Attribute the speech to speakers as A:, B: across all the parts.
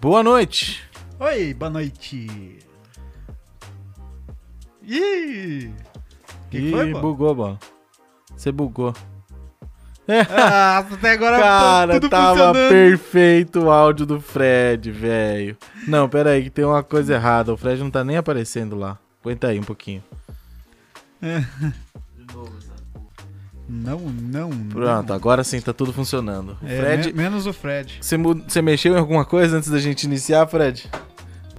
A: Boa noite.
B: Oi, boa noite. Ih! Que
A: Ih,
B: foi, pô?
A: bugou, bola. Você bugou.
B: Ah, até agora
A: Cara,
B: tudo
A: tava
B: funcionando.
A: perfeito o áudio do Fred, velho. Não, pera aí, que tem uma coisa errada. O Fred não tá nem aparecendo lá. Aguenta aí um pouquinho.
B: Não, não, não.
A: Pronto, agora sim tá tudo funcionando. O
B: É,
A: Fred,
B: men- menos o Fred.
A: você, mu- você mexeu em alguma coisa antes da gente iniciar, Fred?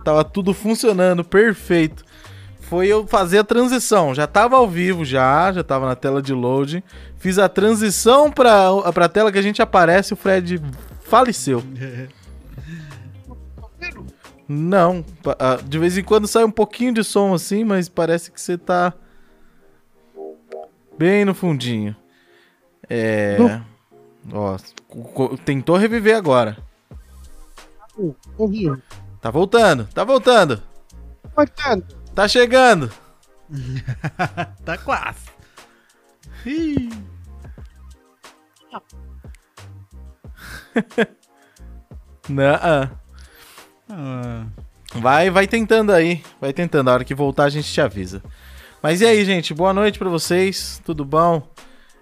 A: Tava tudo funcionando, perfeito. Foi eu fazer a transição. Já tava ao vivo, já, já tava na tela de load. Fiz a transição pra, pra tela que a gente aparece, o Fred faleceu. Não, pa- ah, de vez em quando sai um pouquinho de som assim, mas parece que você tá bem no fundinho. É. Ó, co- co- tentou reviver agora.
C: Horrível.
A: Tá voltando, tá voltando.
C: Coitado.
A: Tá chegando.
B: Tá quase. Ih,
A: Não.
B: ah,
A: Vai, vai tentando aí. Vai tentando. A hora que voltar, a gente te avisa. Mas e aí, gente? Boa noite pra vocês. Tudo bom?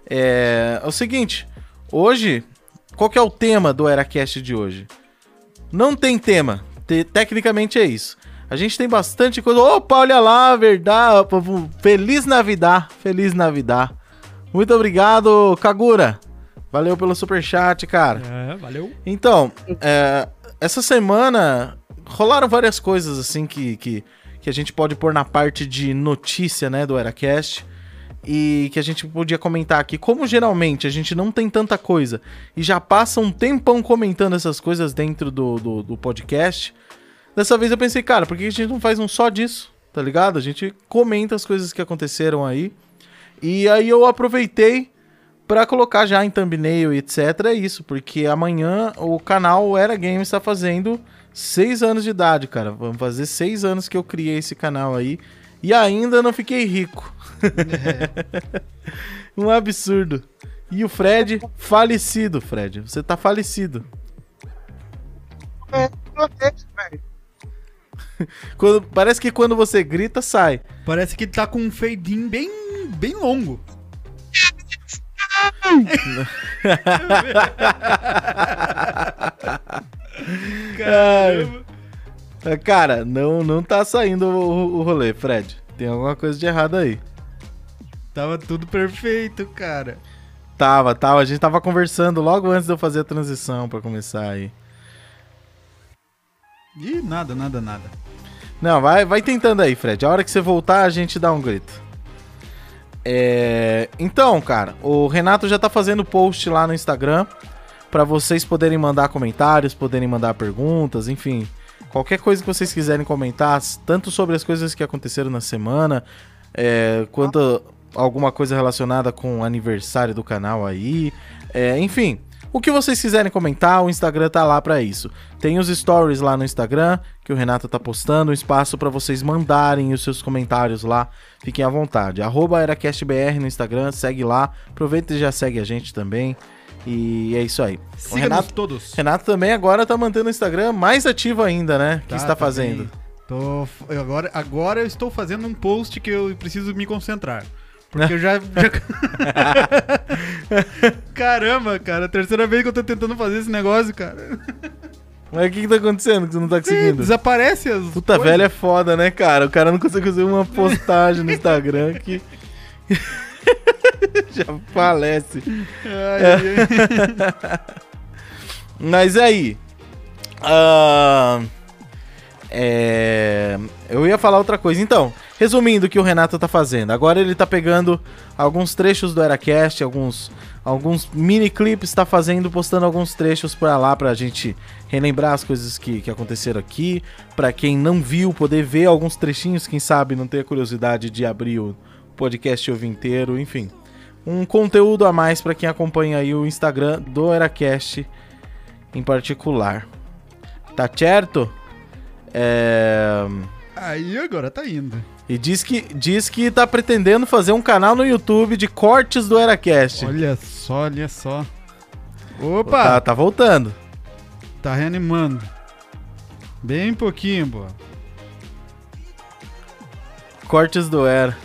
A: É, é o seguinte. Hoje, qual que é o tema do EraCast de hoje? Não tem tema. Te- tecnicamente é isso. A gente tem bastante coisa. Opa, olha lá, verdade. Feliz Navidad. Feliz Navidad. Muito obrigado, Kagura. Valeu pelo superchat, cara.
B: é, valeu.
A: Então, é, essa semana rolaram várias coisas assim que, que, que a gente pode pôr na parte de notícia, né, do EraCast. E que a gente podia comentar aqui. Como geralmente a gente não tem tanta coisa e já passa um tempão comentando essas coisas dentro do, do, do podcast, dessa vez eu pensei, cara, por que a gente não faz um só disso? Tá ligado? A gente comenta as coisas que aconteceram aí. E aí eu aproveitei Pra colocar já em thumbnail e etc. É isso, porque amanhã o canal Era Games tá fazendo seis anos de idade, cara. Vão fazer seis anos que eu criei esse canal aí e ainda não fiquei rico. um absurdo. E o Fred, falecido, Fred. Você tá falecido.
C: É, protesto, velho.
A: Quando- parece que quando você grita, sai.
B: Parece que tá com um fade in bem, bem longo. Caramba.
A: Ah, Cara, não, não tá saindo o, o rolê, Fred. Tem alguma coisa de errado aí.
B: Tava tudo perfeito, cara.
A: Tava, tava. A gente tava conversando logo antes de eu fazer a transição pra começar aí.
B: Ih, nada, nada, nada.
A: Não, vai, vai tentando aí, Fred. A hora que você voltar, a gente dá um grito. É, Então, cara, o Renato já tá fazendo post lá no Instagram pra vocês poderem mandar comentários, poderem mandar perguntas, enfim. Qualquer coisa que vocês quiserem comentar, s- tanto sobre as coisas que aconteceram na semana, é, quanto alguma coisa relacionada com o aniversário do canal aí. é, enfim, o que vocês quiserem comentar, o Instagram tá lá pra isso. Tem os stories lá no Instagram que o Renato tá postando, um espaço pra vocês mandarem os seus comentários lá. Fiquem à vontade. Arroba EraCastBR no Instagram, segue lá. Aproveita e já segue a gente também. E é isso aí. O
B: Siga-nos
A: Renato,
B: todos.
A: Renato também agora tá mantendo o Instagram mais ativo ainda, né? O que
B: Tá,
A: está
B: tá
A: fazendo?
B: bem. Tô, f- eu agora, agora eu estou fazendo um post que eu preciso me concentrar. Porque eu já. já- Caramba, cara, a terceira vez que eu tô tentando fazer esse negócio, cara.
A: Mas o que, que tá acontecendo que você não tá
B: Ih,
A: conseguindo?
B: desaparece as.
A: Puta
B: coisas.
A: velha é foda, né, cara? O cara não consegue fazer uma postagem no Instagram que. Já falece. É.
B: Ai, ai.
A: Mas aí. ahn, é, eu ia falar outra coisa. Então, resumindo o que o Renato tá fazendo. Agora ele tá pegando alguns trechos do EraCast, alguns, alguns mini clipes, tá fazendo, postando alguns trechos pra lá pra gente relembrar as coisas que, que aconteceram aqui. Pra quem não viu, poder ver alguns trechinhos, quem sabe não ter a curiosidade de abrir o podcast e ouvir inteiro, enfim. Um conteúdo a mais pra quem acompanha aí o Instagram do EraCast em particular. Tá certo? É...
B: Aí agora tá indo.
A: E diz que, diz que tá pretendendo fazer um canal no YouTube de cortes do EraCast.
B: Olha só, olha só.
A: Tá,
B: Opa, tá,
A: tá voltando.
B: reanimando. Bem pouquinho, pô.
A: Cortes do Era.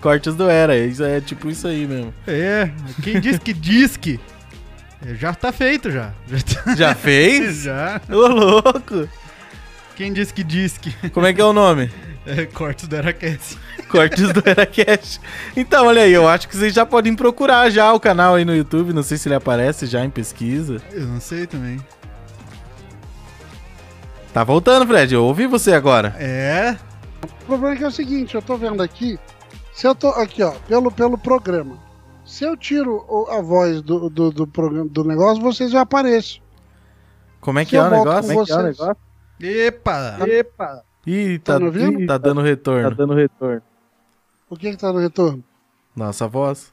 A: Cortes do Era. Isso é tipo isso aí mesmo.
B: É, quem diz que diz que é, já tá feito já. Já tá-
A: Já fez?
B: já.
A: Ô, louco!
B: Quem diz que diz que
A: Como é que é o nome?
B: é cortes do Heracast.
A: Cortes do EraCast. Então, olha aí, eu acho que vocês já podem procurar já o canal aí no YouTube. Não sei se ele aparece já em pesquisa.
B: Eu não sei também.
A: Tá voltando, Fred. Eu ouvi você agora.
B: É,
C: O problema é que é o seguinte, eu tô vendo aqui, se eu tô aqui, ó, pelo, pelo programa. Se eu tiro o- a voz do, do, do, programa, do negócio, vocês já aparecem.
A: Como é que
C: Se
A: é
C: eu
A: o
C: volto
A: negócio?
C: com
A: Como é que é o
C: vocês.
A: negócio?
B: epa.
D: Epa,
A: Ih,
C: Tá
A: tá,
C: me ouvindo?
A: ih, tá dando
D: tá
A: retorno.
D: dando retorno.
C: O que que tá no retorno?
A: Nossa voz.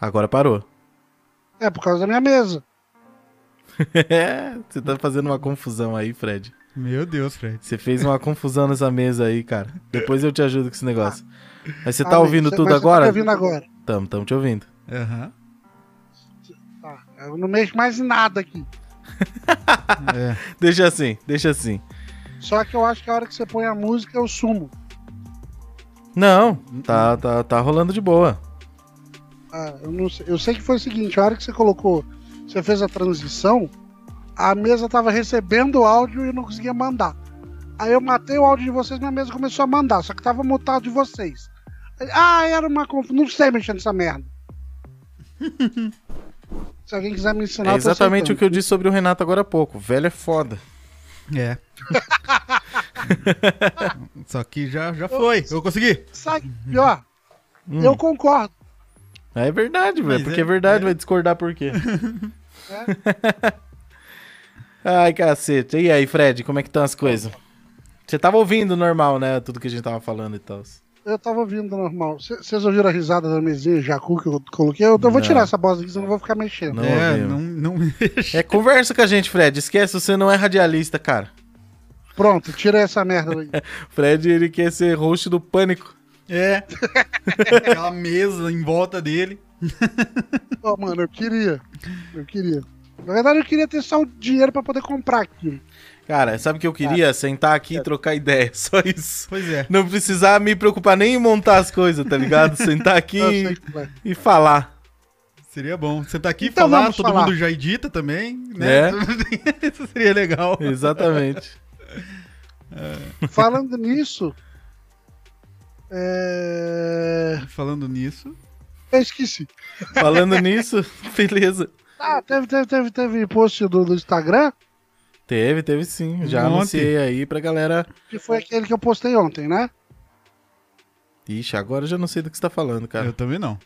A: Agora parou.
C: É por causa da minha mesa.
A: É, você tá fazendo uma confusão aí, Fred.
B: Meu Deus, Fred.
A: Você fez uma confusão nessa mesa aí, cara. Depois eu te ajudo com esse negócio. Mas você tá
C: Ah,
A: ouvindo
C: mas
A: tudo
C: você
A: agora?
C: Tá me ouvindo agora.
A: Tamo, tamo te ouvindo.
B: Aham.
C: Tá, eu não mexo mais em nada aqui.
B: É.
A: Deixa assim, deixa assim.
C: Só que eu acho que a hora que você põe a música, eu sumo.
A: Não, tá, tá, tá rolando de boa.
C: Ah, eu, não sei. eu sei que foi o seguinte, a hora que você colocou, você fez a transição, a mesa tava recebendo o áudio e eu não conseguia mandar. Aí eu matei o áudio de vocês, minha mesa começou a mandar, só que tava mutado de vocês. Aí, Ah, era uma confusão. Não sei mexer nessa merda. Se alguém quiser me ensinar,
A: É
C: então.
A: exatamente o que eu disse sobre o Renato agora há pouco. Velho é foda.
B: É. Só que já, já foi. Eu consegui.
C: Sai, pior.
A: Hum.
C: Eu concordo.
A: É verdade,
B: Mas
A: velho. Porque
B: é-
A: é, verdade,
B: é.
A: vai discordar por quê? É. Ai, cacete. E aí, Fred, como é que estão as coisas? Você tava ouvindo normal, né? Tudo que a gente tava falando e tal.
C: Eu tava ouvindo normal. C- Vocês ouviram a risada da mesinha Jacu que eu coloquei? Eu, eu vou
A: Não.
C: tirar essa bosta aqui, senão eu vou ficar mexendo.
A: Não
B: é,
A: ouviu.
B: não, não mexa.
A: É, conversa com a gente, Fred. Esquece, você não é radialista, cara.
C: Pronto, tira essa merda daí.
A: Fred, ele quer ser host do Pânico.
B: É. Aquela mesa em volta dele.
C: Ó, mano, eu queria. Eu queria. Na verdade, eu queria ter só o dinheiro pra poder comprar aqui.
A: Cara, sabe o que eu
B: Ah.
A: queria? Sentar aqui
B: É.
A: e trocar ideia, só isso.
B: Pois é.
A: Não precisar me preocupar nem em montar as coisas, tá ligado? Sentar aqui
C: Eu sei
A: e,
C: que vai.
A: e falar.
B: Seria bom. Você tá aqui
C: Então
B: falar,
C: vamos
B: todo
C: falar.
B: mundo já edita também, né?
A: É.
B: Isso seria legal.
A: Exatamente.
C: Falando nisso, é,
B: Falando nisso.
C: eu esqueci.
A: Falando nisso, beleza.
C: Ah, teve, teve, teve, teve post do, do Instagram,
A: Teve, teve sim. Já
B: Um monte.
A: anunciei aí pra galera.
C: que foi aquele que eu postei ontem, né?
A: Ixi, agora eu já não sei do que você tá falando, cara.
B: Eu também não.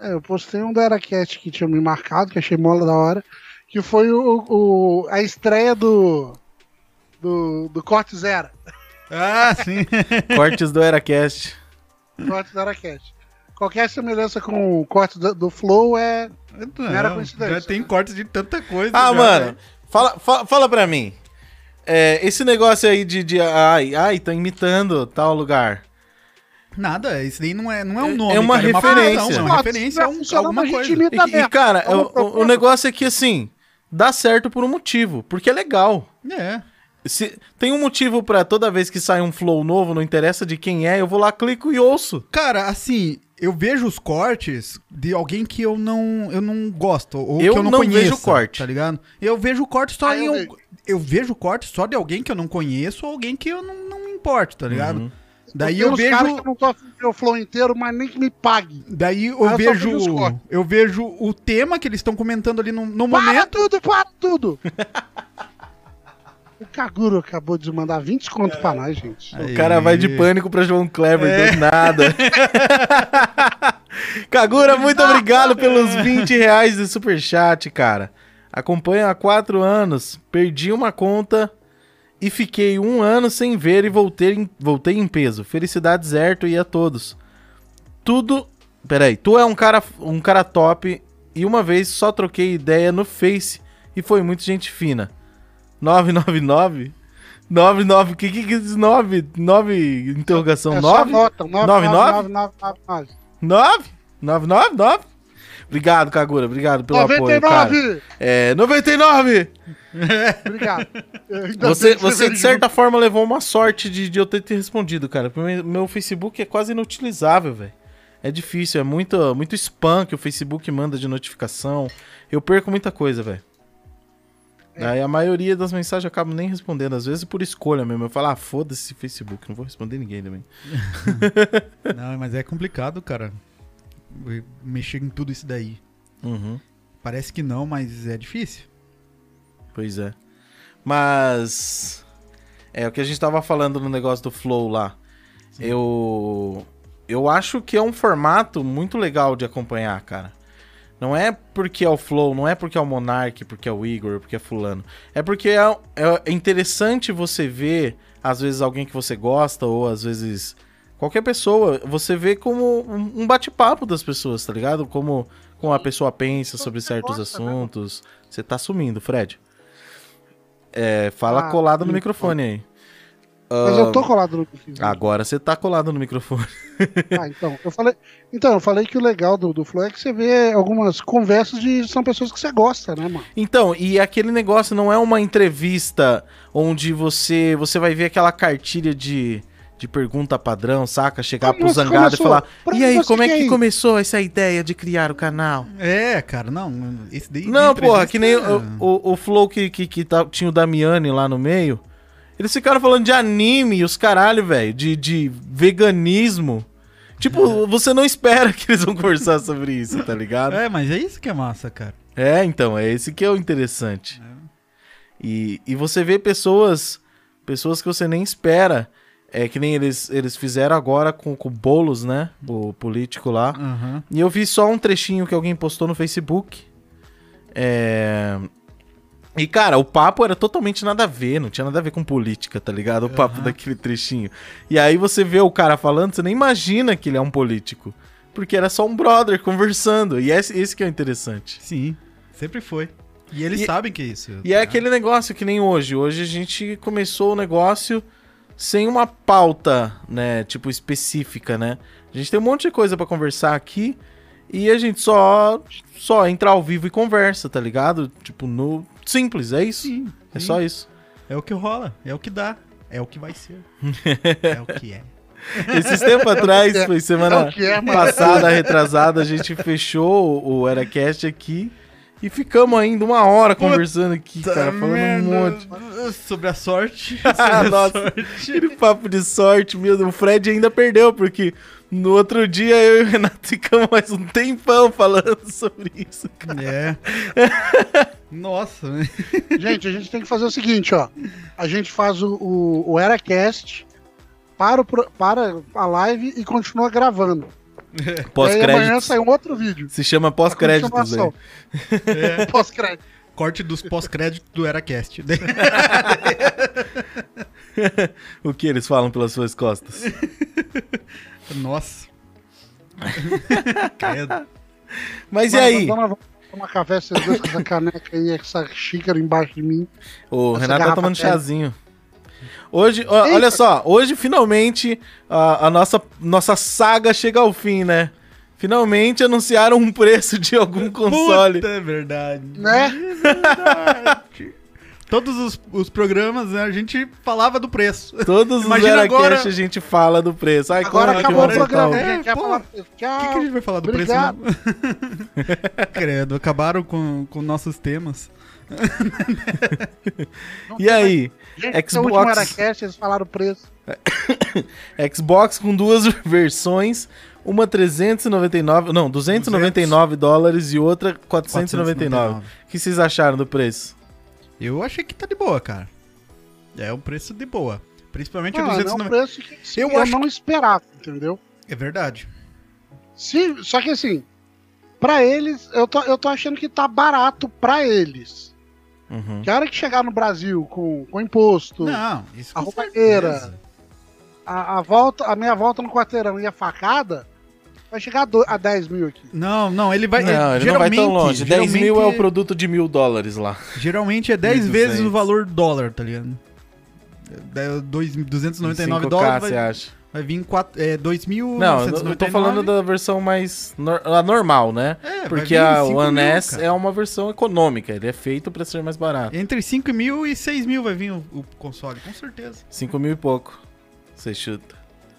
C: É, eu postei um do Eracast que tinha me marcado, que achei mola da hora, que foi o, o- a estreia do, do, do Corte Zero.
B: Ah, sim.
A: Cortes do EraCast.
C: Corte do Eracast. Qualquer semelhança com o corte do, do Flow é
B: Não,
C: era coincidência. né?
B: Já tem cortes de tanta coisa.
A: Ah,
B: já,
A: mano,
B: né?
A: fala, fala, fala pra mim. É, esse negócio aí de, de. Ai, ai, tão imitando tal lugar.
B: Nada, isso daí não é, não é um
A: É-
B: nome.
A: é uma
B: cara,
A: referência.
B: É uma, função, é uma
C: Não,
B: referência a
C: se
B: um,
C: funcionar,
B: alguma
C: a gente
B: coisa.
C: imita
A: E, e,
C: mesmo.
A: cara,
C: Vamos
A: o- o, o
C: propor-
A: negócio é que assim, dá certo por um motivo, porque é legal.
B: É.
A: Se, tem um motivo pra toda vez que sai um flow novo, não interessa de quem é, eu vou lá, clico e ouço.
B: Cara, assim, eu vejo os cortes de alguém que eu não, eu não gosto, ou
A: Eu
B: que eu não,
A: não
B: conheço.
A: vejo corte.
B: Tá ligado? Eu vejo corte só
C: Ah,
B: em.
C: eu
B: Eu,
C: vejo.
B: eu vejo corte só de alguém que eu não conheço ou alguém que eu não, não me importo, tá ligado?
A: Uhum.
B: Daí
C: Tem
B: eu
C: uns
B: vejo.
C: caras que eu não tô afim de ver o flow inteiro, mas nem que me pague.
B: Daí eu,
C: Ah, eu só
B: vejo.
C: vejo os cortes.
B: Eu vejo o tema que eles estão comentando ali no, no
C: Para
B: momento.
C: tudo, para tudo! o Kaguro acabou de mandar 20 conto pra nós, gente.
A: O cara vai de pânico pra João Kleber, do nada. Kagura, muito obrigado pelos 20 reais de superchat, cara. Acompanho há quatro anos, perdi uma conta e fiquei um ano sem ver e voltei em, voltei em peso. Felicidade certo e a todos. Tudo. Peraí, tu é um cara, um cara top e uma vez só troquei ideia no Face e foi muito gente fina. 999? 99, que que é que diz 9? 9 interrogação
C: É só
A: 9?
C: nota, 9,
A: 9,
C: 9, 9, 9, 9, 9.
A: 9? 999? Obrigado, Kagura. Obrigado pelo apoio, cara.
C: 99!
A: É, 99!
C: Obrigado. Eu ainda
A: Você,
C: bem que
A: você,
C: veio
A: de certa forma, levou uma sorte de, de eu ter te respondido, cara. Porque Meu meu Facebook é quase inutilizável, velho. É difícil, é muito, muito spam que o Facebook manda de notificação. Eu perco muita coisa, velho.
C: É.
A: Aí a maioria das mensagens eu acabo nem respondendo, às vezes por escolha mesmo. Eu falo, ah, foda-se esse Facebook, não vou responder ninguém também.
B: Não, mas é complicado, cara. Mexer em tudo isso daí.
A: Uhum.
B: Parece que não, mas é difícil.
A: Pois é. Mas. É o que a gente tava falando no negócio do Flow lá. Eu. Eu acho que é um formato muito legal de acompanhar, cara. Não é porque é o Flow, não é porque é o Monark, porque é o Igor, porque é Fulano. É porque é, é interessante você ver, às vezes, alguém que você gosta, ou às vezes qualquer pessoa. Você vê como um um bate-papo das pessoas, tá ligado? Como, como a pessoa pensa sobre
C: Você
A: certos
C: gosta, né?
A: assuntos. Você tá sumindo, Fred. É, fala
C: Ah,
A: colado no
C: sim.
A: microfone aí.
C: Mas eu tô colado no perfil.
A: Agora você tá colado no microfone.
C: Ah, então. Eu falei, então, eu falei que o legal do, do Flow é que você vê algumas conversas de. São pessoas que você gosta, né, mano?
A: Então, e aquele negócio não é uma entrevista onde você você vai ver aquela cartilha de, de pergunta padrão, saca? Chegar
C: Como
A: pro
C: você
A: zangado e
C: começou?
A: falar:
C: Pra
A: E
C: onde
A: aí,
C: você
A: como é
C: quer
A: que
C: ir?"
A: começou essa ideia de criar o canal?
B: É, cara, não. Esse daí.
A: Não,
B: de
A: porra,
B: entrevista
A: que nem
B: é-
A: o, o, o Flow que, que, que tá- tinha o Damiani lá no meio. Eles ficaram falando de anime e os caralho, velho, de, de veganismo. Tipo, você não espera que eles vão conversar sobre isso, tá ligado?
B: É, mas é isso que é massa, cara.
A: É, então, é esse que é o interessante. E, e você vê pessoas, pessoas que você nem espera, é que nem eles, eles fizeram agora com o Boulos, né? O político lá.
B: Aham.
A: E eu vi só um trechinho que alguém postou no Facebook. É... E, cara, o papo era totalmente nada a ver, não tinha nada a ver com política, tá ligado? O papo
B: Aham.
A: daquele trechinho. E aí você vê o cara falando, você nem imagina que ele é um político. Porque era só um brother conversando. E esse, esse que é o interessante.
B: Sim. Sempre foi. E eles
A: E-
B: sabem que é isso.
A: E é aquele negócio que nem hoje. Hoje a gente começou o negócio sem uma pauta, né? Tipo, específica, né? A gente tem um monte de coisa pra conversar aqui e a gente só, só entra ao vivo e conversa, tá ligado? Tipo, no. Simples, é isso.
B: Sim,
A: É
B: sim.
A: só isso.
B: É o que rola, é o que dá, é o que vai ser. é o que é.
A: Esses tempos atrás, foi
C: É o
A: semana
C: que é, mano.
A: passada, retrasada, a gente fechou o EraCast aqui e ficamos ainda uma hora
B: Puta
A: conversando aqui,
B: Tá
A: cara, falando um monte.
B: Sobre a sorte.
A: Ah,
B: sobre a
A: nossa.
B: sorte.
A: Aquele papo de sorte, meu Deus. O Fred ainda perdeu, porque no outro dia eu e o Renato ficamos mais um tempão falando sobre isso.
B: É. Nossa, né?
C: Gente, a gente tem que fazer o seguinte, ó. A gente faz o, o, o EraCast, para, o pro- para a live e continua gravando. E aí amanhã
A: É Pós-créditos.
C: sai um outro vídeo.
A: Se chama pós-créditos aí.
C: Continuação. Pós-crédito.
B: É. Corte dos pós-créditos do EraCast.
A: O que eles falam pelas suas costas.
B: Nossa. Credo.
A: Mas
C: Mano,
A: e aí?
C: Dona Val- Toma café, vocês dois com essa caneca aí, essa xícara embaixo de mim.
A: O
C: Essa
A: Renato tá
C: garrafa
A: tomando
C: velha.
A: chazinho. Hoje, ó, olha
C: Eita.
A: só, hoje finalmente a, a nossa, nossa saga chega ao fim, né? Finalmente anunciaram um preço de algum console.
B: Puta, é verdade.
C: Né?
B: Todos os, os programas, né, a gente falava do preço.
A: Todos os
B: Imagina
A: Veracast
B: agora-
A: a gente fala do preço. Ai, como
C: Agora
A: é que
C: acabou o
A: vai botar
C: programa,
B: o-
C: gente.
B: É,
C: Quer
B: pô,
C: falar
B: o
C: pra vocês?
B: O que, que a gente vai falar do
C: Obrigado.
B: preço? não? Credo, acabaram com, com nossos temas.
C: Não
A: E
C: tem mais-
A: aí?
C: Gente,
A: Xbox.
C: No último Aracast, eles falaram o preço.
A: Xbox com duas versões, uma 399, não, 299 dólares e outra 499. O que vocês acharam do preço?
B: Eu achei que tá de boa, cara. É um preço de boa. Principalmente o
C: Mano, é um
B: 290.
C: preço que que
B: Eu
C: eu,
B: acho
C: não esperava, entendeu?
B: É verdade.
C: Se, só que assim, pra eles, eu tô, eu tô achando que tá barato pra eles.
A: Uhum.
C: Que a hora que chegar no Brasil com, com imposto,
B: Não, isso
C: A
B: com
C: roubalheira.
B: certeza.
C: a, a volta, a minha volta no quarteirão e a facada, vai chegar a, do, a 10 mil aqui.
B: Não, não, ele vai.
A: não,
B: é,
A: ele não vai tão
B: geralmente-
A: longe. 10 mil é o
B: geralmente-
A: produto de mil dólares lá.
B: Geralmente é 10
A: 1.200.
B: vezes o valor dólar, tá ligado? É, é dois-
A: Em
B: 299
A: 5K,
B: dólares.
A: você
B: vai-
A: acha?
B: Vai vir em quatro, é, 2.999.
A: Não, eu eu tô falando da versão mais nor- a normal, né?
B: É, vai
A: Porque
B: vir
A: a
B: 5
A: One
B: mil,
A: S
B: cara.
A: é uma versão econômica, ele é feito pra ser mais barato.
B: Entre 5 mil e 6 mil vai vir o, o console, com certeza.
A: 5 mil e pouco. Você chuta.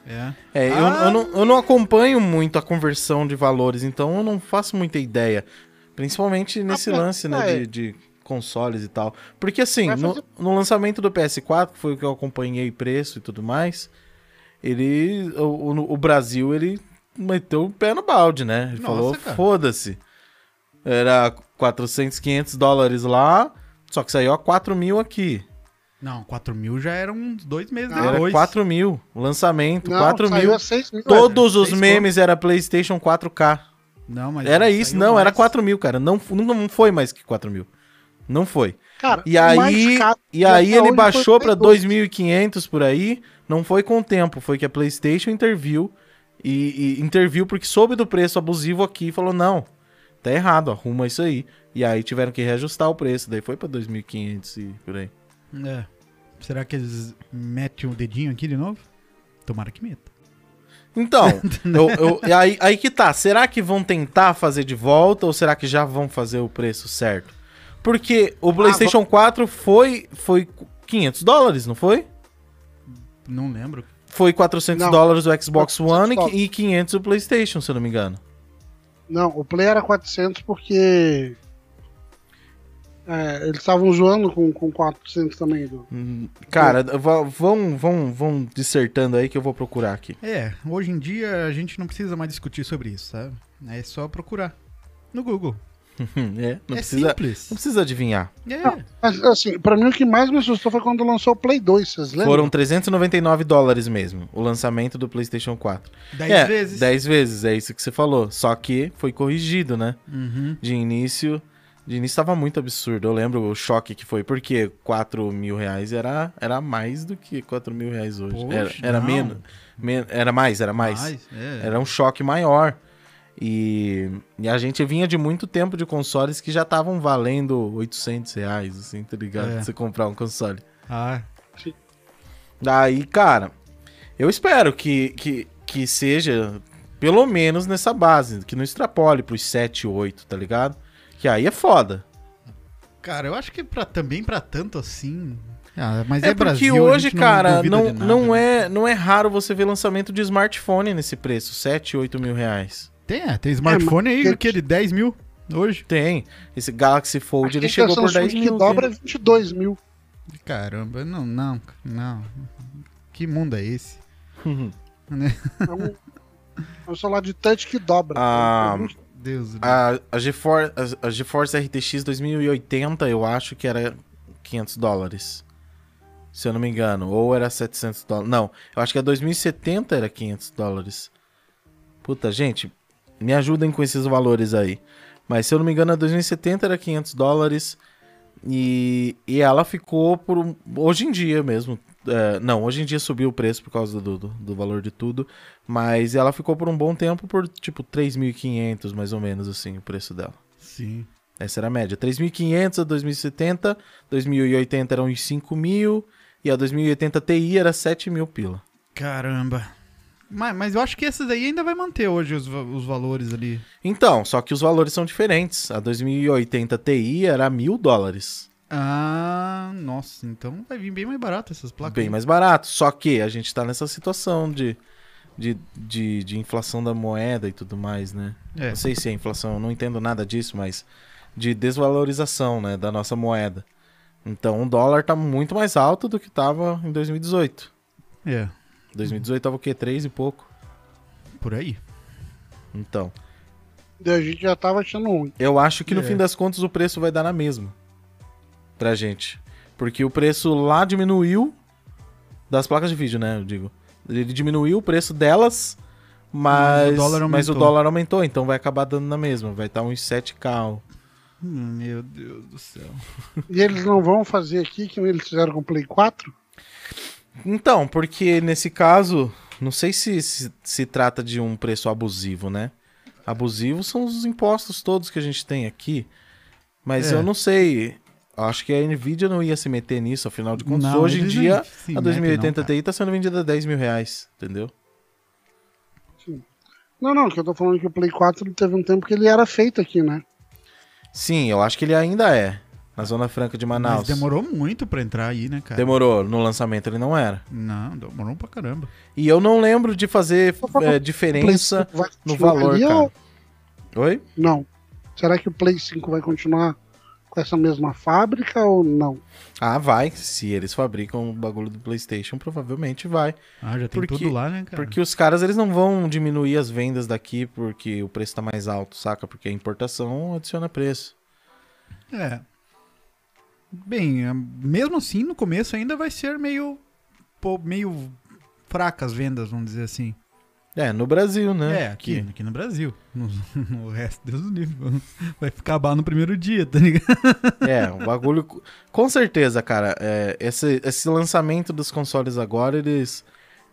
B: É.
A: É, eu- eu,
B: Ah.
A: não, eu não acompanho muito a conversão de valores, então eu não faço muita ideia. Principalmente nesse
C: mas-
A: lance, né,
C: é.
A: de, de consoles e tal. Porque assim,
C: Vai
A: no,
C: fazer-
A: no lançamento do PS4, que foi o que eu acompanhei preço e tudo mais, ele. O, o- o Brasil, ele meteu o pé no balde, né? Ele
B: Nossa,
A: falou,
B: cara.
A: foda-se. Era 400, 500 dólares lá, só que saiu a 4 mil aqui.
B: Não, 4 mil já eram uns dois meses
C: Não.
A: Era
B: depois.
A: 4 mil, o lançamento, 4
C: Ah, saiu
A: mil.
C: a 6
B: é,
C: mil.
A: Todos os
B: seis
A: memes era PlayStation 4K.
B: Não, mas
A: Era
B: saiu
A: isso, não,
B: mais.
A: era 4 mil, cara. Não, não, não foi mais que 4 mil. Não foi.
C: É, Cara,
A: E
C: o
A: aí,
C: mais caro
A: e aí
C: até hoje
A: ele
C: foi
A: baixou pra
C: 32.
A: 2.500 por aí. Não foi com o tempo, foi que a PlayStation interviu. E, e interviu porque soube do preço abusivo aqui e falou: não, tá errado, arruma isso aí. E aí tiveram que reajustar o preço, daí foi pra 2.500 e por aí.
B: É. Será que eles metem o dedinho aqui de novo? Tomara que meta.
A: Então, eu- eu- e aí, aí que tá. Será que vão tentar fazer de volta ou será que já vão fazer o preço certo? Porque o PlayStation 4 foi, foi 500 dólares, não foi?
B: Não lembro.
A: Foi 400
C: Não.
A: dólares o Xbox
C: 400
A: One e
C: dólares.
A: qui- e 500 o PlayStation, se eu não me engano.
C: Não, o Play era 400 porque. é, eles estavam zoando com, com 400 também. Do...
A: Hum, Cara, va- vão, vão, vão dissertando aí que eu vou procurar aqui.
B: É, hoje em dia a gente não precisa mais discutir sobre isso, sabe? É só procurar. No Google.
A: é, não,
B: é
A: precisa,
B: simples.
A: não precisa adivinhar.
B: É.
C: Mas assim, pra mim o que mais me assustou foi quando lançou o Play 2, vocês lembram?
A: Foram 399 dólares mesmo, o lançamento do PlayStation 4.
B: 10
A: é,
B: vezes.
A: 10 vezes, é isso que você falou. Só que foi corrigido, né?
B: Uhum.
A: De início. De início tava muito absurdo. Eu lembro o choque que foi, porque 4 mil reais era, era mais do que 4 mil reais hoje.
B: Poxa,
A: era era
B: não.
A: menos. men- era mais, era mais.
B: Mais, é.
A: Era um choque maior. E, e a gente vinha de muito tempo de consoles que já estavam valendo 800 reais, assim, tá ligado?
B: É.
A: Você comprar um console.
B: Ah,
A: Daí, cara, eu espero que, que, que seja pelo menos nessa base, que não extrapole pros 7, 8, tá ligado? Que aí é foda.
B: cara, eu acho que pra, também pra tanto assim. Ah, mas
A: É,
B: é,
A: porque
B: Brasil, a
A: hoje,
B: gente
A: cara,
B: duvida
A: não,
B: de nada,
A: não,
B: né?
A: é, não é raro você ver lançamento de smartphone nesse preço, 7, 8 mil reais.
B: Tem, é, tem smartphone aí,
C: mas-
B: o que? De 10 mil hoje?
A: Tem. Esse Galaxy Fold, ele
C: Aqui
A: chegou
C: da
A: por
C: Samsung
A: 10 mil.
C: que
A: tem.
C: dobra é 22 mil.
B: Caramba, não, não, não. Que mundo é esse?
C: É um, é um celular de touch que dobra. Então,
A: Ah,
B: Deus né? do
A: A, a, GeForce, a, a GeForce RTX 2080, eu acho que era 500 dólares. Se eu não me engano. Ou era 700 dólares. Não, eu acho que a 2070 era 500 dólares. Puta, gente, me ajudem com esses valores aí. Mas se eu não me engano, a 2070 era 500 dólares. E, e ela ficou por. um- Hoje em dia mesmo. é, não, hoje em dia subiu o preço por causa do, do, do valor de tudo. Mas ela ficou por um bom tempo por tipo 3.500 mais ou menos assim o preço dela.
B: Sim.
A: Essa era a média. 3.500 a 2070, 2080 eram uns 5.000 e a 2080 Ti era 7.000 pila.
B: Caramba. Mas, mas eu acho que essas aí ainda vai manter hoje os, va- os valores ali.
A: Então, só que os valores são diferentes. A 2080 Ti era 1.000 dólares.
B: Ah, nossa, então vai vir bem mais barato essas placas.
A: Bem mais barato. Só que a gente tá nessa situação de, de, de, de inflação da moeda e tudo mais, né?
B: É.
A: Não sei se é inflação, eu não entendo nada disso, mas de desvalorização, né, da nossa moeda. Então o dólar tá muito mais alto do que tava em 2018.
B: É,
A: 2018 tava o quê? 3 e pouco.
B: por aí.
A: Então,
C: A gente já tava achando ruim.
A: eu acho que no
B: É.
A: fim das contas o preço vai dar na mesma pra gente. Porque o preço lá diminuiu das placas de vídeo, né, eu digo. Ele diminuiu o preço delas, mas, mas, o, dólar
B: aumentou.
A: aumentou, então vai acabar dando na mesma, vai estar tá uns 7k.
B: Hum, Meu Deus do céu.
C: E eles não vão fazer aqui, que eles fizeram com o Play 4?
A: Então, porque nesse caso, não sei se se, se trata de um preço abusivo, né? Abusivo são os impostos todos que a gente tem aqui. Mas
B: É.
A: eu não sei. Eu Acho que a Nvidia não ia se meter nisso, afinal de contas.
B: Não,
A: hoje em
B: eles não
A: dia,
B: se
A: a
B: metem,
A: 2080
B: né, não, cara.
A: Ti tá sendo vendida a 10 mil reais, entendeu?
C: Não, não, que eu tô falando que o Play 4 teve um tempo que ele era feito aqui, né?
A: Sim, eu acho que ele ainda é. Na Zona Franca de Manaus.
B: Mas demorou muito pra entrar aí, né, cara?
A: Demorou, no lançamento ele não era.
B: Não, demorou pra caramba.
A: E eu não lembro de fazer é, diferença
C: O Play 5 vai
A: no
C: continuar
A: valor,
C: ali
A: cara.
C: ou-
A: Oi?
C: Não. Será que o Play 5 vai continuar com essa mesma fábrica ou não?
A: Ah, vai. Se eles fabricam o bagulho do PlayStation, provavelmente vai.
B: Ah, já tem
A: Porque-
B: tudo lá, né, cara?
A: Porque os caras, eles não vão diminuir as vendas daqui porque o preço tá mais alto, saca? Porque a importação adiciona preço.
B: É. Bem, é, mesmo assim, no começo ainda vai ser meio. pô, meio fracas as vendas, vamos dizer assim.
A: É, no Brasil, né?
B: É, aqui, aqui no Brasil. No, no resto, Deus do livro. Vai acabar no primeiro dia, tá ligado?
A: É, o bagulho. Com certeza, cara. é, esse, esse lançamento dos consoles agora, eles,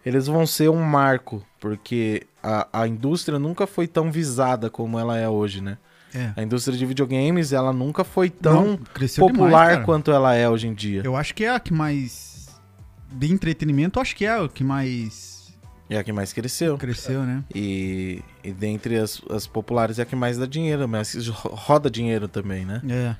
A: eles vão ser um marco, porque a, a indústria nunca foi tão visada como ela é hoje, né?
B: É.
A: A indústria de videogames, ela nunca foi tão
B: Não, cresceu
A: popular
B: demais, cara.
A: quanto ela é hoje em dia.
B: Eu acho que é a que mais. De entretenimento, eu acho que é a que mais
A: É a que mais cresceu.
B: cresceu, né?
A: E, e dentre as, as populares é a que mais dá dinheiro, mas isso ro- roda dinheiro também, né?
B: É.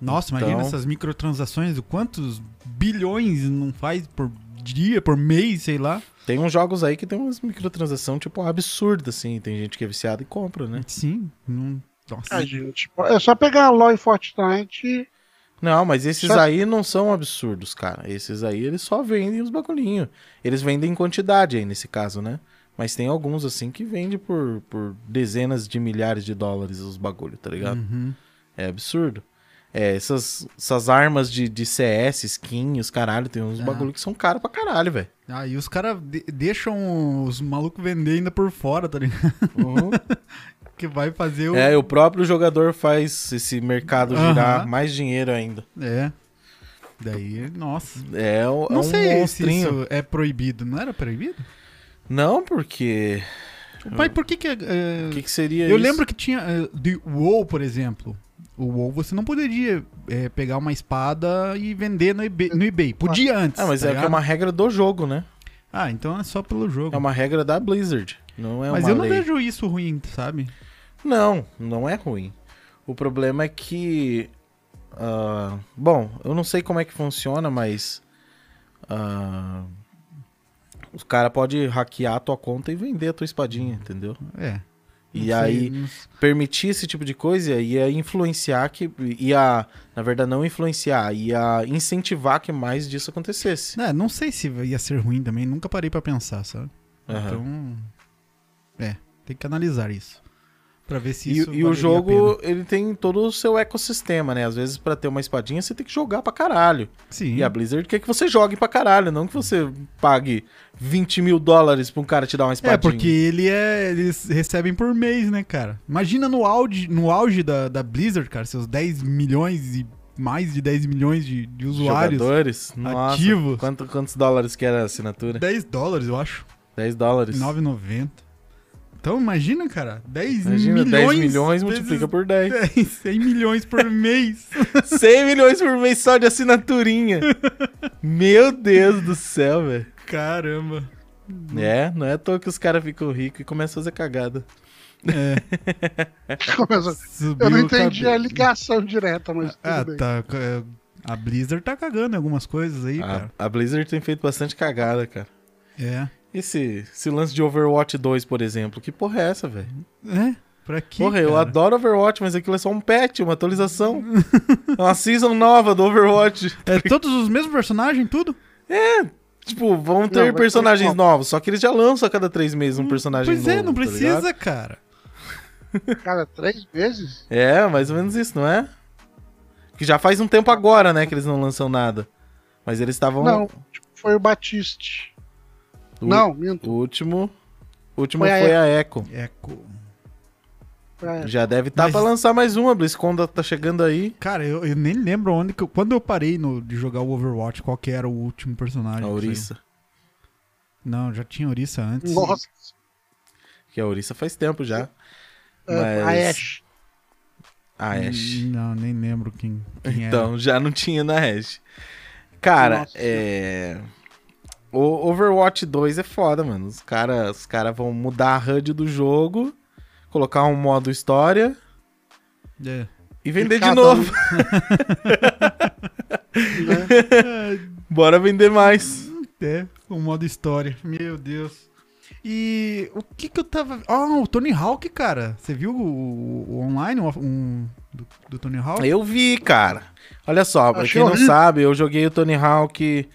B: Nossa, imagina
A: Então-
B: essas microtransações, o quantos bilhões não faz por dia, por mês, sei lá.
A: Tem uns jogos aí que tem umas microtransação, tipo, absurda, assim. Tem gente que é Tá viciada e compra, né?
B: Sim. Não... Nossa.
C: Ah, gente, é só pegar a LoL e Fortnite.
A: Não, mas esses
C: Só-
A: aí não são absurdos, cara. Esses aí eles só vendem os bagulhinhos. Eles vendem em quantidade aí nesse caso, né? Mas tem alguns assim que vende por, por dezenas de milhares de dólares os bagulho, tá ligado?
B: Uhum.
A: É absurdo. É, essas, essas armas de, de CS, skin, os caralho, tem uns
B: Ah.
A: bagulho que são caros pra caralho, velho.
B: Ah, e os caras de- deixam os malucos vender ainda por fora, tá ligado? Que vai fazer o.
A: É, o próprio jogador faz esse mercado girar
B: Aham.
A: mais dinheiro ainda.
B: É. Daí, nossa.
A: É, o- é
B: não
A: um
B: sei
A: monstrinho.
B: se isso é proibido. Não era proibido?
A: Não, porque.
B: Pai, por que que... é,
A: O que, que seria
B: Eu
A: isso?
B: lembro que tinha. eh, De WoW, por exemplo. O WoW você não poderia eh, pegar uma espada e vender no eBay. no eBay. Podia antes.
A: Ah, mas
B: tá
A: é que é
B: ligado?
A: uma regra do jogo, né?
B: Ah, então é só pelo jogo.
A: É uma regra da Blizzard. Não é
B: mas
A: uma
B: eu não
A: lei.
B: vejo isso ruim, sabe?
A: Não, não é ruim. O problema é que. ah, bom, eu não sei como é que funciona, mas. ah, os caras podem hackear a tua conta e vender a tua espadinha, entendeu?
B: É.
A: E
B: Não sei,
A: aí,
B: não s-
A: permitir esse tipo de coisa ia influenciar que. ia. Na verdade, não influenciar, ia incentivar que mais disso acontecesse.
B: né, não sei se ia ser ruim também. Nunca parei pra pensar, sabe?
A: Aham.
B: Então. É. Tem que analisar isso. Pra ver se
A: E,
B: isso.
A: e o
B: valeria a
A: jogo, ele tem todo o seu ecossistema, né? Às vezes, pra ter uma espadinha, você tem que jogar pra caralho.
B: pena. Sim.
A: E a Blizzard quer que você jogue pra caralho, não que você pague 20 mil dólares pra um cara te dar uma espadinha.
B: É, porque ele é. Eles recebem por mês, né, cara? Imagina no auge, no auge da, da Blizzard, cara, seus 10 milhões e mais de 10 milhões de, de usuários.
A: Jogadores, nossa,
B: ativos.
A: Quanto, quantos dólares que era a assinatura?
B: 10 dólares, eu acho.
A: 10 dólares.
B: 9,90. Então imagina, cara, 10
A: Imagina,
B: milhões.
A: 10 milhões
B: vezes
A: multiplica por 10.
B: 10, 100 milhões por mês.
A: 100 milhões por mês só de assinaturinha. Meu Deus do céu, velho.
B: Caramba.
A: É, não é à toa que os caras ficam ricos e começam a fazer cagada. É.
C: Começa-
B: Subiu
C: Eu não
B: o
C: entendi a
B: cabelo.
C: ligação direta, mas tudo
B: Ah,
C: bem.
B: tá. é, A Blizzard tá cagando em algumas coisas aí,
A: A,
B: cara.
A: a Blizzard tem feito bastante cagada, cara.
B: É.
A: Esse, esse lance de Overwatch 2, por exemplo, que porra é essa, velho?
B: É? Pra quê?
A: Porra, eu
B: cara?
A: adoro Overwatch, mas aquilo é só um patch, uma atualização. É uma season nova do Overwatch.
B: É todos os mesmos personagens, tudo?
A: Tipo, vão ter
C: vai ter
A: personagens
C: uma-
A: novos, só que eles já lançam a cada três meses um personagem
B: pois
A: novo.
B: é, não
A: tá
B: precisa,
A: ligado?
B: cara.
C: Cara, três vezes?
A: é, mais ou menos isso, não é? Que já faz um tempo agora, né, que eles não lançam nada. Mas eles estavam.
C: Não, tipo, foi o Batiste.
A: Então, O-
C: Não, minto.
A: O último. O último
C: Foi a
A: foi a Echo.
B: Eco.
C: pra-
A: Já deve estar
B: É. Mas-
A: pra lançar mais uma, a BlizzCon tá chegando aí.
B: Cara, eu, eu nem lembro onde que eu, quando eu parei no, de jogar o Overwatch, qual que era o último personagem.
A: A
B: que
A: Ouriça.
B: saiu. Não, já tinha Ouriça antes.
C: Nossa,
A: Que a Ouriça faz tempo já.
C: é, a
A: Mas-
C: Ash.
A: A Então, Ashe.
B: Hum, Não, nem lembro
C: é.
B: quem, quem
A: Então, já não tinha na Hash. Cara,
C: Nossa.
A: é... O Overwatch 2 é foda, mano. Os caras os cara vão mudar a HUD do jogo, colocar um modo história
B: É.
A: e vender de
C: cada
A: novo.
C: Né?
A: Bora vender mais.
B: É, o modo história. Meu Deus. E o que que eu tava. Ah, o Tony Hawk, cara. Você viu o, o online um, um- do, do Tony Hawk?
A: Eu vi, cara. Olha só, pra
C: Achei
A: quem não
C: horrível.
A: sabe, eu joguei o Tony Hawk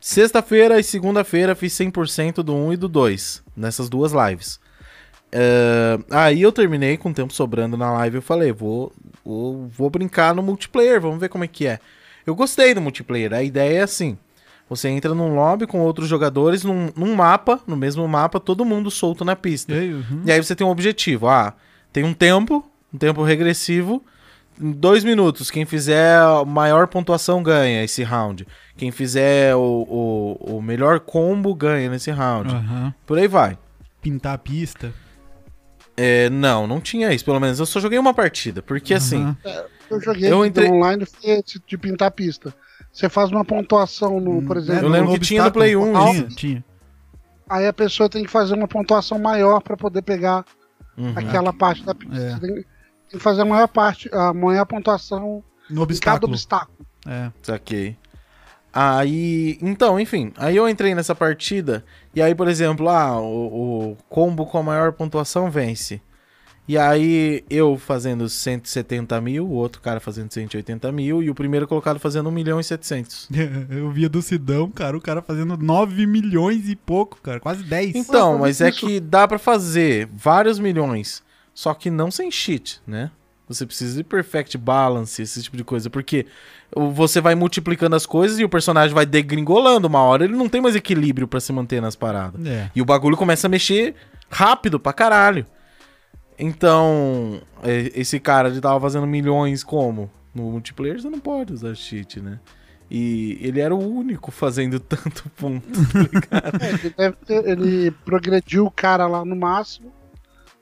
A: sexta-feira e segunda-feira, fiz 100% do 1 e do 2, nessas duas lives. É, aí eu terminei com o tempo sobrando na live, eu falei, vou, vou, vou brincar no multiplayer, vamos ver como é que é. Eu gostei do multiplayer, a ideia é assim, você entra num lobby com outros jogadores, num, num mapa, no mesmo mapa, todo mundo solto na pista.
B: Ei, uhum.
A: E aí você tem um objetivo. Ah, tem um tempo, um tempo regressivo. Em dois minutos, quem fizer a maior pontuação ganha esse round. Quem fizer o, o, o melhor combo ganha nesse round.
B: Aham.
A: Por aí vai.
B: Pintar a pista.
A: É, não, não tinha isso. Pelo menos eu só joguei uma partida. Porque assim,
B: Aham.
C: Eu joguei
A: Eu
C: eu
A: entrei-
C: online foi esse de pintar a pista. Você faz uma pontuação,
B: Hum,
C: no,
B: né?
C: por exemplo,
A: eu lembro que tinha no Play né? 1
B: Tinha,
A: isso.
B: tinha.
C: aí a pessoa tem que fazer uma pontuação maior para poder pegar
A: uhum.
C: aquela parte da pista.
B: É.
C: Você tem, tem que fazer a maior parte, a maior pontuação
B: No
C: em cada
B: obstáculo.
C: obstáculo.
B: É.
A: Saquei. Aí, então, enfim, aí eu entrei nessa partida e aí, por exemplo, ah, o, o combo com a maior pontuação vence. E aí eu fazendo 170 mil, o outro cara fazendo 180 mil e o primeiro colocado fazendo 1 milhão e 700.
B: Eu via do Sidão, cara, o cara fazendo 9 milhões e pouco, cara. Quase 10.
A: Então, mas é
C: isso.
A: que dá pra fazer vários milhões, só que não sem cheat, né? Você precisa de perfect balance, esse tipo de coisa, porque o- você vai multiplicando as coisas e o personagem vai degringolando uma hora, ele não tem mais equilíbrio pra se manter nas paradas.
B: É.
A: E o bagulho começa a mexer rápido pra caralho. Então, é, esse cara ele tava fazendo milhões como? No multiplayer você não pode usar cheat, né? E ele era o único fazendo tanto ponto.
C: É, ele, deve ter- ele progrediu o cara lá no máximo.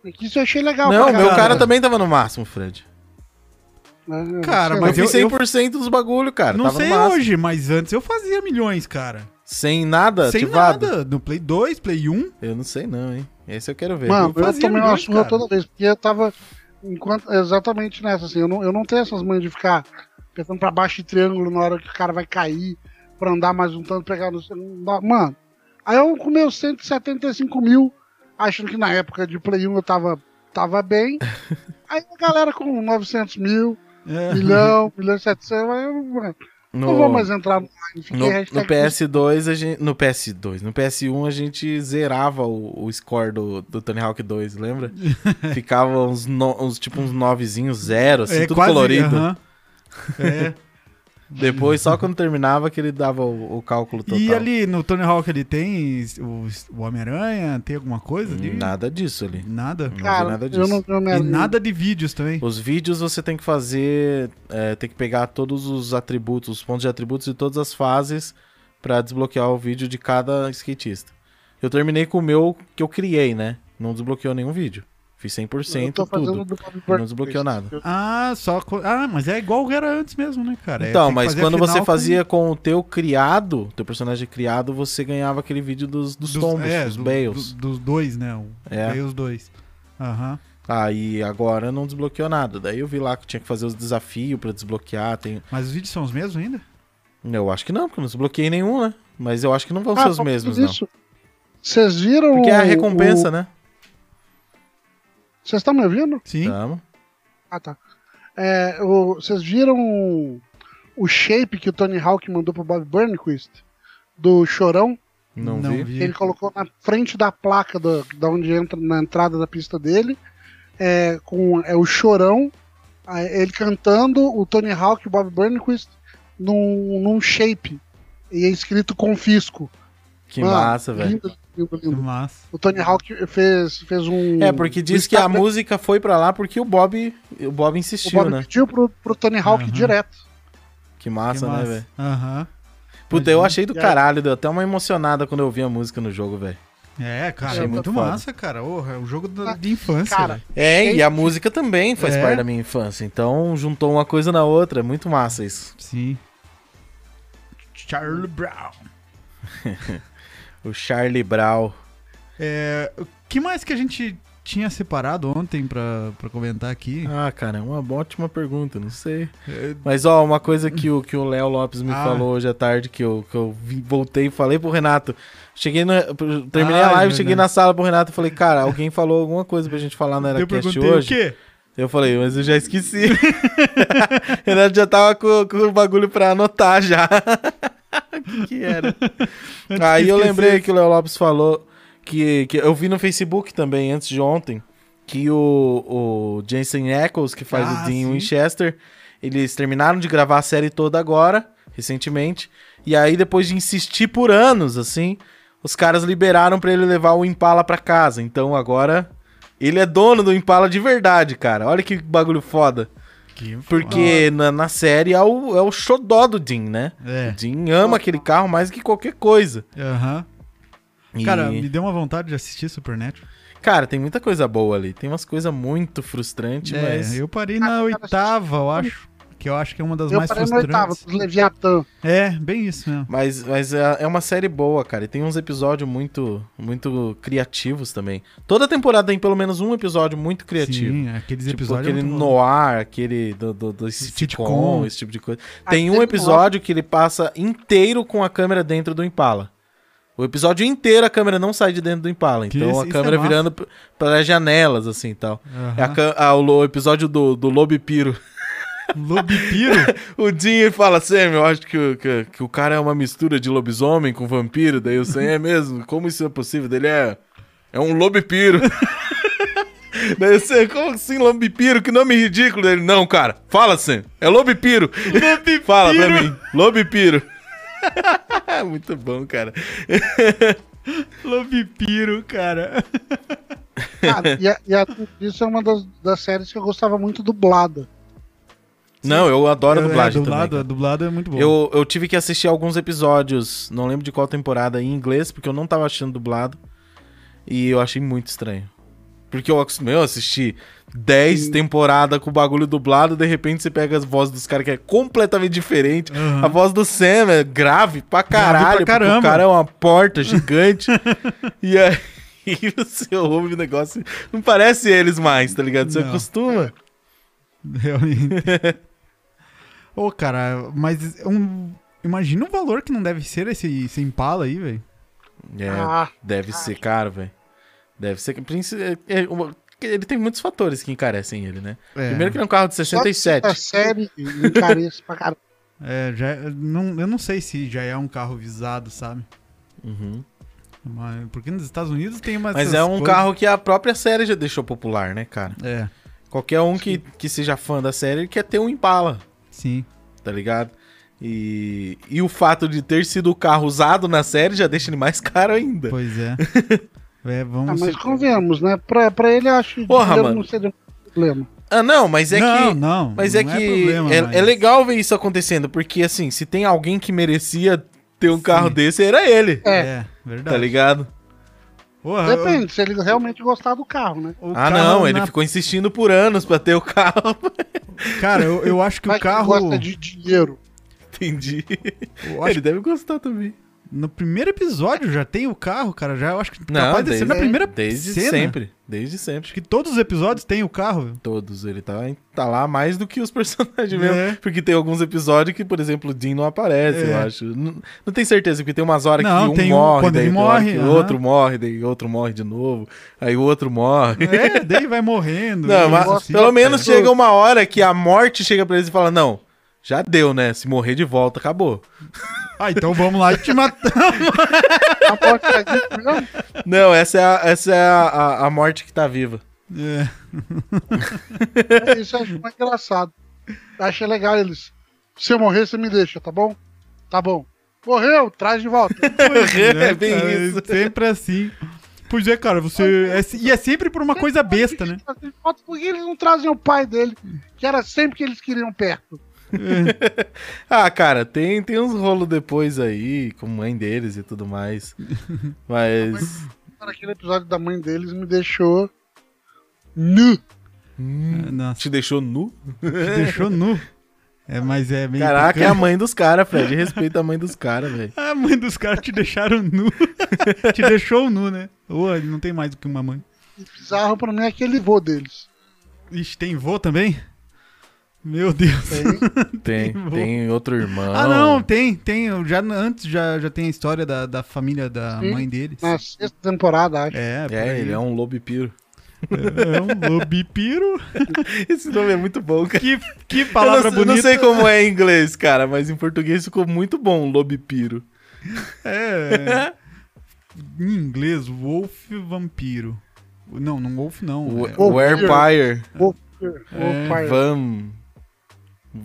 C: E que Isso eu achei legal.
A: Não,
C: pra
A: meu
C: caralho,
A: cara também tava no máximo, Fred.
C: né?
B: Cara,
C: Sei
A: Eu
B: mas
C: lá.
A: fiz 100% dos bagulho, cara.
B: Não
A: tava
B: sei
A: no máximo.
B: hoje, mas antes eu fazia milhões, cara.
A: Sem nada
B: Sem
A: ativado?
B: nada. No Play 2, Play 1.
A: Eu não sei não, hein. Esse eu quero ver.
C: Mano,
B: eu
C: eu,
B: fazia
C: tomei uma
B: milhões,
C: surra
B: cara.
C: toda vez, porque eu tava enquanto, exatamente nessa, assim, eu não, eu não tenho essas manhas de ficar apertando pra baixo de triângulo na hora que o cara vai cair, pra andar mais um tanto, pegar no... no- Mano, aí eu com meus 175 mil, achando que na época de Play 1 eu tava, tava bem, aí a galera com 900 mil,
B: É.
C: milhão, milhão e 700, aí eu mano,
A: no,
C: não vou mais entrar no online, fiquei
A: no, no
C: hashtag
A: PS2, a gente, no PS2, no PS1 a gente zerava o, o score do, do Tony Hawk 2, lembra? Ficava uns, no- uns tipo uns novezinhos, zero, assim, tudo colorido.
B: É, aham. É.
A: Depois, só quando terminava que ele dava o, o cálculo total.
B: E ali no Tony Hawk ele tem o, o Homem-Aranha, tem alguma coisa ali?
A: Nada disso ali.
B: Nada.
A: Não vi
C: Cara,
A: nada
C: eu
A: disso.
C: não tenho
B: E
C: minha...
B: nada de vídeos também.
A: Os vídeos você tem que fazer, é, tem que pegar todos os atributos, os pontos de atributos de todas as fases pra desbloquear o vídeo de cada skatista. Eu terminei com o meu que eu criei, né? Não desbloqueou nenhum vídeo. Fiz 100%
C: eu tô
A: tudo.
C: fazendo do Bob
A: Não desbloqueou
C: Burns.
A: nada.
B: Ah, só. co- Ah, mas é igual era antes mesmo, né, cara? É,
A: Então,
B: tem que
A: mas
B: fazer a
A: quando você
B: final com-
A: fazia com... o teu criado, teu personagem criado, você ganhava aquele vídeo dos, dos, tombos,
B: é,
A: dos
B: do-
A: bales.
B: do- dos dois, né? O
A: É.
B: Bales dois. Aham.
A: Aí agora não desbloqueou nada. Daí eu vi lá que tinha que fazer os desafios pra desbloquear. Tem...
B: Mas os vídeos são os mesmos ainda?
A: Eu acho que não, porque eu não desbloqueei nenhum, né? Mas eu acho que não vão ser os
C: só por
A: mesmos, não.
C: Ah, tá, isso. Vocês viram.
A: Porque é a
C: o-
A: recompensa, né?
C: o- Vocês estão me ouvindo?
B: Sim.
A: Tamo.
C: Ah, tá. É, o- Vocês viram o shape que o Tony Hawk mandou pro Bob Burnquist? Do chorão?
A: Não, vi.
C: Ele colocou na frente da placa da, da onde entra, na entrada da pista dele. É, com, é o chorão. aí Ele cantando o Tony Hawk e o Bob Burnquist num, num shape. E é escrito confisco.
A: Que
C: Mano,
A: massa, velho.
C: Lindo, lindo, lindo.
B: Mas.
C: O Tony Hawk fez, fez um.
A: É, porque diz
C: um
A: que a
C: Instagram-
A: música foi pra lá porque o Bob, o Bob
C: O
A: insistiu,
C: Bob
A: né?
C: pediu pro, pro Tony Hawk
B: Aham.
C: direto.
A: Que massa,
B: que
A: né,
B: massa.
A: velho?
B: Aham.
A: Puta, eu achei do
C: E aí?
A: caralho, deu até uma emocionada quando eu ouvi a música no jogo, velho.
B: É, cara,
A: Achei
B: é
A: muito
B: muito
A: foda.
B: massa, cara. Porra, é um jogo da- de infância.
C: Ah, Cara,
B: velho.
A: É,
C: Cheio
A: e a música também faz
B: É.
A: parte da minha infância. Então juntou uma coisa na outra, é muito massa isso.
B: Sim. Charlie Brown.
A: O Charlie Brown.
B: É, o que mais que a gente tinha separado ontem pra, pra comentar aqui?
A: Ah, cara, é uma ótima pergunta, não sei.
B: É,
A: Mas, ó, uma coisa que o que o Léo Lopes me
B: Ah.
A: falou hoje à tarde, que eu, que eu vi- voltei e falei pro Renato. Cheguei no, terminei a
B: Ai,
A: live, cheguei
B: Renato.
A: na sala pro Renato e falei, cara, alguém falou alguma coisa pra gente falar na
B: eu
A: EraCast
B: perguntei o
A: hoje.
B: quê?
A: Eu falei, mas eu já esqueci. Renato já tava com, com o bagulho pra anotar já. O que, que era?
B: Antes
A: Aí
B: que
A: eu
B: esquecesse.
A: lembrei que o Léo Lopes falou que, que eu vi no Facebook também, antes de ontem, que o, o Jensen Ackles, que faz
B: Ah,
A: o Dean
B: sim.
A: Winchester, eles terminaram de gravar a série toda agora, recentemente. E aí, depois de insistir por anos, assim, os caras liberaram pra ele levar o Impala pra casa. Então agora ele é dono do Impala de verdade, cara. Olha que bagulho foda.
B: Que
A: Porque na, na série é o, é o xodó do Dean, né?
B: foda. Ah. É,
A: O Dean ama aquele carro mais que qualquer coisa.
B: aham.
A: E-
B: Cara, me deu uma vontade de assistir Supernatural.
A: Cara, tem muita coisa boa ali. Tem umas coisas muito frustrantes,
B: É,
A: mas.
B: eu parei
C: Ah,
B: na
C: cara,
B: oitava, eu acho. Que eu acho que é uma das
C: Eu
B: mais
C: parei no oitavo,
B: frustrantes.
C: dos Leviatã.
B: É, bem isso mesmo.
A: Mas, mas é é uma série boa, cara. E tem uns episódios muito, muito criativos também. Toda temporada tem pelo menos um episódio muito criativo.
B: Sim, aqueles
A: Tipo,
B: episódios. é
A: aquele
B: muito bons.
A: noir, aquele do, do, do sitcom,
B: sitcom.
A: esse tipo de coisa.
C: Ah,
A: Tem um
C: teve um
A: episódio que ele passa inteiro com a câmera dentro do Impala. O episódio inteiro a câmera não sai de dentro do Impala.
B: Que
A: Então
B: isso-
A: a
B: isso é
A: câmera
B: massa.
A: virando p- para as janelas, assim e tal. É a
B: Aham.
A: cã- ah, o lo- episódio do, do Lobipiro.
B: Lobipiro?
A: O Dinho fala, Sam, eu acho que, o- que, que o cara é uma mistura de lobisomem com vampiro. Daí o Sam, é mesmo? Como isso é possível? Daí Ele é... É um lobipiro. Daí o Sam, como assim lobipiro? Que nome ridículo. Daí Ele, não, cara. Fala, Sam. É lobipiro. Lobipiro. fala pra mim. Lobipiro. Muito bom, cara.
B: Lobipiro, cara.
C: Cara, e, a, e a- isso é uma das, das séries que eu gostava muito dublada.
A: Não, eu adoro a dublagem também.
B: é, dublado,
A: cara.
B: dublado é muito bom.
A: Eu, eu tive que assistir alguns episódios, não lembro de qual temporada, em inglês, porque eu não tava achando dublado. E eu achei muito estranho. Porque eu acostumei eu assisti 10 temporadas com o bagulho dublado, de repente você pega as vozes dos caras que é completamente diferente.
B: Aham.
A: A voz do Sam é grave pra caralho,
B: pra
A: porque
B: caramba.
A: o cara é uma porta gigante. e aí você ouve o negócio, não parece eles mais, tá ligado? Você
B: Não.
A: acostuma.
B: Realmente. Ô, cara, mas é um- imagina o valor que não deve ser esse, esse Impala aí, velho.
A: É,
C: Ah,
A: Deve ser caro, velho. Deve ser. princi- é, é, uma- Ele tem muitos fatores que encarecem ele, né?
B: É,
A: Primeiro que ele é um carro de
C: só de ser
A: 67.
C: da série encarece pra caralho.
B: é, já, não, eu não sei se já é um carro visado, sabe?
A: Uhum.
B: Mas- porque nos Estados Unidos tem uma.
A: Mas é um carro que a própria série já deixou popular, né, cara?
B: É,
A: Qualquer um que, que seja fã da série quer ter um Impala,
B: sim.
A: tá ligado? E, e o fato de ter sido o carro usado na série já deixa ele mais caro ainda.
B: Pois é. é vamos.
C: Ah, mas
B: ser-
C: convenhamos, né? Pra, pra ele, acho que
A: Porra,
C: dinheiro
A: mano.
C: não seria um problema.
A: Ah, não, mas é
B: não,
A: que.
B: não.
A: Mas é
B: não
A: que
B: problema,
A: é,
B: mas-
A: é legal ver isso acontecendo, porque assim, se tem alguém que merecia ter um carro
B: Sim.
A: desse, era ele.
C: É.
B: É, verdade.
A: Tá ligado?
B: Porra, eu-
C: Depende, se ele realmente gostar do carro, né?
B: o
A: Ah,
B: carro
A: não, ele
B: na-
A: ficou insistindo por anos pra ter o carro.
B: Cara, eu, eu acho que
C: Vai
B: o carro.
C: ele gosta de dinheiro.
A: Entendi.
B: eu acho
A: Ele deve gostar também.
B: No primeiro episódio já tem o carro, cara. Já eu acho que
A: Não,
B: capaz de
A: desde,
B: ser na primeira
A: desde
B: cena.
A: sempre. Desde sempre.
B: Acho que todos os episódios tem o carro.
A: Todos, ele tá, tá lá mais do que os personagens mesmo.
B: É.
A: Porque tem alguns episódios que, por exemplo, o Dean não aparece,
B: É.
A: eu acho. Não, não tenho certeza, porque tem umas horas
B: Não,
A: que um
B: tem um-
A: morre,
B: quando
A: daí
B: ele
A: tem hora
B: morre,
A: que o
B: aham.
A: outro morre, daí outro morre de novo, aí o outro morre.
B: É, daí vai morrendo.
A: Não,
B: e
A: mas
B: assim,
A: pelo
B: cara.
A: menos chega uma hora que a morte chega pra eles e fala: Não, já deu, né? Se morrer de volta, acabou.
B: Ah, então vamos lá te matar.
C: A morte é isso mesmo?
A: Não, essa é a, essa é a, a, a morte que tá viva.
B: É.
C: É, Isso eu acho mais engraçado. Eu achei legal eles. Se eu morrer, você me deixa, tá bom? Tá bom. Morreu, traz de volta.
A: é bem
B: cara,
A: isso.
B: Sempre assim. Pois é, cara, você. é se- e é sempre por uma coisa besta, né?
C: Traz de volta, Por que eles não trazem o pai dele? Que era sempre que eles queriam perto.
A: Ah, cara, tem, tem uns rolos depois aí, com mãe deles e tudo mais. Mas.
C: Cara, Aquele episódio da mãe deles me deixou. Nu.
B: É, Nossa,
A: hum, Te deixou nu?
B: te deixou nu. É, mas é meio.
A: Caraca, é a
B: picante.
A: mãe dos caras, Fred. Respeita a mãe dos caras, velho.
B: a mãe dos caras te deixaram nu. te deixou nu, né? Ô, ele não tem mais do que uma mãe.
C: E bizarro pra mim é aquele vô deles.
B: Ixi, tem vô também? Meu Deus.
A: Tem, tem outro irmão.
B: Ah, não, tem, tem. Eu Já, antes já, já tem a história da, da família da
C: Sim.
B: mãe deles.
C: Na sexta temporada, acho.
B: É, por
A: É,
B: aí.
A: ele é um lobipiro.
B: É um lobipiro.
A: Esse nome é muito bom, cara.
B: que, que
A: eu
B: palavra
A: não, eu
B: bonita.
A: não sei como é em inglês, cara, mas em português ficou muito bom, lobipiro.
B: É. em inglês, Wolf Vampiro. Não, não Wolf não. é-
A: O Warpire.
C: O pai-
A: Vam.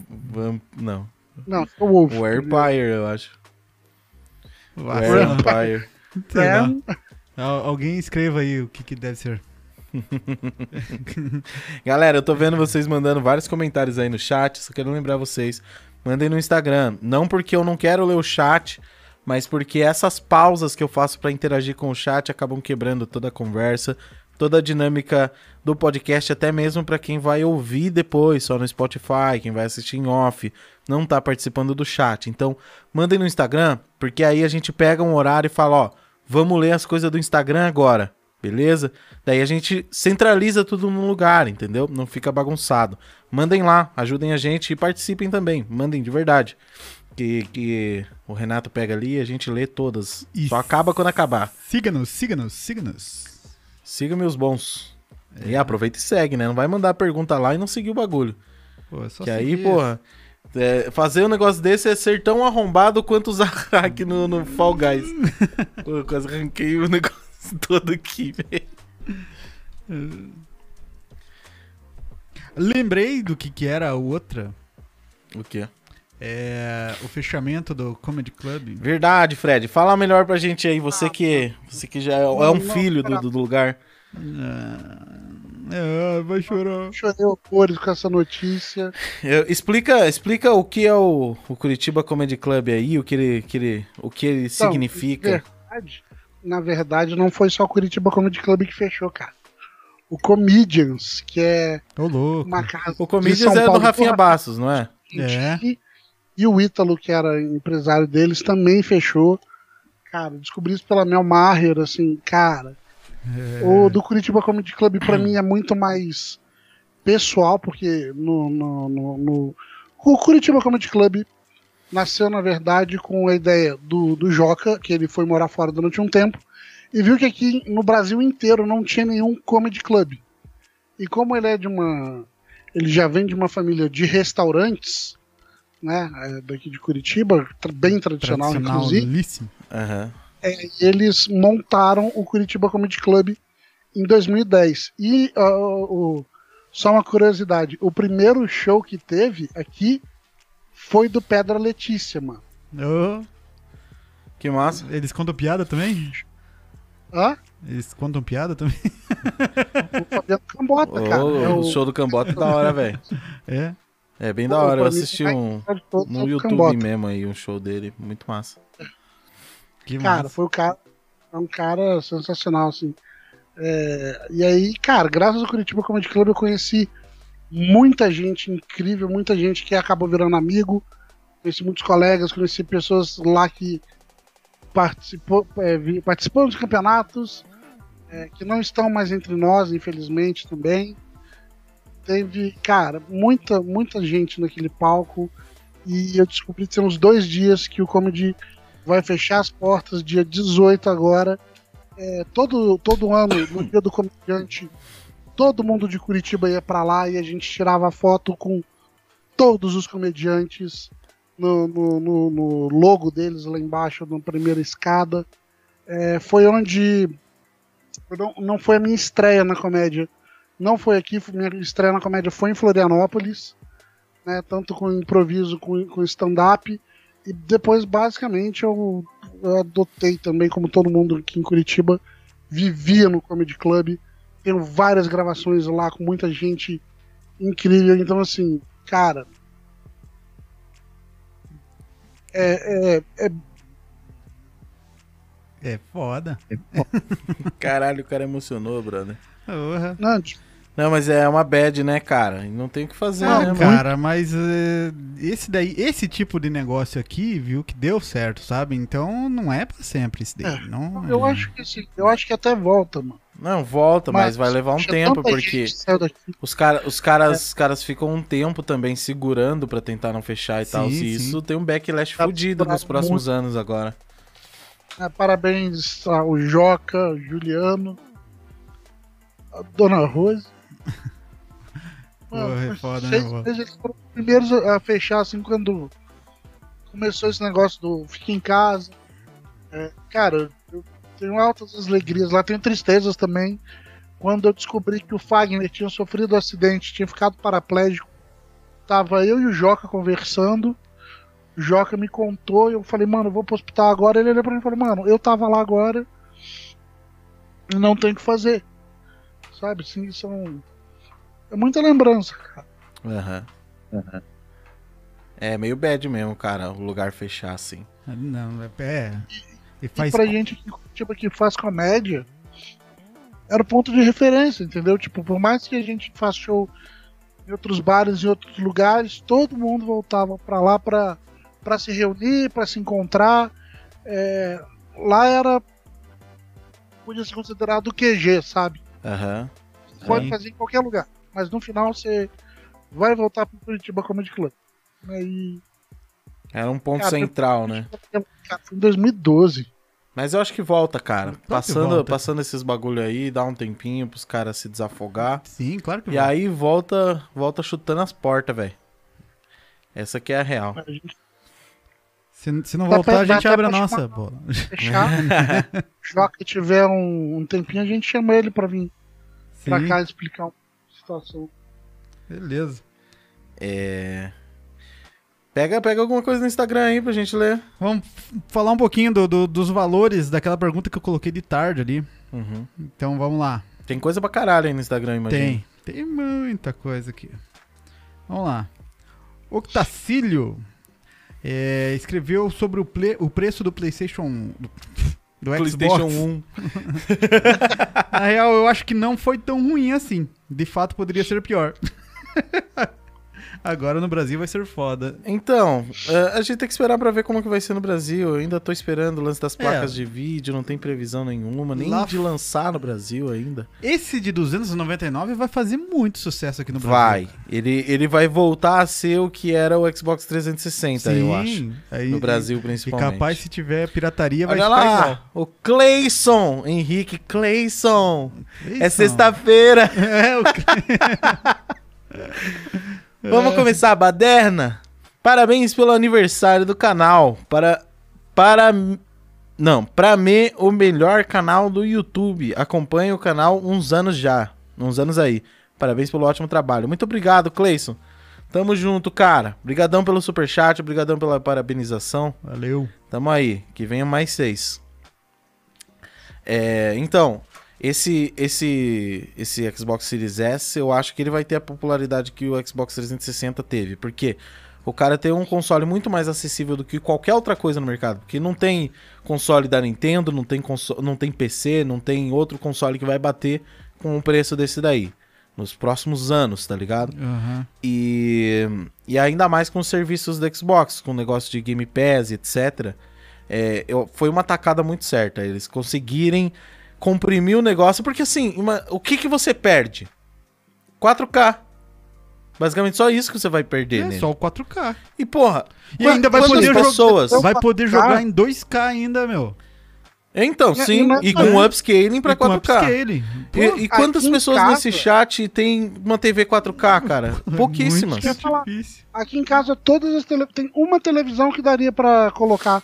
A: Vam. Não.
C: Não, o Wolf.
A: Warpire, eu acho.
B: Ah, sei
A: É.
B: lá,
A: Warpire.
B: sei lá.
C: Vampire.
B: Al- Alguém escreva aí o que, que deve ser.
A: Galera, eu tô vendo vocês mandando vários comentários aí no chat, só quero lembrar vocês. Mandem no Instagram. Não porque eu não quero ler o chat, mas porque essas pausas que eu faço pra interagir com o chat acabam quebrando toda a conversa, toda a dinâmica do podcast, até mesmo pra quem vai ouvir depois, só no Spotify, quem vai assistir em off, não tá participando do chat. Então, mandem no Instagram, porque aí a gente pega um horário e fala, ó, vamos ler as coisas do Instagram agora, beleza? Daí a gente centraliza tudo num lugar, entendeu? Não fica bagunçado. Mandem lá, ajudem a gente e participem também. Mandem de verdade. Que, que o Renato pega ali e a gente lê todas.
B: E
A: Só acaba quando acabar.
B: Siga-nos, siga-nos, siga-nos.
A: Siga meus bons. E aproveita e segue, né? Não vai mandar pergunta lá e não seguir o bagulho.
B: Pô, é só
A: que
B: seguir.
A: aí, porra. é, fazer um negócio desse é ser tão arrombado quanto usar hack no, no Fall Guys. Pô, eu quase arranquei o negócio todo aqui, velho.
B: Lembrei do que, que era a outra.
A: O quê?
B: É o fechamento do Comedy Club.
A: Verdade, Fred. Fala melhor pra gente aí, você que você que já é, é um
C: não,
A: filho do,
C: cara.
A: do lugar.
B: Ah, vai chorar.
C: Eu Chorei horrores com essa notícia.
A: Eu- explica, explica o que é o, o Curitiba Comedy Club aí, o que ele, que ele- o que ele
C: Então,
A: significa.
C: Na verdade, na verdade, não foi só o Curitiba Comedy Club que fechou, cara. O Comedians, que é
B: Ô, louco.
C: uma casa.
A: O
C: de
A: Comedians
C: São
A: é do
C: Paulo.
A: Rafinha
C: Porra,
A: Bastos, não é?
C: gente,
B: É.
C: E, e o Ítalo, que era empresário deles, também fechou. Cara, descobri isso pela Mel Maher, assim, cara.
A: É.
C: O do Curitiba Comedy Club, pra mim, é muito mais pessoal, porque no, no, no- no- o Curitiba Comedy Club nasceu, na verdade, com a ideia do, do Joca, que ele foi morar fora durante um tempo, e viu que aqui no Brasil inteiro não tinha nenhum comedy club. E como ele é de uma. Ele já vem de uma família de restaurantes, né? é, Daqui de Curitiba, tra- bem tradicional, inclusive.
B: Tradicionalíssimo.
A: Aham.
C: Eles montaram o Curitiba Comedy Club em 2010. E ó, o- só uma curiosidade: o primeiro show que teve aqui foi do Pedra Letícia, mano.
B: Ô,
A: Que massa.
B: eles contam piada também?
C: Hã?
B: Eles contam piada também?
C: O Fabiano Cambota, cara.
A: Ô,
C: É
A: o show do Cambota é da hora, velho.
B: É.
A: É bem
C: Pô,
A: da hora. Eu
C: pra mim,
A: assisti um
C: cara de todos é
A: no
C: o
A: YouTube
C: Cambota.
A: mesmo aí, um show dele. Muito massa.
B: Que
C: Cara,
B: massa.
C: foi o cara. É um cara sensacional, assim. É, e aí, cara, graças ao Curitiba Comedy Club eu conheci muita gente incrível, muita gente que acabou virando amigo. Conheci muitos colegas, conheci pessoas lá que participou, é, vi- participam dos campeonatos, é, que não estão mais entre nós, infelizmente, também. Teve, cara, muita, muita gente naquele palco. E eu descobri que tem uns dois dias que o Comedy vai fechar as portas dia 18 agora. É, todo, todo ano, no dia do comediante, todo mundo de Curitiba ia pra lá e a gente tirava foto com todos os comediantes no, no- no- no logo deles lá embaixo, na primeira escada. É, foi onde. Não, não foi a minha estreia na comédia. Não foi aqui, foi- minha estreia na comédia foi em Florianópolis, né, tanto com improviso, com, com stand-up. E depois, basicamente, eu, eu adotei também, como todo mundo aqui em Curitiba, vivia no Comedy Club. Tenho várias gravações lá com muita gente incrível. Então, assim, cara. É, é, é
B: É foda. É
A: Caralho, o cara emocionou, brother.
B: Porra.
C: não, de
A: Não, mas é uma bad, né, cara? Não tem o que fazer,
B: Não,
C: é
A: né, mano?
B: cara, mas eh, esse daí, esse tipo de negócio aqui, viu, que deu certo, sabe? Então não é pra sempre esse daí. Não, é.
A: É.
C: Eu acho que sim, eu acho que até volta, mano.
A: Não, volta, mas, vai levar um
C: tinha
A: tempo,
C: tanta
A: porque
C: gente que saiu daqui.
A: os, cara, os, caras, os caras ficam um tempo também segurando pra tentar não fechar e tal.
B: Sim,
A: Se
B: sim.
A: isso tem um backlash
C: Tá
A: fudido nos
C: segurado
A: próximos anos agora.
C: É, parabéns ao Joca, ao Juliano, a Dona Rose.
B: Porra, é
C: foi
B: foda, né,
C: seis
B: mano?
C: meses, eles foram os primeiros a fechar, assim, quando começou esse negócio do fica em casa. É, cara, eu tenho altas alegrias lá, tenho tristezas também. Quando eu descobri que o Fagner tinha sofrido um acidente, tinha ficado paraplégico, tava eu e o Joca conversando. O Joca me contou, eu falei, mano, eu vou pro hospital agora. Ele olhou pra mim e falou, mano, eu tava lá agora e não tem o que fazer. Sabe, assim, sim, são. É muita lembrança, cara.
A: Aham. É meio bad mesmo, cara, o lugar fechar assim.
B: Não, é- é. E
C: E
B: faz
C: pra gente que, tipo, que faz comédia, era o ponto de referência, entendeu? Tipo, por mais que a gente faça show em outros bares, em outros lugares, todo mundo voltava pra lá pra, pra se reunir, pra se encontrar. É, lá era. Podia ser considerado o QG, sabe?
A: Aham.
C: pode
B: Sim.
C: fazer em qualquer lugar. Mas no final você vai voltar pro Curitiba Comedy Club. Aí,
A: Era um ponto
C: Cara,
A: central, né?
C: cara, foi em 2012.
A: Mas eu acho que volta, cara.
B: Então que
A: Passando,
B: volta.
A: passando esses bagulho aí, dá um tempinho pros caras se desafogar.
B: Sim, claro que
A: E aí volta, volta chutando as portas, velho. Essa que é a real.
C: A gente
B: Se, se não
C: Dá
B: voltar,
C: pra-
B: a
C: dá
B: gente
C: até
B: abre a
C: pra
B: nossa
C: chamar.
B: bola.
C: fechar. Se o que tiver um, um tempinho, a gente chama ele pra vir pra
B: Sim,
C: cá explicar uma situação.
B: beleza.
A: Pega, pega alguma coisa no Instagram aí pra gente ler.
B: Vamos f- falar um pouquinho do- do- dos valores daquela pergunta que eu coloquei de tarde ali.
A: Uhum.
B: Então vamos lá.
A: Tem coisa pra caralho aí no Instagram, imagina.
B: Tem. Tem muita coisa aqui. Vamos lá. Octacílio é, escreveu sobre o, ple- o preço do PlayStation. Do, do
A: PlayStation
B: Xbox.
A: 1.
B: Na real, eu acho que não foi tão ruim assim. De fato, poderia ser pior. Agora no Brasil vai ser foda.
A: Então, eh, a gente tem que esperar pra ver como que vai ser no Brasil. Eu ainda tô esperando o lance das placas
B: É.
A: de vídeo, não tem previsão nenhuma, nem
B: Lá-
A: de lançar no Brasil ainda.
B: Esse de 299 vai fazer muito sucesso aqui no Brasil.
A: Vai. Ele, ele vai voltar a ser o que era o Xbox 360, eu acho.
B: Aí,
A: No Brasil,
B: Então, E
A: principalmente.
B: capaz, se tiver pirataria, vai
A: Olha
B: ficar
A: lá,
B: igual.
A: o Cleison, Henrique Cleison.
B: Eita,
A: É sexta-feira.
B: É, o cara- É.
A: Vamos começar a baderna? Parabéns pelo aniversário do canal. Para. Para. Não, pra mim, o melhor canal do YouTube. Acompanho o canal uns anos já. Uns anos aí. Parabéns pelo ótimo trabalho. Muito obrigado, Cleison. Tamo junto, cara. Obrigadão pelo superchat, obrigadão pela parabenização.
B: Valeu.
A: Tamo aí, que venha mais seis. É, então, esse, esse, esse Xbox Series S, eu acho que ele vai ter a popularidade que o Xbox 360 teve, porque o cara tem um console muito mais acessível do que qualquer outra coisa no mercado, porque não tem console da Nintendo, não tem, conso- não tem PC, não tem outro console que vai bater com o preço desse daí, nos próximos anos, tá ligado?
B: Aham.
A: E, e ainda mais com os serviços do Xbox, com o negócio de Game Pass, etc. É, eu- foi uma tacada muito certa. Eles conseguirem comprimir o negócio, porque assim, uma- o que, que você perde? 4K. Basicamente só isso que você vai perder,
B: É
A: nele.
B: só o 4K.
A: E porra,
B: E ainda vai
A: quantas
B: poder jogar-
A: pessoas?
B: Vai poder
C: 4K?
B: jogar em 2K ainda, meu.
A: Então,
C: E- e
A: sim,
C: não é
A: e
C: só
A: com
B: isso.
A: upscaling pra
B: E com
A: 4K.
B: upscale. Pô,
A: E, e quantas
C: aqui em
A: pessoas
C: casa-
A: nesse chat tem uma TV 4K, cara?
B: é
A: Pouquíssimas.
C: Eu ia falar.
B: Muito difícil.
C: Aqui em casa, todas as tele... tem uma televisão que daria pra colocar.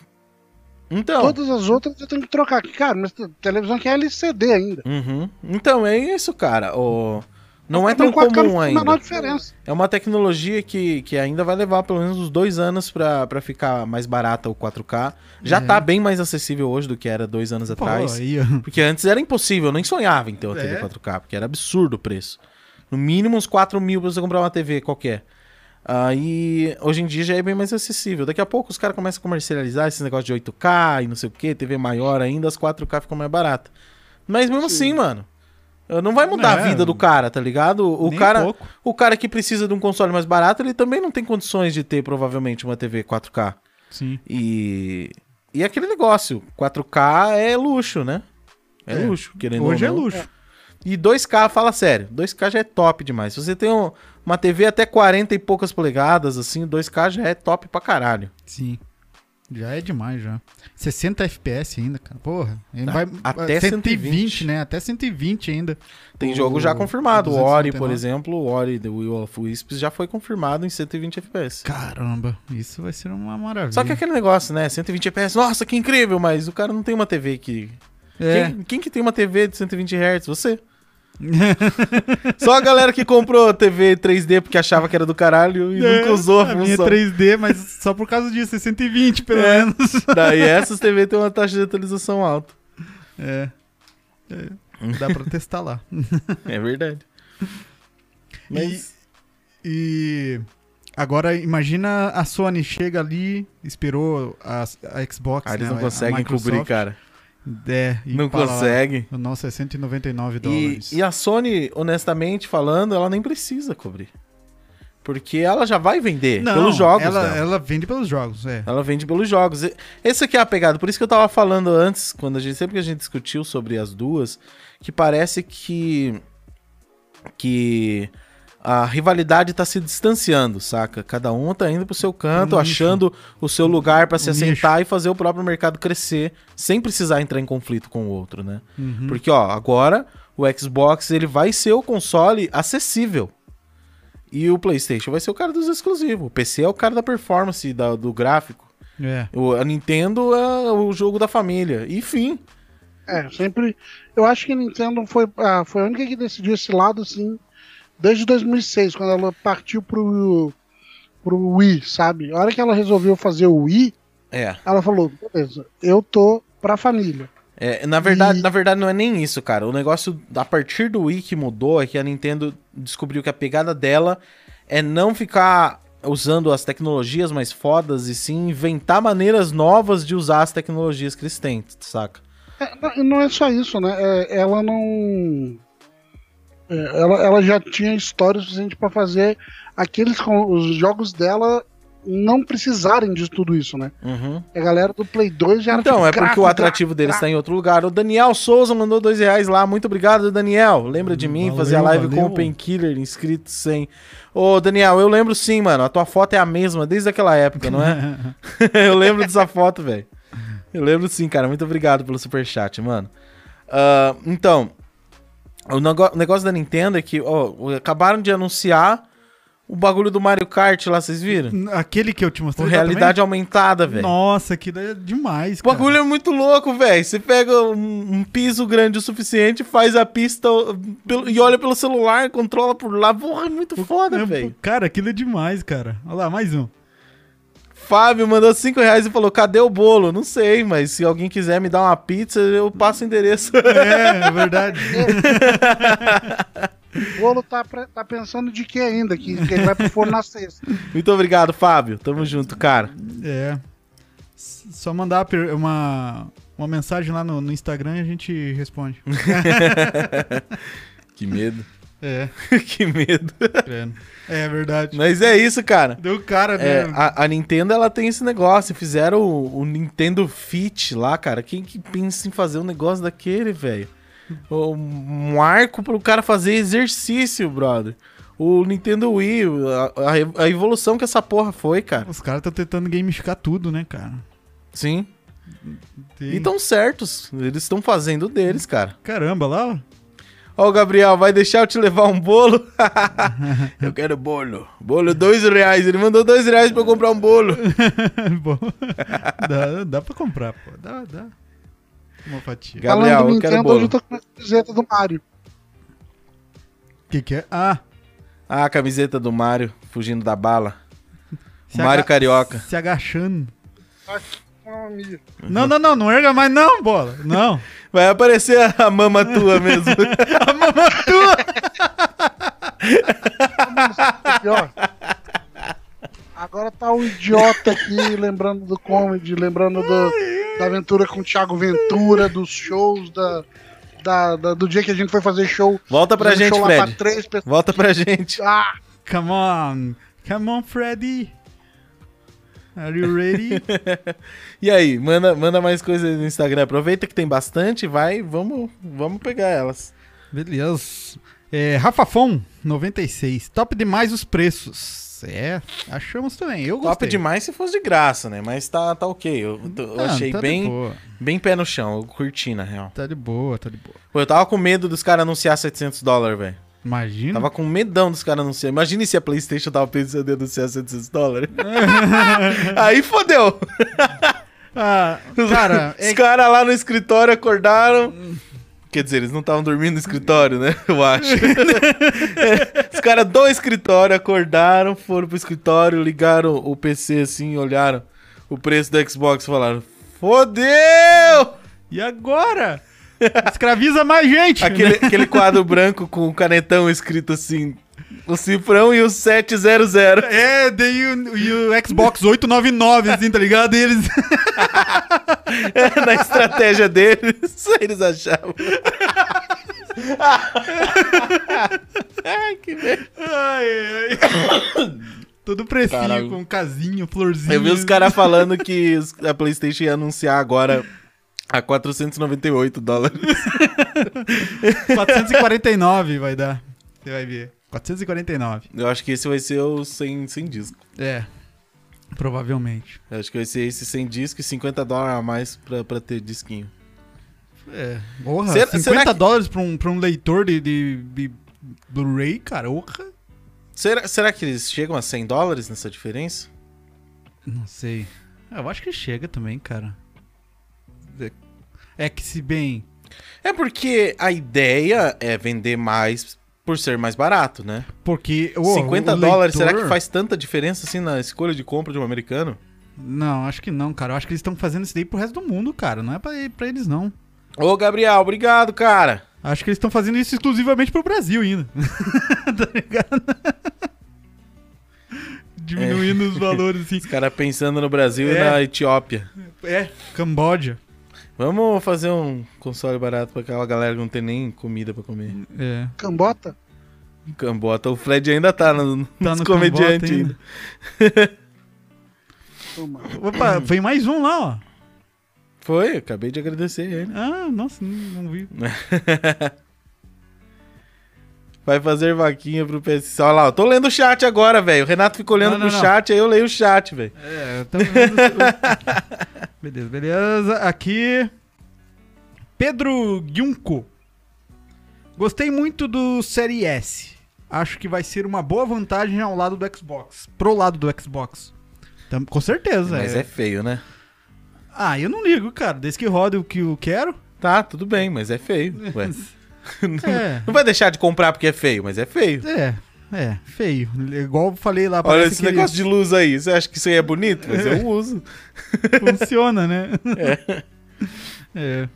A: Então,
C: Todas as outras eu tenho que trocar. Cara, mas te- televisão que é LCD ainda.
A: Uhum. Então, é isso, cara. O... Não é tão
C: Também com a cara
A: comum
C: não tem a menor
A: ainda.
C: diferença.
A: É uma tecnologia que, que ainda vai levar pelo menos uns dois anos pra, pra ficar mais barata o 4K. Já
C: Uhum.
B: É.
A: tá bem mais acessível hoje do que era dois anos
B: Pô,
A: atrás.
B: aí, ó.
A: Porque antes era impossível, eu nem sonhava em ter uma
B: É.
A: TV 4K, porque era absurdo o preço. No mínimo uns 4 mil pra você comprar uma TV qualquer. Aí, hoje em dia já é bem mais acessível. Daqui a pouco os caras começam a comercializar esses negócios de 8K e não sei o que, TV maior ainda, as 4K ficam mais baratas. Mas mesmo
C: Sim.
A: assim, mano, Eh, Não vai mudar
B: É.
A: a vida do cara, tá ligado? O
B: Nem
A: cara,
B: pouco.
A: o cara que precisa de um console mais barato, ele também não tem condições de ter provavelmente uma TV 4K.
B: Sim.
A: E e é aquele negócio, 4K é luxo, né? É,
B: É.
A: luxo, querendo
B: Hoje é
A: ou não.
B: luxo.
A: E 2K, fala sério, 2K já é top demais. Se você tem um- uma TV até 40 e poucas polegadas, assim, 2K já é top pra caralho.
B: Sim. Já é demais, já. 60 FPS ainda, cara. Porra. Ele
A: Ah,
B: vai, é,
A: até 120,
B: né? Até 120 ainda.
A: Tem
B: O-
A: jogo já confirmado. O
B: 269.
A: Ori, por exemplo, o Ori The Will of Wisps já foi confirmado em 120 FPS.
B: Caramba, isso vai ser uma maravilha.
A: Só que aquele negócio, né? 120 FPS, nossa, que incrível, mas o cara não tem uma TV que.
B: É.
A: Quem, quem que tem uma TV de 120 Hz? Você. Só a galera que comprou TV 3D porque achava que era do caralho e nunca usou a
B: a minha é
A: função.
B: 3D, mas só por causa disso, é 120 pelo
A: É.
B: menos.
A: Daí essas TV tem uma taxa de atualização alta.
B: É. É. Dá pra testar lá.
A: É verdade. Mas.
B: E agora imagina a Sony chega ali, esperou a, a Xbox,
A: Ah, eles
B: né,
A: não
B: a- a
A: conseguem
B: Microsoft.
A: cobrir, cara.
B: É, e
A: Não
B: fala lá,
A: conseguem.
B: O nosso é 199
A: E,
B: dólares.
A: e a Sony, honestamente falando, ela nem precisa cobrir. Porque ela já vai vender pelos jogos.
B: ela,
A: dela.
B: ela vende pelos jogos, é.
A: Ela vende pelos jogos. E- Esse aqui é a pegada. Por isso que eu tava falando antes, quando a gente, sempre que a gente discutiu sobre as duas, que parece que. que a rivalidade tá se distanciando, saca? Cada um tá indo pro seu canto,
B: Pro nicho.
A: achando o seu lugar pra se
B: O nicho.
A: assentar e fazer o próprio mercado crescer, sem precisar entrar em conflito com o outro, né?
B: Uhum.
A: Porque, ó, agora o Xbox ele vai ser o console acessível. E o PlayStation vai ser o cara dos exclusivos. O PC é o cara da performance, da- do gráfico.
B: É.
A: O- a Nintendo é o jogo da família. E fim.
C: É, sempre. Eu acho que a Nintendo foi, ah, foi a única que decidiu esse lado, assim, desde 2006, quando ela partiu pro, pro Wii, sabe? A hora que ela resolveu fazer o Wii,
A: É.
C: ela falou: beleza, eu tô pra família.
A: É, na verdade,
C: E-
A: na verdade não é nem isso, cara. O negócio a partir do Wii que mudou é que a Nintendo descobriu que a pegada dela é não ficar usando as tecnologias mais fodas e sim inventar maneiras novas de usar as tecnologias que eles têm, saca?
C: É, não- não é só isso, né? É, ela não. é, ela, ela já tinha história suficiente pra fazer aqueles com os jogos dela não precisarem de tudo isso, né?
A: Uhum.
C: A galera do Play 2 já era
A: Então,
C: tipo,
A: é porque
C: gráfico,
A: o atrativo deles está em outro lugar. O Daniel Souza mandou dois reais lá. Muito obrigado, Daniel. Lembra de mim?
B: Valeu,
A: Fazer a live com
B: valeu.
A: o Painkiller, inscrito sem. Ô, Daniel, eu lembro sim, mano. A tua foto é a mesma desde aquela época, não é? eu lembro dessa foto, velho. Eu lembro sim, cara. Muito obrigado pelo superchat, mano. Ah, então, o nego- o negócio da Nintendo é que, ó, acabaram de anunciar o bagulho do Mario Kart lá, vocês viram?
B: Aquele que eu te
A: Com
B: mostrei. lá
A: realidade aumentada,
B: também?
A: velho.
B: Nossa, aquilo é demais,
A: O bagulho é muito louco, velho. Você pega um, um piso grande o suficiente, faz a pista ó, pelo- e olha pelo celular, controla por lá. Porra, é muito foda,
B: cara.
A: velho.
B: Cara, aquilo é demais, cara. Olha lá, mais um.
A: Fábio mandou 5 reais e falou: cadê o bolo? Não sei, mas se alguém quiser me dar uma pizza, eu passo o endereço.
B: É, é verdade.
C: O bolo tá, pre- tá pensando de que ainda? Que, que ele vai pro forno na sexta.
A: muito obrigado, Fábio. Tamo junto, cara.
B: É. S- Só mandar per- uma, uma mensagem lá no, no Instagram e a gente responde.
A: Que medo.
B: É,
A: que medo.
B: é verdade.
A: Mas é isso, cara.
B: Deu cara,
A: É,
B: né?
A: a, a Nintendo ela tem esse negócio. Fizeram o, o Nintendo Fit lá, cara. Quem que pensa em fazer um negócio daquele, velho? O- Um arco pro cara fazer exercício, brother. O Nintendo Wii, a, a ev- a evolução que essa porra foi, cara.
B: Os caras estão tentando gamificar tudo, né, cara?
A: Sim.
B: Tem-
A: E tão certos. Eles estão fazendo o deles, cara.
B: Caramba, lá, ó.
A: Ó, o Gabriel, vai deixar eu te levar um bolo? eu quero bolo. Bolo, dois reais. Ele mandou dois reais pra eu comprar um bolo.
B: É Bom, dá, dá pra comprar, pô. Dá, dá. Uma fatia.
A: Gabriel,
C: Falando do
A: eu quero
C: Nintendo,
A: bolo.
C: hoje eu tô com a camiseta do Mario.
B: O que, que é? Ah,
A: Ah, a camiseta do Mario, fugindo da bala.
B: se
A: Mário
B: aga-
A: Carioca.
B: Se agachando.
C: Ah, minha.
B: Não, não, não, não erga mais não, bola. Não.
A: Vai aparecer a- a mama tua mesmo.
B: A mama tua.
C: Aqui, ó. Tá Agora tá o idiota aqui, lembrando do comedy, lembrando do- da aventura com o Thiago Ventura, dos shows, da, da- da- do dia que a gente foi fazer show.
A: Volta pra
C: Fizemos
A: gente,
C: show lá
A: Fred.
C: pra três pessoas.
A: Volta pra gente.
C: Ah,
B: Come on. Come on, Freddy. Are you ready?
A: E aí, manda, manda mais coisas no Instagram. Aproveita que tem bastante, vai, vamos, vamos pegar elas.
B: Beleza. É, Rafafon, 96. Top demais os preços. É, achamos também. Eu gostei.
A: Top demais se fosse de graça, né? Mas tá, tá ok. Eu, eu
B: Ah,
A: achei
B: tá De
A: bem,
B: boa.
A: bem pé no chão. Eu curti, na real.
B: Tá de boa, tá de boa.
A: Pô, eu tava com medo dos caras anunciar 700 dólares, velho.
B: Imagina.
A: Tava com medão dos caras anunciar. Imagina se a PlayStation tava pensando em anunciar 700 dólares. Aí fodeu.
B: Ah, cara, é
A: Os caras lá no escritório acordaram. Quer dizer, eles não estavam dormindo no escritório, né? Eu acho. Os caras do escritório acordaram, foram pro escritório, ligaram o PC assim, olharam o preço do Xbox e falaram: Fodeu!
B: E agora? Escraviza mais gente!
A: Aquele,
B: né?
A: aquele quadro branco com o canetão escrito assim: o cifrão e o 700.
B: É, daí o, e o Xbox 899, assim, tá ligado? E eles.
A: Na estratégia deles, eles achavam. Ai, que merda.
B: ai, ai. Todo precinho,
A: Caralho.
B: com casinho, florzinho.
A: Eu vi os caras falando que os- a PlayStation ia anunciar agora a 498 dólares.
B: 449 vai dar. Você vai ver. 449.
A: Eu acho que esse vai ser o sem, sem disco.
B: É. Provavelmente.
A: Eu acho que vai ser esse sem disco e 50 dólares a mais pra, pra ter disquinho.
B: É. Porra,
A: Será-
B: 50
A: será que-
B: dólares pra um, pra um leitor de, de, de Blu-ray, cara. Orra.
A: Será, será que eles chegam a 100 dólares nessa diferença?
B: Não sei. Ah, Eu acho que chega também, cara. É- É que se bem.
A: É porque a ideia é vender mais por ser mais barato, né?
B: Porque. ô,
A: 50
B: o
A: dólares,
B: leitor-
A: será que faz tanta diferença assim na escolha de compra de um americano?
B: Não, acho que não, cara. Eu acho que eles estão fazendo isso daí pro resto do mundo, cara. Não é pra, pra eles, não.
A: Ô, Gabriel, obrigado, cara.
B: Acho que eles estão fazendo isso exclusivamente pro Brasil ainda. tá ligado? Diminuindo
A: É.
B: os valores, assim.
A: Os caras pensando no Brasil e
B: É.
A: na Etiópia.
B: É, Camboja.
A: Vamos fazer um console barato pra aquela galera que não tem nem comida pra comer.
B: É.
C: cambota?
A: Cambota, o Fred ainda tá no,
B: Tá
A: nos
B: no
A: comediantes
B: Cambota ainda.
A: ainda.
C: Toma.
B: Opa, vem mais um lá, ó.
A: Foi, eu acabei de agradecer ele.
B: Ah, nossa, não, não vi.
A: Vai fazer vaquinha pro PS. Olha lá, eu tô lendo o chat agora, velho. O Renato ficou olhando
B: Não, não,
A: pro
B: não.
A: chat, aí eu leio o chat, velho.
B: É, tamo vendo- Beleza, beleza. Aqui. Pedro Giunco. Gostei muito do Série S. Acho que vai ser uma boa vantagem ao lado do Xbox. Pro lado do Xbox. Tam- com certeza.
A: Mas é feio, né?
B: Ah, eu não ligo, cara. Desde que roda o que eu quero.
A: Tá, tudo bem, mas é feio. Ué.
B: É.
A: Não vai deixar de comprar porque é feio, mas é feio.
B: É, é, feio. Igual eu falei lá,
A: Olha
B: parece
A: esse
B: que
A: negócio de luz aí. Você acha que isso aí é bonito? Mas eu uso.
B: funciona, né? É.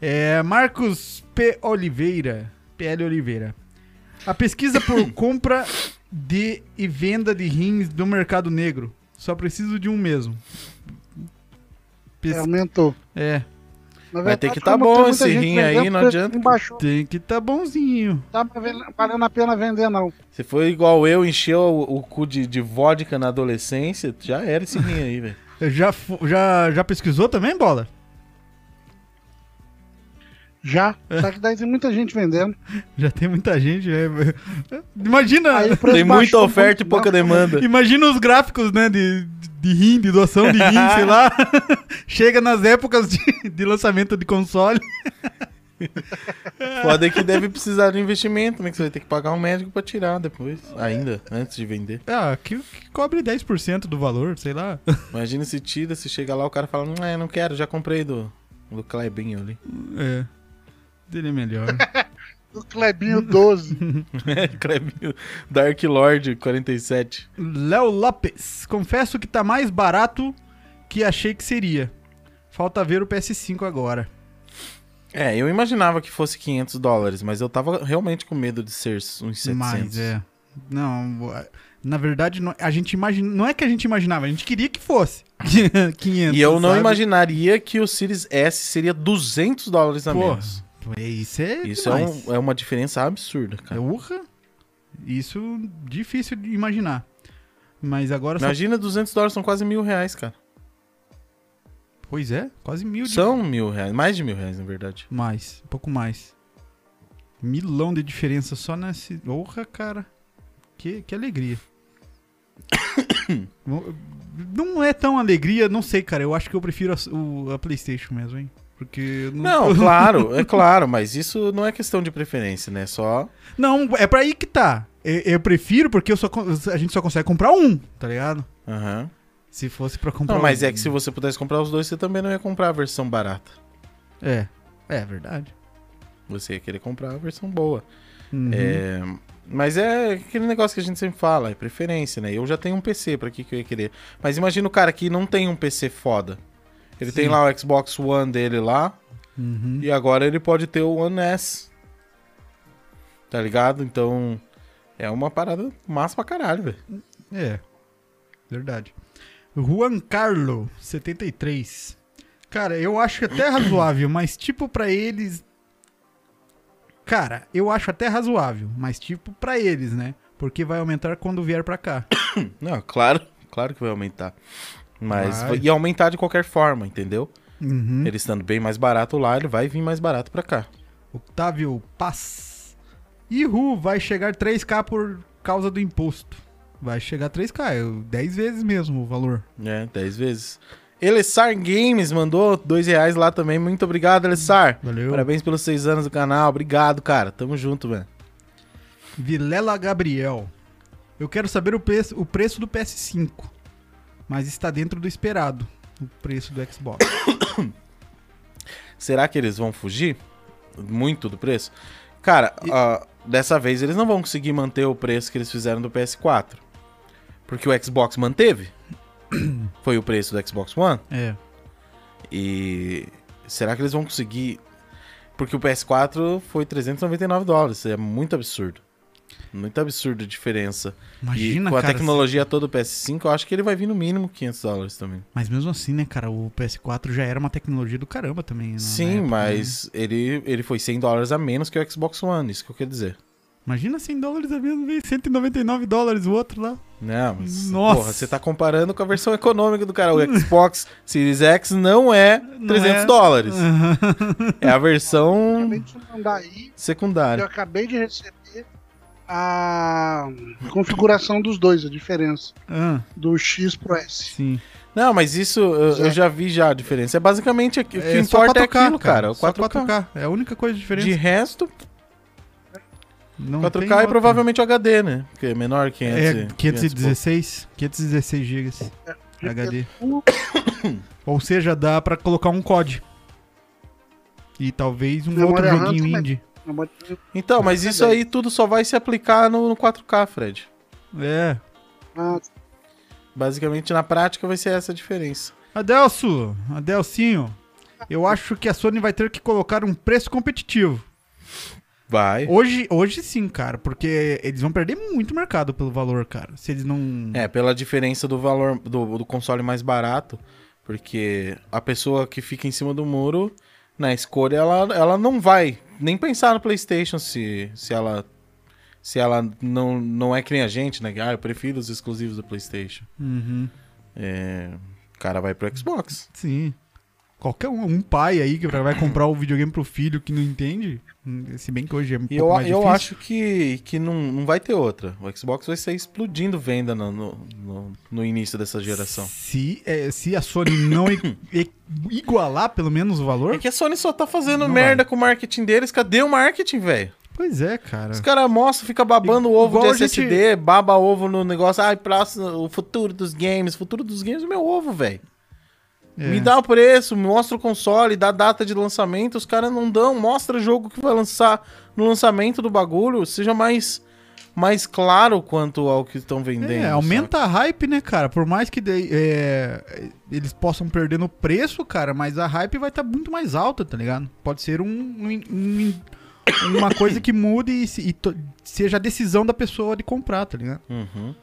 B: É, Marcos P. Oliveira, PL Oliveira. A pesquisa por compra de e venda de rins do mercado negro. Só preciso de um mesmo. Pes-
C: É, aumentou.
B: É,
C: Na
A: Vai ter que tá
C: como
A: bom
C: tem muita
A: esse
C: gente
A: rim aí,
C: vendendo,
A: não
C: o preço
A: adianta.
C: Baixou,
B: tem que tá bonzinho.
C: tá valendo- valendo a pena vender, não.
A: Se for igual eu, encheu o, o cu de, de vodka na adolescência, já era esse rim aí, velho.
B: Já, fu- já, já pesquisou também, Bola?
C: Já.
A: É.
C: Só que daí tem muita gente vendendo.
B: Já tem muita gente. é. Imagina!
C: Aí o preço
A: Tem muita
C: baixou
A: oferta e
C: muito, né?
A: pouca
C: não.
A: demanda.
B: Imagina os gráficos, né? De, de rim, de doação de rim, sei lá. Chega nas épocas de, de lançamento de console.
A: Foda é que deve precisar de investimento, né? Que você vai ter que pagar um médico pra tirar depois. Ainda, antes de vender.
B: Ah, que, que cobre 10% do valor, sei lá.
A: Imagina se tira, se chega lá, o cara fala, não, é, não quero, já comprei do, do Clebinho ali.
B: É. Dele é melhor.
C: O Clebinho 12.
A: Clebinho, É, Dark Lord 47.
B: Léo Lopes. Confesso que tá mais barato que achei que seria. Falta ver o PS5 agora.
A: É, eu imaginava que fosse 500 dólares, mas eu tava realmente com medo de ser uns 700.
B: Mas é. Não, na verdade, não- a gente imagina. Não é que a gente imaginava, a gente queria que fosse. 500.
A: E eu não
B: sabe?
A: imaginaria que o Series S seria 200 dólares a
B: Porra.
A: menos.
B: É, Isso é
A: Isso é,
B: demais.
A: um- é uma diferença absurda, cara.
B: É urra. Isso difícil de imaginar. Mas agora só...
A: Imagina 200 dólares, são quase mil reais, cara.
B: Pois é, quase mil de...
A: São mil reais, mais de mil reais, na verdade.
B: Mais, um pouco mais. Milão de diferença só nesse... Urra, cara. Que, que alegria. Bom, não é tão alegria, não sei, cara. Eu acho que eu prefiro a, o- a Playstation mesmo, hein? Porque... eu
A: Não, claro, é claro, mas isso não é questão de preferência, né? Só.
B: Não, é pra aí que tá. Eu, eu prefiro porque eu só, con- a gente só consegue comprar um, tá ligado?
A: Aham.
B: Se fosse pra comprar
A: Não, mas
B: um.
A: é que se você pudesse comprar os dois, você também não ia comprar a versão barata.
B: É, é verdade.
A: Você ia querer comprar a versão boa.
B: Uhum.
A: É, mas é aquele negócio que a gente sempre fala, é preferência, né? Eu já tenho um PC, pra que, que eu ia querer? Mas imagina o cara que não tem um PC foda. Ele tem
B: Sim.
A: lá o Xbox One dele lá,
B: Uhum.
A: e agora ele pode ter o One S. Tá ligado? Então, é uma parada massa pra caralho, velho.
B: É. Verdade. Juan Carlo, 73. Cara, eu acho até razoável, mas tipo pra eles. Cara, eu acho até razoável, mas tipo pra eles, né? Porque vai aumentar quando vier pra cá.
A: Não, claro, claro que vai aumentar. Mas
B: Vai.
A: e aumentar de qualquer forma, entendeu?
B: Uhum.
A: Ele estando bem mais barato lá, ele vai vir mais barato pra cá.
B: Octávio Paz. Ihu, vai chegar 3k por causa do imposto. Vai chegar 3k, eu- 10 vezes mesmo o valor.
A: É, 10 vezes. Elessar Games mandou dois reais lá também. Muito obrigado, Elessar.
B: Valeu.
A: Parabéns pelos seis anos do canal. Obrigado, cara. Tamo junto, velho.
B: Vilela Gabriel. Eu quero saber o, pe- o preço do PS5, mas está dentro do esperado, o preço do Xbox.
A: Será que eles vão fugir muito do preço? Cara, ah, dessa vez eles não vão conseguir manter o preço que eles fizeram do PS4. Porque o Xbox manteve. Foi o preço do Xbox One.
B: É.
A: E será que eles vão conseguir? Porque o PS4 foi 399 dólares. É muito absurdo. Muito absurdo a diferença.
B: Imagina,
A: e com a
B: cara.
A: tecnologia toda do PS5, eu acho que ele vai vir no mínimo 500 dólares também.
B: Mas mesmo assim, né, cara, o PS4 já era uma tecnologia do caramba também. na- na
A: Sim,
B: época, né?
A: mas ele, ele foi 100 dólares a menos que o Xbox One, isso que eu quero dizer.
B: Imagina 100 dólares é a menos, veio 199 dólares o outro lá.
A: Não, Né, mas,
B: Nossa.
A: porra, você tá comparando com a versão econômica do cara. O Xbox Series X não é 300
B: é.
A: dólares.
B: Aham.
A: É a
C: Eu
A: versão
C: acabei de mandar aí, eu
A: secundária.
C: acabei de receber a configuração dos dois, a diferença.
B: Ah,
C: Do X pro S.
B: sim.
A: Não, mas isso eu, eu já vi já a diferença. É basicamente aqui- o que
B: só
A: importa é
B: 4K,
A: aquilo, cara. O
B: Só
A: 4K.
B: 4K. É a única coisa diferente.
A: De resto,
B: Não
A: 4K
B: tem
A: é
B: outra.
A: provavelmente o HD, né? Porque é menor que 500,
B: É,
A: e-
B: 516, 516 gigas
C: É.
B: HD.
C: Um
B: Ou seja, dá pra colocar um COD. E talvez um
C: Memória
B: outro
C: RAM
B: joguinho
C: também.
B: indie.
C: Não,
A: Então, mas
C: É
A: isso
C: verdade.
A: aí tudo só vai se aplicar no, no 4K, Fred.
B: É.
C: ah,
A: Basicamente, na prática, vai ser essa a diferença.
B: Adelso, Adelcinho, eu acho que a Sony vai ter que colocar um preço competitivo.
A: Vai.
B: Hoje, hoje sim, cara, porque eles vão perder muito mercado pelo valor, cara. Se eles não.
A: É, pela diferença do valor do, do console mais barato, porque a pessoa que fica em cima do muro, na escolha, ela, ela não vai nem pensar no PlayStation se, se ela. Se ela não, não é que nem a gente, né? Ah, eu prefiro os exclusivos do PlayStation.
B: Uhum,
A: É, o cara vai pro Xbox.
B: sim. Qualquer um, um pai aí que vai comprar o videogame pro filho que não entende. hum, Se bem que hoje é um
A: E
B: pouco
A: eu,
B: mais
A: eu
B: difícil.
A: acho que, que não, não vai ter outra. O Xbox vai sair explodindo venda no, no, no- no início dessa geração.
B: Se, é, se a Sony não i- i- igualar pelo menos o valor.
A: É que a Sony só tá fazendo
B: Não
A: merda com o marketing deles. Cadê o marketing, velho?
B: Pois é, cara.
A: Os caras mostram, fica babando o ovo de
B: Igual a gente-
A: SSD, baba ovo no negócio. Ai, próximo, o futuro dos games. futuro dos games é meu ovo, velho.
B: É.
A: Me dá o preço, mostra o console, dá data de lançamento. Os caras não dão, mostra jogo que vai lançar no lançamento do bagulho. Seja mais, mais claro quanto ao que estão vendendo.
B: É,
A: saca?
B: aumenta a hype, né, cara? Por mais que dei- é, eles possam perder no preço, cara, mas a hype vai estar muito mais alta, tá ligado? Pode ser um, um- um- uma coisa que mude e, se- e to- seja a decisão da pessoa de comprar, tá ligado?
A: Uhum.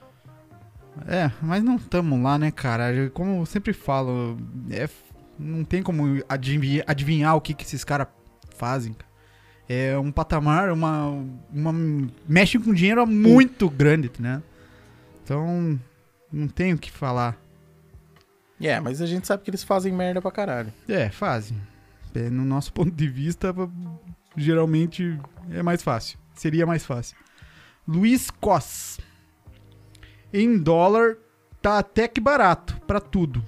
B: É, mas não estamos lá, né, cara? Eu- Como eu sempre falo, é f- não tem como adivinhar, adivinhar o que, que esses caras fazem. cara. É um patamar, uma, uma. Mexe com dinheiro muito grande, né? Então, não tenho o que falar.
A: É, mas a gente sabe que eles fazem merda pra caralho.
B: É, fazem. É, no nosso ponto de vista, geralmente é mais fácil. Seria mais fácil. Luiz Cos. Em dólar, tá até que barato pra tudo.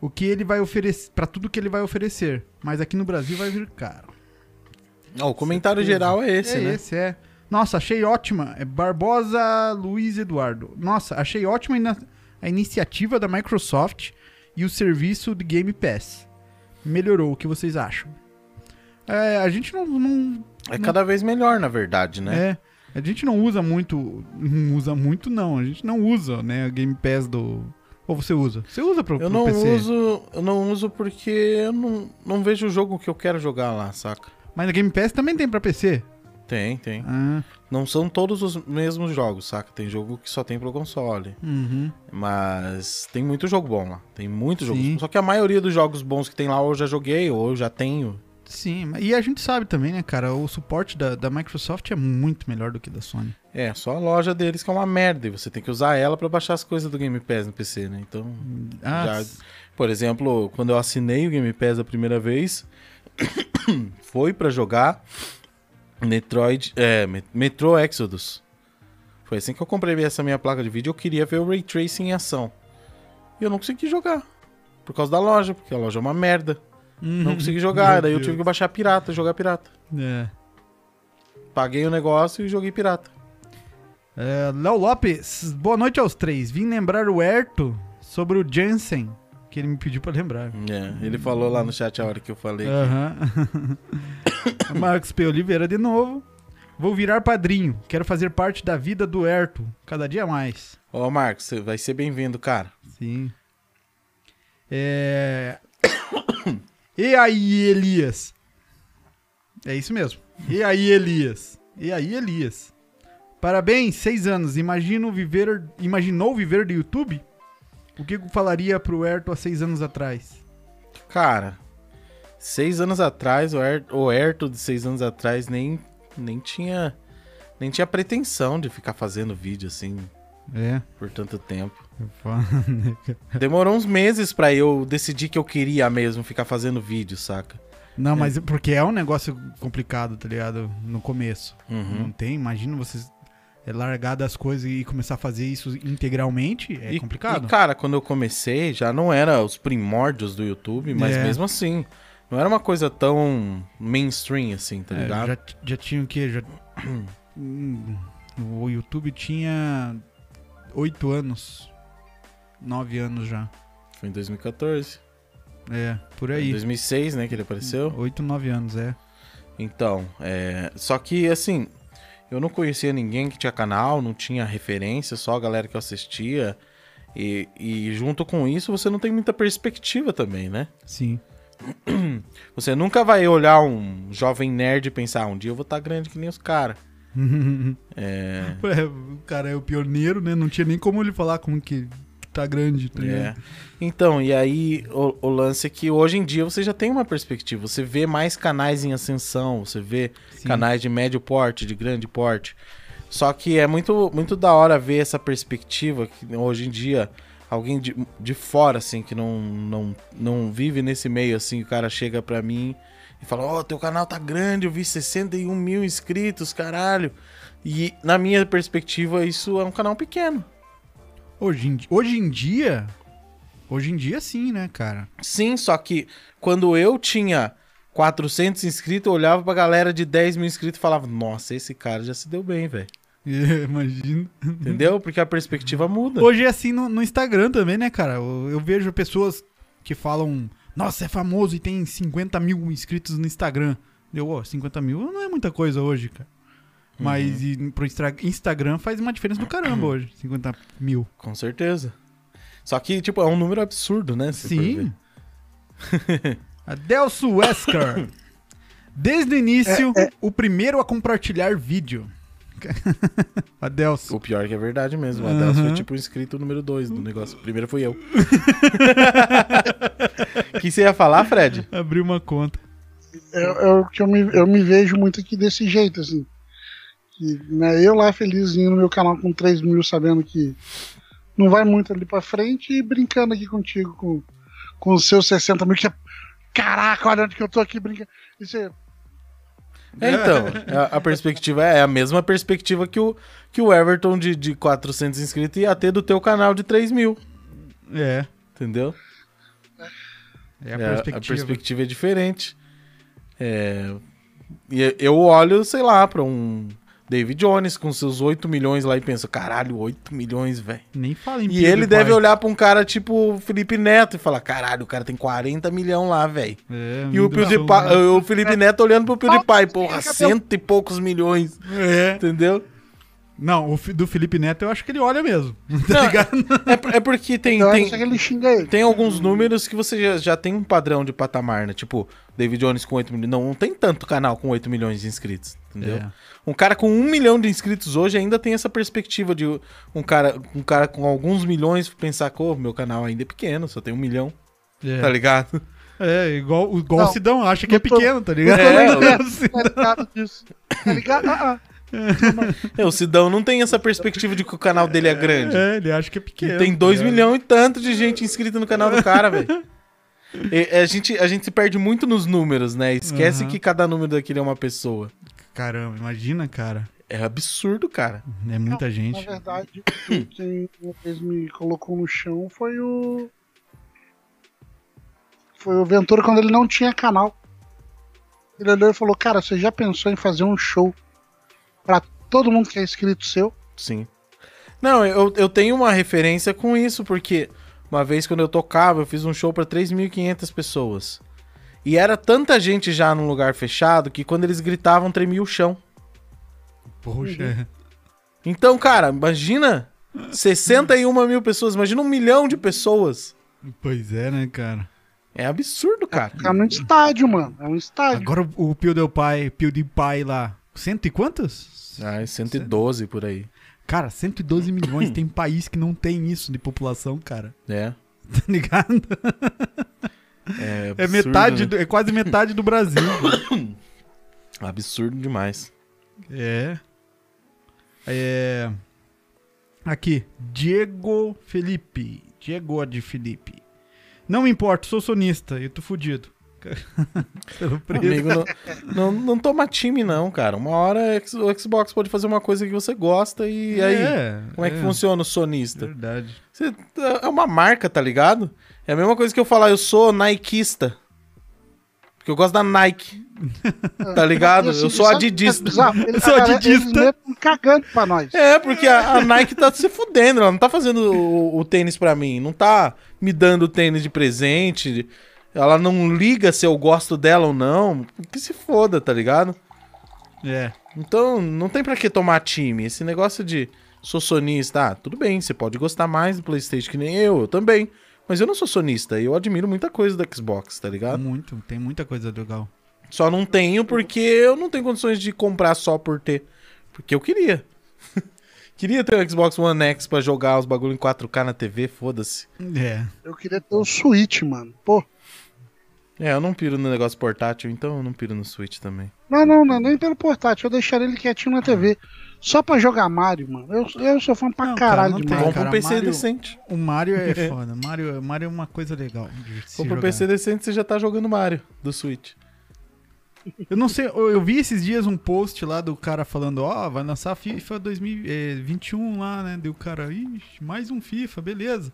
B: O que ele vai oferecer, para tudo que ele vai oferecer, mas aqui no Brasil vai vir caro.
A: Ó, o comentário geral é esse,
B: é
A: né?
B: esse, é. Nossa, achei ótima. É Barbosa Luiz Eduardo. Nossa, achei ótima ina- a iniciativa da Microsoft e o serviço de Game Pass. Melhorou, o que vocês acham? É, a gente não, não
A: É cada vez melhor, na verdade, né?
B: é, a gente não usa muito, não usa muito não, a gente não usa, né, o Game Pass do... Ou você usa? Você usa pro,
A: Eu
B: pro
A: não
B: PC?
A: uso, eu não uso porque eu não, não vejo o jogo que eu quero jogar lá, saca?
B: Mas a Game Pass também tem pra PC.
A: Tem, tem.
B: Ah,
A: Não são todos os mesmos jogos, saca? Tem jogo que só tem pro console.
B: uhum.
A: Mas tem muito jogo bom lá. Tem muito jogo.
B: Sim.
A: bom. Só que a maioria dos jogos bons que tem lá eu já joguei ou eu já tenho.
B: Sim, mas- e a gente sabe também, né, cara, o suporte da, da Microsoft é muito melhor do que da Sony.
A: É, só a loja deles que é uma merda. E você tem que usar ela pra baixar as coisas do Game Pass no PC, né? Então.
B: Ah,
A: Já-
B: s-
A: Por exemplo, quando eu assinei o Game Pass a primeira vez, foi pra jogar Metroid, é, Me- Metro Exodus. Foi assim que eu comprei essa minha placa de vídeo, eu queria ver o Ray Tracing em ação. E eu não consegui jogar. Por causa da loja, porque a loja é uma merda. Não
B: uhum.
A: consegui jogar,
B: Meu
A: daí eu
B: Deus.
A: tive que baixar pirata, jogar pirata.
B: É.
A: Paguei o negócio e joguei pirata.
B: É, Léo Lopes, boa noite aos três. Vim lembrar o Herto sobre o Jansen, que ele me pediu pra lembrar.
A: É, ele falou lá no chat a hora que eu falei.
B: É. Aham. Marcos P. Oliveira de novo. Vou virar padrinho. Quero fazer parte da vida do Herto. Cada dia mais.
A: Ó, Marcos, você vai ser bem-vindo, cara.
B: Sim. É... e aí, Elias? É isso mesmo. E aí, Elias? E aí, Elias? Parabéns, seis anos. Imagino viver, imaginou viver do YouTube? O que eu falaria pro Herto há seis anos atrás?
A: Cara, seis anos atrás, o, Her o Herto de seis anos atrás nem, nem tinha nem tinha pretensão de ficar fazendo vídeo assim
B: É. né?
A: por tanto tempo. Demorou uns meses pra eu decidir que eu queria mesmo ficar fazendo vídeo, saca?
B: Não, mas porque é um negócio complicado, tá ligado? No começo.
A: Uhum.
B: Não tem, imagina você é, largar das coisas e começar a fazer isso integralmente, é
A: E-
B: complicado.
A: E, cara, quando eu comecei, já não era os primórdios do YouTube, mas
B: É.
A: mesmo assim, não era uma coisa tão mainstream assim, tá
B: É,
A: ligado?
B: já, t- já tinha o quê? Já... Hum, o YouTube tinha oito anos. nove anos já.
A: Foi em 2014,
B: É, por
A: em
B: aí.
A: 2006, né, que ele apareceu.
B: oito nove anos, é.
A: Então, é... só que assim, eu não conhecia ninguém que tinha canal, não tinha referência, só a galera que eu assistia. E, e junto com isso, você não tem muita perspectiva também, né?
B: Sim.
A: Você nunca vai olhar um jovem nerd e pensar, um dia eu vou estar grande que nem os caras. É,
B: É, o cara é o pioneiro, né? Não tinha nem como ele falar como que que tá grande, tá
A: é.
B: ligado?
A: Então, e aí o, o lance é que hoje em dia você já tem uma perspectiva, você vê mais canais em ascensão, você vê
B: Sim.
A: canais de médio porte, de grande porte. Só que é muito, muito da hora ver essa perspectiva que hoje em dia alguém de, de fora, assim, que não, não, não vive nesse meio, assim, o cara chega pra mim e fala: Ó, teu canal tá grande, eu vi 61 mil inscritos, caralho. E na minha perspectiva, isso é um canal pequeno.
B: Hoje em, di- hoje em dia. Hoje em dia, sim, né, cara?
A: Sim, só que quando eu tinha 400 inscritos, eu olhava pra galera de 10 mil inscritos e falava: Nossa, esse cara já se deu bem, velho.
B: Imagino.
A: Entendeu? Porque a perspectiva muda.
B: Hoje é assim no, no Instagram também, né, cara? Eu, eu vejo pessoas que falam, nossa, é famoso e tem 50 mil inscritos no Instagram. Deu, ó, 50 mil não é muita coisa hoje, cara.
A: Uhum.
B: Mas e, pro Instra- Instagram faz uma diferença do caramba hoje, 50 mil.
A: Com certeza. Só que, tipo, é um número absurdo, né? se for ver.
B: Sim. Adelso Wesker. Desde o início, o primeiro a compartilhar vídeo. Adelso.
A: O pior é que é verdade mesmo. A delas foi,
B: Aham. Hum.
A: tipo, o inscrito número 2 do negócio. Primeiro fui eu. O que você ia falar, Fred?
B: Abriu uma conta.
C: eu, eu, É que eu, me, eu me vejo muito aqui desse jeito, assim. Que, né, eu lá felizinho no meu canal com 3 mil, sabendo que não vai muito ali pra frente e brincando aqui contigo com, com os seus 60 mil, que é. Caraca, olha onde que eu tô aqui brincando. E você,
A: É, então, a, a perspectiva é a mesma perspectiva que o, que o Everton de, de 400 inscritos ia ter do teu canal de 3 mil,
B: É.
A: entendeu?
B: É a
A: É,
B: perspectiva.
A: perspectiva é diferente. É, e eu- eu olho, sei lá, pra um David Jones com seus 8 milhões lá e penso, caralho, 8 milhões, velho.
B: Nem fala em
A: E ele
B: PewDiePie.
A: deve olhar pra um cara tipo Felipe Neto e falar, caralho, o cara tem 40 milhões lá, velho.
B: É,
A: E o,
B: amendoim
A: PewDiePie-
B: salgado.
A: o Felipe Neto olhando pro PewDiePie, porra,
C: Cadê o-
A: cento e poucos milhões,
B: É.
A: entendeu?
B: Não, o fi- do Felipe Neto eu acho que ele olha mesmo. tá
A: Não, é, por- é porque tem,
C: eu
A: tem,
C: acho que ele xinga ele.
A: tem alguns números que você já, já tem um padrão de patamar, né? Tipo, David Jones com 8 milhões. Não, não tem tanto canal com 8 milhões de inscritos, entendeu?
B: É.
A: Um cara com 1 milhão de inscritos hoje ainda tem essa perspectiva de um cara, um cara com alguns milhões pensar, pô, meu canal ainda é pequeno, só tem um milhão,
B: É.
A: tá ligado?
B: É, igual, igual o
C: Não,
B: Sidão, acha que é
C: não tô-
B: pequeno, tá ligado?
A: É,
C: Tá ligado disso. Tá ligado? Ah, ah.
A: É, o Sidão não tem essa perspectiva de que o canal dele é grande.
B: É, ele acha que é
A: Que
B: pequeno.
A: tem 2
B: tá ligado?
A: milhões e tanto de gente inscrita no canal do cara, velho. E- é, A gente, a gente se perde muito nos números, né? Esquece
B: Aham.
A: que cada número daquele é uma pessoa.
B: Caramba, imagina, cara.
A: É absurdo, cara.
B: É muita
C: Na
B: gente.
C: verdade, quem uma vez me colocou no chão foi o. Foi o Ventura quando ele não tinha canal. Ele olhou e falou: Cara, você já pensou em fazer um show pra todo mundo que é inscrito seu?
A: Sim. Não, eu, eu tenho uma referência com isso, porque uma vez quando eu tocava, eu fiz um show pra 3.500 pessoas. E era tanta gente já num lugar fechado que quando eles gritavam, tremia o chão. é
B: Poxa.
A: Então, cara, imagina 61 mil pessoas, imagina um milhão de pessoas.
B: Pois é, né, cara?
A: É absurdo, cara.
C: É num estádio, mano. É um estádio.
B: Agora o o PewDiePie, PewDiePie lá, cento e quantos?
A: Ah, é 112 por aí.
B: Cara, 112 milhões. Tem país que não tem isso de população, cara.
A: É.
B: Tá ligado?
A: É,
B: É
A: absurdo,
B: metade,
A: né?
B: do- é quase metade do Brasil.
A: Absurdo demais.
B: É. É. Aqui, Diego Felipe. Diego de Felipe. Não me importa, sou sonista e tô fudido. Pelo preço.
A: Amigo, não, não, não toma time, não, cara. Uma hora ex- o Xbox pode fazer uma coisa que você gosta e aí. Como é que funciona o sonista?
B: Verdade.
A: Você- é uma marca, tá ligado? É a mesma coisa que eu falar, eu sou nikeista. Porque eu gosto da Nike. Tá ligado?
C: E assim,
A: Eu sou
C: sabe o que é
A: adidista.
C: bizarro? Ele-
B: Eu sou
C: a galera-
B: adidista.
C: Eles mesmo tão cagando pra nós.
A: É, porque a, a Nike tá se fudendo, ela não tá fazendo o, o tênis pra mim, não tá me dando o tênis de presente, ela não liga se eu gosto dela ou não, que se foda, tá ligado?
B: É.
A: Então, não tem pra que tomar time, esse negócio de sou sonista, ah, tudo bem, você pode gostar mais do Playstation que nem eu, eu também, mas eu não sou sonista, eu admiro muita coisa da Xbox, tá ligado?
B: Muito, tem muita coisa legal.
A: Só não tenho porque eu não tenho condições de comprar só por ter. Porque eu queria. queria ter um Xbox One X pra jogar os bagulho em 4K na TV, foda-se.
B: É.
C: Eu queria ter o Switch, mano. Pô.
A: É, eu não piro no negócio portátil, então eu não piro no Switch também.
C: Não, não, não, nem pelo portátil. Eu deixaria ele quietinho na TV. Só pra jogar Mario, mano. Eu, eu sou fã pra
B: Não, cara,
C: caralho
B: não
C: de
B: tem.
C: Mario.
A: Compra
B: Ah, cara,
A: um PC
B: Mario-
A: decente.
B: O Mario é foda. Mario, Mario é uma coisa legal. de se
A: Compra um
B: jogar.
A: PC decente, você já tá jogando Mario do Switch.
B: Eu não sei, eu eu vi esses dias um post lá do cara falando, ó, vai lançar FIFA eh, 2021 lá, né? Deu o cara, ixi, mais um FIFA, beleza.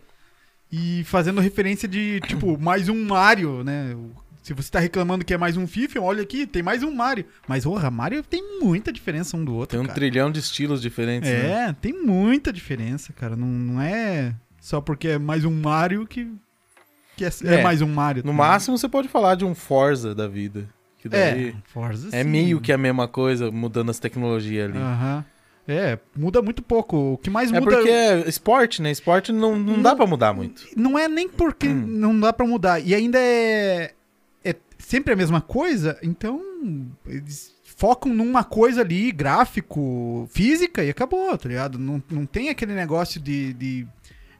B: E fazendo referência de, tipo, mais um Mario, né? O- Se você tá reclamando que é mais um FIFA, olha aqui, tem mais um Mario. Mas, porra, Mario tem muita diferença um do outro,
A: Tem um
B: cara.
A: trilhão de estilos diferentes, né?
B: É, tem muita diferença, cara. Não, não é só porque é mais um Mario que, que é, é
A: É,
B: mais um Mario.
A: No
B: tá
A: máximo, você pode falar de um Forza da vida. Que
B: ligado?
A: daí
B: É, Forza
A: é,
B: sim.
A: meio que a mesma coisa, mudando as tecnologias ali.
B: Aham. É, muda muito pouco. O que mais
A: É
B: muda.
A: porque é esporte, né? Esporte não, não dá pra mudar muito.
B: Não é nem porque
A: Hum.
B: não dá pra mudar. E ainda é. É sempre a mesma coisa, então. Eles focam numa coisa ali, gráfico, física, e acabou, tá ligado? Não, não tem aquele negócio de. de,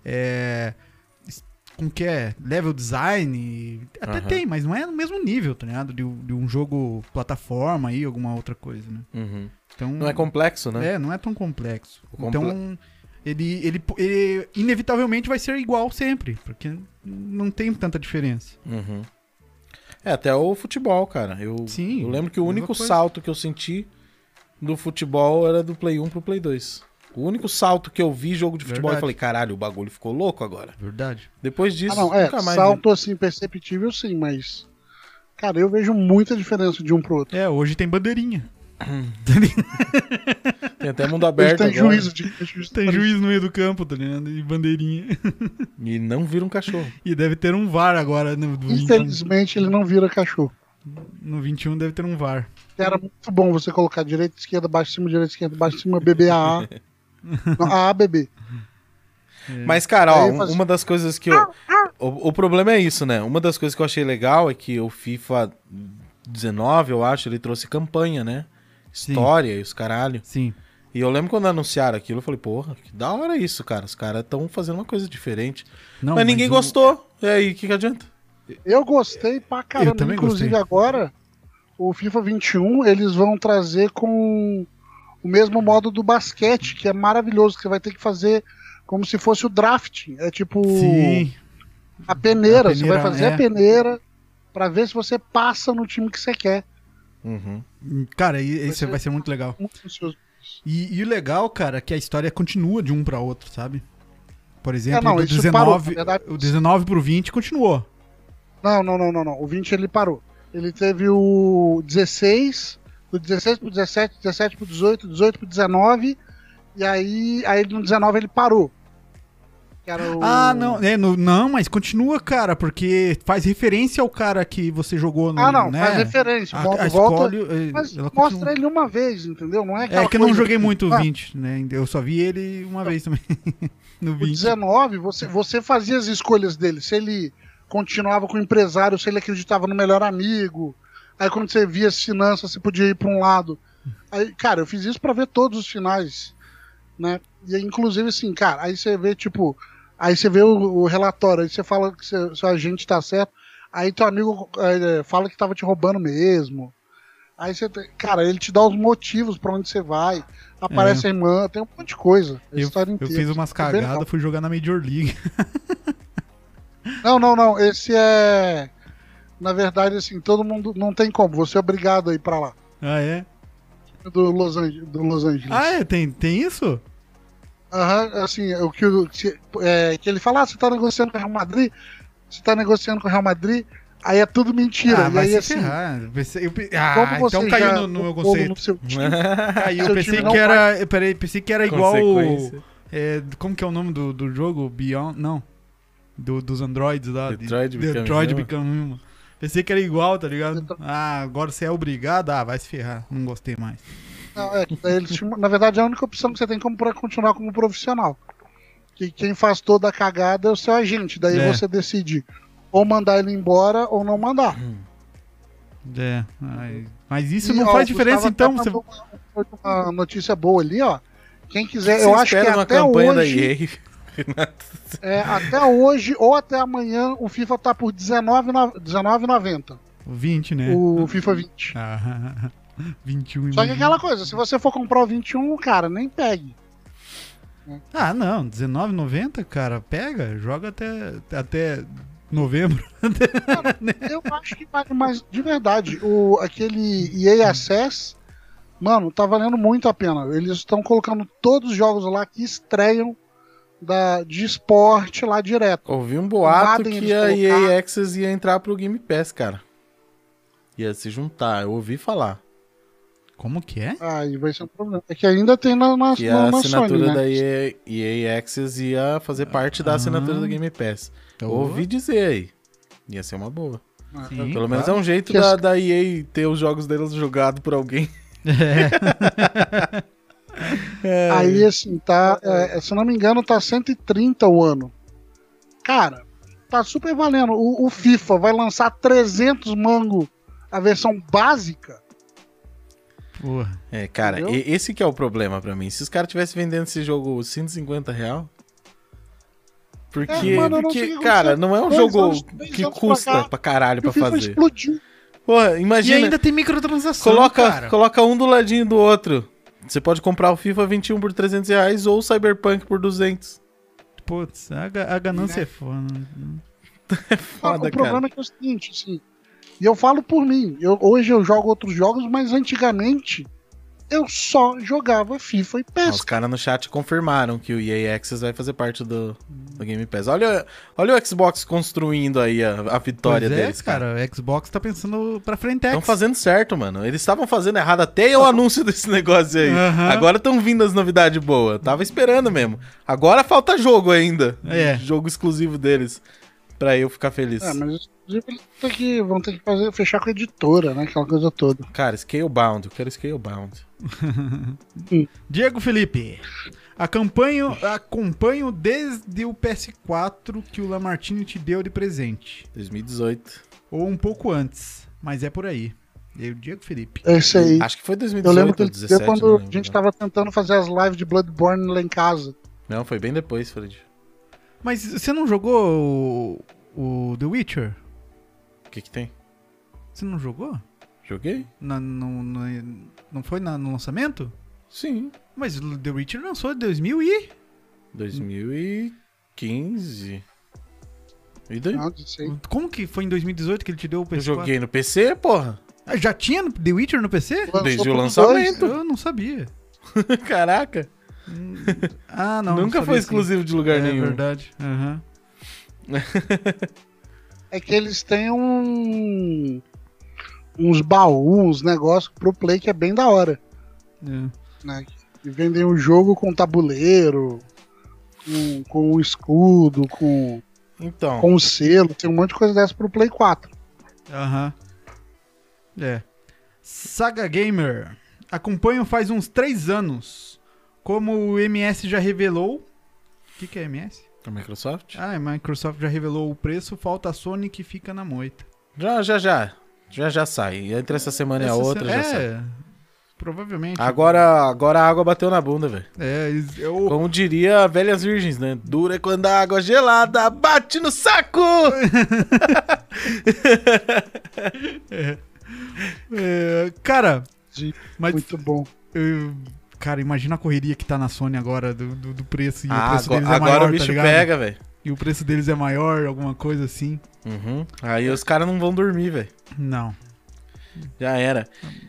B: é, es- com que é level design. Até
A: Aham.
B: tem, mas não é no mesmo nível, tá ligado? De, um- de um jogo plataforma aí, alguma outra coisa, né?
A: Uhum.
B: Então,
A: Não é complexo, né?
B: É, não é tão complexo.
A: O comple-
B: Então, ele, ele, ele inevitavelmente vai ser igual sempre, porque não tem tanta diferença.
A: Uhum. É, até o futebol, cara. Eu,
B: Sim,
A: eu lembro que o
B: mesma
A: único
B: coisa.
A: salto que eu senti do futebol era do Play 1 pro Play 2. O único salto que eu vi jogo de futebol, eu
B: Verdade.
A: falei, caralho, o bagulho ficou louco agora.
B: Verdade.
A: Depois disso,
C: Ah, não, é,
A: nunca mais. né?
C: salto assim perceptível sim, mas. Cara, eu vejo muita diferença de um pro outro.
B: É, hoje tem bandeirinha.
A: Tem até mundo
C: Hoje
A: aberto
C: tem
A: agora.
C: juízo de é juízo
B: Tem juiz no meio do campo, tá ligado? E bandeirinha.
A: E não vira um cachorro.
B: E deve ter um VAR agora no, no 21.
C: Infelizmente ele não vira cachorro.
B: No 21 deve ter um VAR.
C: Era muito bom você colocar direita, esquerda, baixo, cima, direita, esquerda, baixo, cima, BB, AA. Não, AA, BB.
B: É.
A: Mas, cara, ó,
C: Aí eu
A: um-
C: faço-
A: uma das coisas que eu. O, o problema é isso, né? Uma das coisas que eu achei legal é que o FIFA 19, eu acho, ele trouxe campanha, né?
B: Sim.
A: História e os caralho.
B: Sim.
A: E eu lembro quando anunciaram aquilo, eu falei, porra, que da hora isso, cara. Os caras estão fazendo uma coisa diferente.
B: Não,
A: mas ninguém
B: o-
A: gostou. E aí, o que, que adianta?
C: Eu gostei pra caramba.
B: Eu também
C: Inclusive
B: gostei.
C: agora, o FIFA 21, eles vão trazer com o mesmo modo do basquete, que é maravilhoso, que você vai ter que fazer como se fosse o draft. É tipo
B: Sim.
C: a peneira.
B: A
C: Você vai
B: peneira,
C: fazer
B: é.
C: a peneira pra ver se você passa no time que você quer.
A: Uhum.
B: Cara, e- isso
A: é-
C: Você-
B: vai ser muito legal.
C: Muito ansioso.
B: E, e o legal, cara, é que a história continua de um pra outro, sabe? Por exemplo,
C: É, não,
B: do
C: isso
B: 19,
C: parou, na verdade.
B: o 19 pro 20 continuou.
C: Não, não, não, não, não. O 20 ele parou. Ele teve o 16, do 16 pro 17, 17 pro 18, 18 pro 19, e aí, aí no 19 ele parou. Que era o-
B: Ah, não, é, no- não, mas continua, cara, porque faz referência ao cara que você jogou no.
C: Ah, não,
B: né?
C: faz referência.
B: A,
C: volta,
B: a
C: volta,
B: escolhe, é,
C: mas
B: ela
C: mostra
B: continua.
C: ele uma vez, entendeu? Não é
B: É
C: aquela
B: que eu não
C: coisa
B: joguei muito o
C: Ah,
B: 20, né? Eu só vi ele uma vez também. no
C: O
B: 20.
C: 19, você,
B: É.
C: você fazia as escolhas dele. Se ele continuava com o empresário, se ele acreditava no melhor amigo. Aí quando você via as finanças, você podia ir para um lado. Aí, cara, eu fiz isso para ver todos os finais, né? E aí, inclusive assim, cara, aí você vê tipo, aí você vê o, o relatório, aí você fala que seu, seu agente tá certo, aí teu amigo eh, fala que tava te roubando mesmo. Aí você, tem- cara, ele te dá os motivos para onde você vai. Aparece a irmã, tem um monte de coisa. A
B: É. Eu,
C: história
B: eu
C: inteira.
B: fiz umas
C: É bem legal.
B: cagadas, fui jogar na Major League.
C: Não, não, não. Esse é. Na verdade, assim, todo mundo. Não tem como. Você é obrigado a ir pra lá.
B: ah, é?
C: Do Los, Ange- do Los Angeles.
B: Ah, é? Tem, tem isso?
C: Aham, assim, o que, o- se- é, que ele fala, ah, você tá negociando com o Real Madrid? Você tá negociando com o Real Madrid? Aí é tudo mentira.
B: ah,
C: e
B: vai
C: aí,
B: se
C: assim,
B: ferrar. Eu pensei- eu pe-
C: como
B: Ah,
C: você
B: então caiu
C: já
B: no, no meu
C: colocou
B: conceito. né?
C: no seu time,
B: Aí eu
C: Seu
B: pensei
C: time não
B: que era. Peraí, pensei que era igual.
A: Consequência.
B: É, como que é o nome do, do jogo? Beyond. Não. Do- dos androids lá. de-
A: Detroit Become
B: Detroit
A: Human.
B: Become Human. Pensei que era igual, tá ligado?
C: Detroit.
B: Ah, agora você é obrigado. Ah, vai se ferrar. Não gostei mais.
C: Não, é, daí eles te- na verdade, é a única opção que você tem como pra continuar como profissional. Que quem faz toda a cagada é o seu agente. Daí
B: É.
C: você decide ou mandar ele embora ou não mandar.
B: É. ai. Mas isso
C: E,
B: não
C: ó,
B: faz
C: o
B: diferença,
C: Gustavo tá
B: então.
C: até
B: Você...
C: mandou Uma, uma notícia boa ali, ó. Quem quiser,
A: Você
C: eu acho que
A: espera uma
C: até
A: campanha
C: hoje,
A: da EA.
C: é, até hoje ou até amanhã o FIFA tá por R$19,90. 19,90.
B: 20, né?
C: O FIFA 20.
B: Ah, 21
C: Só que
B: imagina.
C: aquela coisa, se você for comprar o 21, cara, nem pegue.
B: Ah, não. R$19,90, cara. Pega, joga até, até novembro.
C: Eu acho que vale mais. De verdade, o, aquele EA Access, mano, tá valendo muito a pena. Eles estão colocando todos os jogos lá que estreiam da, de esporte lá direto.
A: Ouvi um boato
C: Madden
A: que
C: eles
A: a
C: colocaram.
A: EA Access ia entrar pro Game Pass, cara. Ia se juntar, eu ouvi falar.
B: Como que é?
C: Aí vai ser um problema. É que ainda tem na, na,
A: Que
C: na-
A: a
C: na
A: assinatura é-
C: Sony, né?
A: da EA, EA Access ia fazer parte da assinatura
B: Ah.
A: do Game Pass.
B: Então,
A: Ouvi dizer aí. Ia ser uma boa.
B: Sim,
A: Pelo menos é
B: claro.
A: um jeito
C: Que
A: da,
C: as-
A: da EA ter os jogos deles jogados por alguém. É.
C: Aí, assim, tá. é, se eu não me engano, tá 130 o ano. Cara, tá super valendo. O, o FIFA vai lançar 300 mango, a versão básica.
B: Porra.
A: É, cara,
C: Entendeu?
A: e- esse que é o problema pra mim. Se os caras estivessem vendendo esse jogo 150 real... Porque,
C: É, mano, eu não
A: porque,
C: sei o que
A: cara,
C: aconteceu.
A: não é um
C: Dois
A: jogo
C: anos- dois
A: que
C: anos pra
A: custa pra,
C: cá,
A: caralho
C: E o
A: pra
C: FIFA
A: fazer.
C: explodiu. Tá,
A: Porra,
B: E
A: imagina.
B: ainda tem microtransação,
A: Coloca,
B: cara.
A: coloca um do ladinho do outro. Você pode comprar o FIFA 21 por 300 reais ou o Cyberpunk por 200.
B: Putz, a, ga- a ganância é foda.
A: Foda,
C: o
A: cara.
C: problema é que é o seguinte, assim, e eu falo por mim, eu- hoje eu jogo outros jogos, mas antigamente eu só jogava FIFA e
B: É.
A: Ah,
C: PES.
A: os caras no chat confirmaram que o EA Access vai fazer parte do, do Game Pass. Olha, olha o Xbox construindo aí a, a vitória
B: Pois é,
A: deles, cara. Então
B: O Xbox tá pensando pra frente.
A: Estão fazendo certo, mano. Eles estavam fazendo errado até o anúncio desse negócio aí.
B: Aham.
A: Agora estão vindo as novidades boas. Tava esperando mesmo. Agora falta jogo ainda.
B: É.
A: Jogo exclusivo deles. Pra eu ficar feliz.
C: É, mas inclusive eles vão ter que, vão ter que fazer, fechar com a editora, né? Aquela coisa toda.
A: Cara, Scalebound. Eu quero Scalebound.
B: Diego Felipe. Acompanho, acompanho desde o PS4 que o Lamartine te deu de presente.
A: 2018.
B: Ou um pouco antes, mas é por aí. Eu, Diego Felipe.
C: É isso aí.
A: Acho que foi 2018
C: Eu lembro que
A: ou
C: ele
A: 2017.
C: deu quando
A: não
C: a
A: lembro
C: gente
A: agora.
C: tava tentando fazer as lives de Bloodborne lá em casa.
A: Não, foi bem depois, Fred.
B: Mas você não jogou o, o The Witcher?
A: O que que tem?
B: Você não jogou?
A: Joguei?
B: Na- no- no- não foi na- no lançamento?
A: Sim.
B: Mas o The Witcher lançou em 2000 e...
A: 2015. E
B: Ah,
A: daí?
C: Não, não sei.
B: Como que foi em 2018 que ele te deu o PS4?
A: Eu joguei no PC, porra.
B: Ah, Já tinha no- The Witcher no PC?
C: Lançou
A: Desde o
C: pro
A: lançamento.
B: Eu não sabia.
A: Caraca.
B: Ah, não.
A: Nunca
B: não sabia
A: foi
B: que-
A: exclusivo de lugar
B: é,
A: nenhum.
B: verdade. Aham.
C: dois. É que eles têm um. Uns baús, uns negócios pro play que é bem da hora.
B: É.
C: né? E vendem o jogo com tabuleiro, com, com o escudo, com,
A: Então.
C: com o selo. Tem um monte de coisa dessa pro Play 4.
B: Aham. É. Saga Gamer. Acompanho faz uns 3 anos. Como o MS já revelou. O que, que é MS?
A: A Microsoft?
B: Ah, a Microsoft já revelou o preço, falta a Sony que fica na moita.
A: Já, já, já. Já, já sai. Entre essa semana e a
B: Essa
A: outra,
B: se-
A: já sai.
B: é, provavelmente.
A: Agora, agora a água bateu na bunda, velho.
B: É, is- eu...
A: Como diria a Velhas Virgens, né? Dura é quando a água gelada bate no saco!
B: é, cara,
C: Sim,
B: mas
C: Muito bom.
B: eu- cara, imagina a correria que tá na Sony agora do, do, do preço e o
A: Ah,
B: preço
A: agora,
B: deles é
A: agora
B: maior,
A: o bicho
B: tá ligado?
A: pega, velho.
B: E o preço deles é maior, alguma coisa assim.
A: Uhum. Aí os caras não vão dormir, velho.
B: Não.
A: Já era.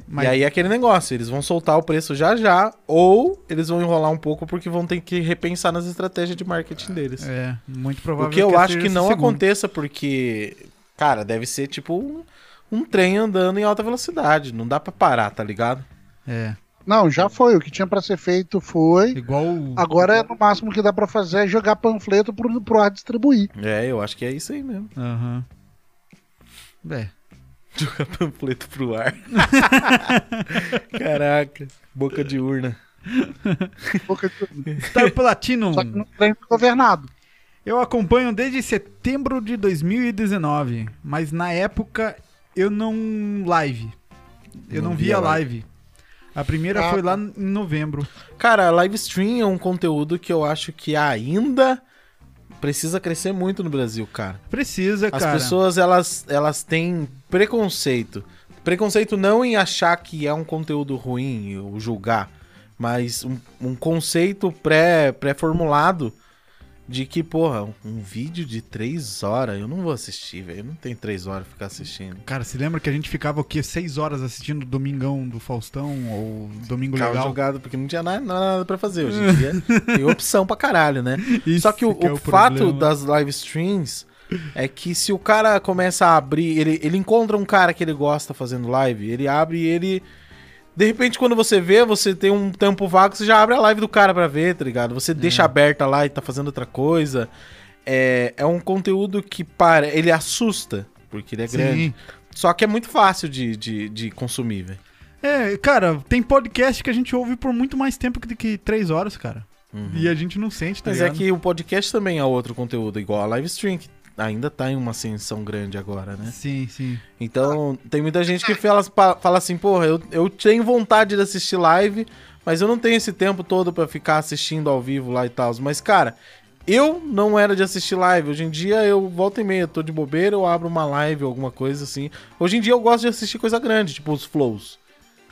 B: Mas
A: E aí é aquele negócio, eles vão soltar o preço já já, ou eles vão enrolar um pouco porque vão ter que repensar nas estratégias de marketing deles.
B: é muito
A: o
B: provável
A: que eu acho que não
B: aconteceu.
A: aconteça, porque, cara, deve ser tipo um, um trem andando em alta velocidade. Não dá pra parar, tá ligado?
B: É,
C: Não, já foi. O que tinha pra ser feito foi.
B: igual o-
C: Agora, no máximo que dá pra fazer é jogar panfleto pro, pro ar distribuir.
A: É, eu acho que é isso aí mesmo.
B: Aham. É.
A: Jogar panfleto pro ar. Caraca, boca de urna.
C: Boca de-
B: Star Platinum.
C: Só que não tem governado.
B: Eu acompanho desde setembro de 2019, mas na época eu não live. Eu não, via live. A primeira
C: Ah,
B: foi
C: tá.
B: lá em novembro.
A: Cara, live stream é um conteúdo que eu acho que ainda precisa crescer muito no Brasil, cara.
B: Precisa,
A: As
B: cara.
A: pessoas, elas, elas têm preconceito. Preconceito não em achar que é um conteúdo ruim ou julgar, mas um, um conceito pré- pré-formulado de que, porra, um, um vídeo de três horas, eu não vou assistir, velho. Eu Não tem três horas pra ficar assistindo.
B: Cara, se lembra que a gente ficava o quê? Seis horas assistindo o Domingão do Faustão ou Domingo
A: Ficava
B: Legal?
A: jogado porque não tinha nada, nada pra fazer. Hoje em dia tem opção pra caralho, né?
B: Isso
A: Só que o,
B: que é
A: o fato
B: problema.
A: das live streams é que se o cara começa a abrir, ele, ele encontra um cara que ele gosta fazendo live, ele abre e ele. De repente, quando você vê, você tem um tempo vago, você já abre a live do cara pra ver, tá ligado?
B: É.
A: Você deixa aberta lá e tá fazendo outra coisa. É, é um conteúdo que para. Ele assusta, porque ele é grande.
B: Sim.
A: Só que é muito fácil de, de, de consumir, velho.
B: É, cara, tem podcast que a gente ouve por muito mais tempo que, que três horas, cara.
A: Uhum.
B: E a gente não sente, tá
A: Mas é
B: ligado?
A: que o podcast também é outro conteúdo, igual a live stream, que ainda tá em uma ascensão grande agora, né?
B: Sim, sim.
A: Então, tem muita gente que fala, pa- fala assim, porra, eu, eu tenho vontade de assistir live, mas eu não tenho esse tempo todo pra ficar assistindo ao vivo lá e tal. Mas, cara, Eu não era de assistir live. Hoje em dia eu volto e meia, tô de bobeira, eu abro uma live ou alguma coisa assim. Hoje em dia eu gosto de assistir coisa grande, tipo os flows.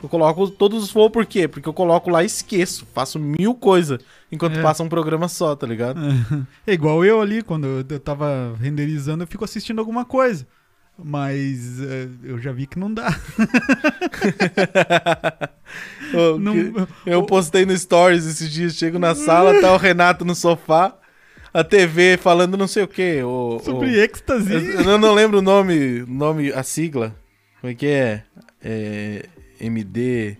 A: Eu coloco todos os flows, por quê? Porque eu coloco lá e esqueço, faço mil coisas enquanto
B: É.
A: passa um programa só, tá ligado?
B: É igual eu ali, quando eu- eu tava renderizando, eu fico assistindo alguma coisa. Mas eh, eu já vi que não dá.
A: Eu,
B: Não-
A: eu postei no Stories esses dias, chego na sala, tá o Renato no sofá, a TV falando não sei o quê. O,
B: Sobre
A: o-
B: êxtase.
A: Eu não lembro o nome, nome, a sigla. Como é que é? É, MD.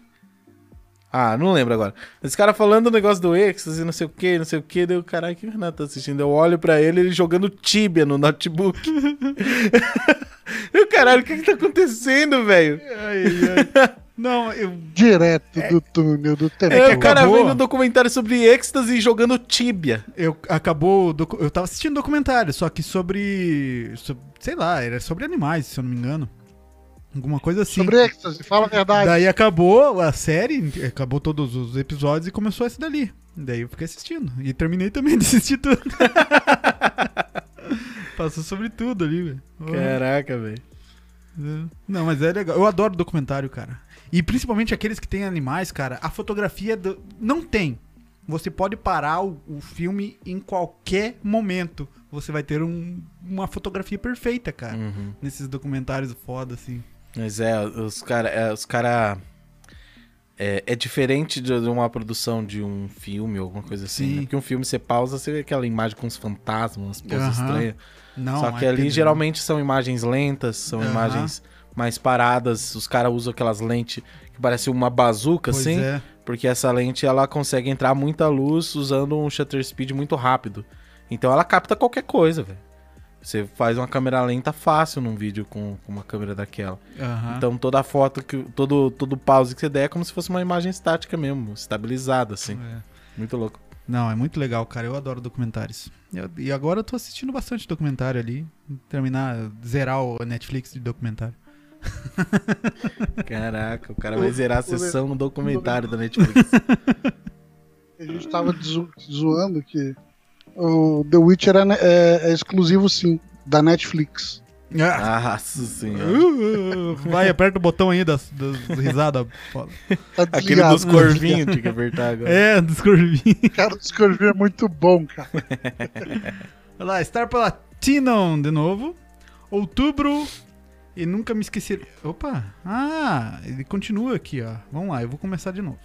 A: Ah, não lembro agora. Esse cara falando o negócio do êxtase, não sei o que, não sei o que. Deu, caralho, que o Renato tá assistindo? Eu olho pra ele, ele jogando Tibia no notebook. Eu, caralho, o que que tá acontecendo, velho?
B: Ai, ai. Não, eu.
C: Direto do túnel do tempo.
A: É, o cara
B: acabou.
A: vendo um documentário sobre êxtase e jogando Tibia.
B: Eu acabou. o docu- Eu tava assistindo documentário, só que sobre, sob- Sei lá, era sobre animais, se eu não me engano. Alguma coisa assim.
C: Sobre êxtase, fala a verdade.
B: Daí acabou a série, acabou todos os episódios e começou esse dali. Daí eu fiquei assistindo. E terminei também de assistir tudo. Passou sobre tudo ali, velho.
A: é. Caraca, velho.
B: Não, mas é legal. Eu adoro documentário, cara. E principalmente aqueles que têm animais, cara. A fotografia do- não tem. Você pode parar o, o filme em qualquer momento. Você vai ter um- uma fotografia perfeita, cara.
A: Uhum.
B: Nesses documentários foda, assim.
A: Mas é, os cara, é, os cara é, é diferente de de uma produção de um filme ou alguma coisa assim,
B: Sim.
A: né? Porque um filme você pausa, você vê aquela imagem com os fantasmas, umas coisas
B: Aham.
A: estranhas.
B: Não,
A: Só que
B: é
A: ali
B: pedrão.
A: geralmente são imagens lentas, são
B: Aham.
A: imagens mais paradas, os caras usam aquelas lentes que parece uma bazuca,
B: Pois
A: assim,
B: é.
A: porque essa lente ela consegue entrar muita luz usando um shutter speed muito rápido. Então ela capta qualquer coisa, velho. Você faz uma câmera lenta fácil num vídeo com- com uma câmera daquela.
B: Aham.
A: Então toda foto, que, todo, todo pause que você der é como se fosse uma imagem estática mesmo, estabilizada, assim.
B: É.
A: Muito louco.
B: Não, é muito legal, cara. Eu adoro documentários. Eu- e agora eu tô assistindo bastante documentário ali. Terminar, zerar o Netflix de documentário.
A: Caraca, o cara
C: O-
A: vai zerar a
C: o-
A: sessão no documentário da Netflix.
C: A gente tava zo- zoando que o The Witcher é, ne- é- é exclusivo, sim, da Netflix.
B: Ah,
A: Nossa senhora.
B: Uh, vai, aperta o botão aí das, das risadas. foda.
C: Tá
A: Aquele
C: desligado,
A: dos corvinhos, tinha que apertar agora.
B: É, dos curvinhos.
C: desligado. Cara, dos corvinhos é muito bom, cara.
B: Olha lá, Star Platinum de novo. Outubro. E nunca me esquecer. Opa! Ah, ele continua aqui, ó. Vamos lá, eu vou começar de novo.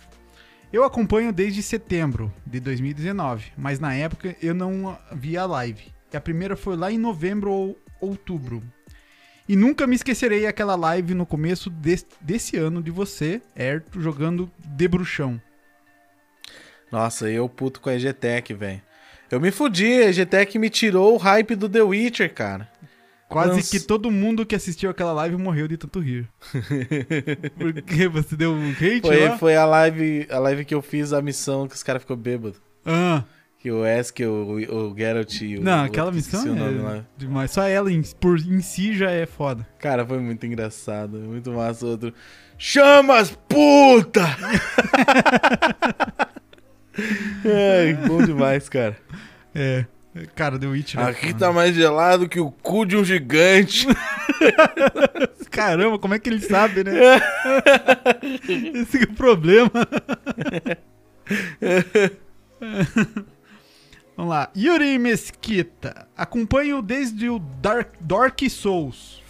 B: Eu acompanho desde setembro de 2019, mas na época eu não vi a live. E a primeira foi lá em novembro ou outubro. E nunca me esquecerei aquela live no começo des- desse ano de você, Erto, jogando de bruxão.
A: Nossa, eu puto com a EGTech, velho. Eu me fudi, a EGTech me tirou o hype do The Witcher, cara.
B: Quase
A: Lanç-
B: que todo mundo que assistiu aquela live morreu de tanto rir. Porque você deu um hate
A: Foi,
B: lá?
A: foi a, live, a live que eu fiz a missão que os caras ficou bêbado.
B: Ah,
A: Que o Esk, o, o Geralt e o.
B: não,
A: o
B: aquela
A: outro, esqueci
B: missão
A: o nome
B: é
A: lá.
B: demais. Só ela em, por, em si já é foda.
A: Cara, foi muito engraçado, muito massa. Outro. Chama as puta! Ai, É, bom demais, cara.
B: É. Cara, The Witch. né,
A: Aqui tá
B: mano?
A: mais gelado que o cu de um gigante.
B: Caramba, como é que ele sabe, né? Esse que é o problema. Vamos lá. Yuri Mesquita. Acompanho desde o Dark, Dark Souls.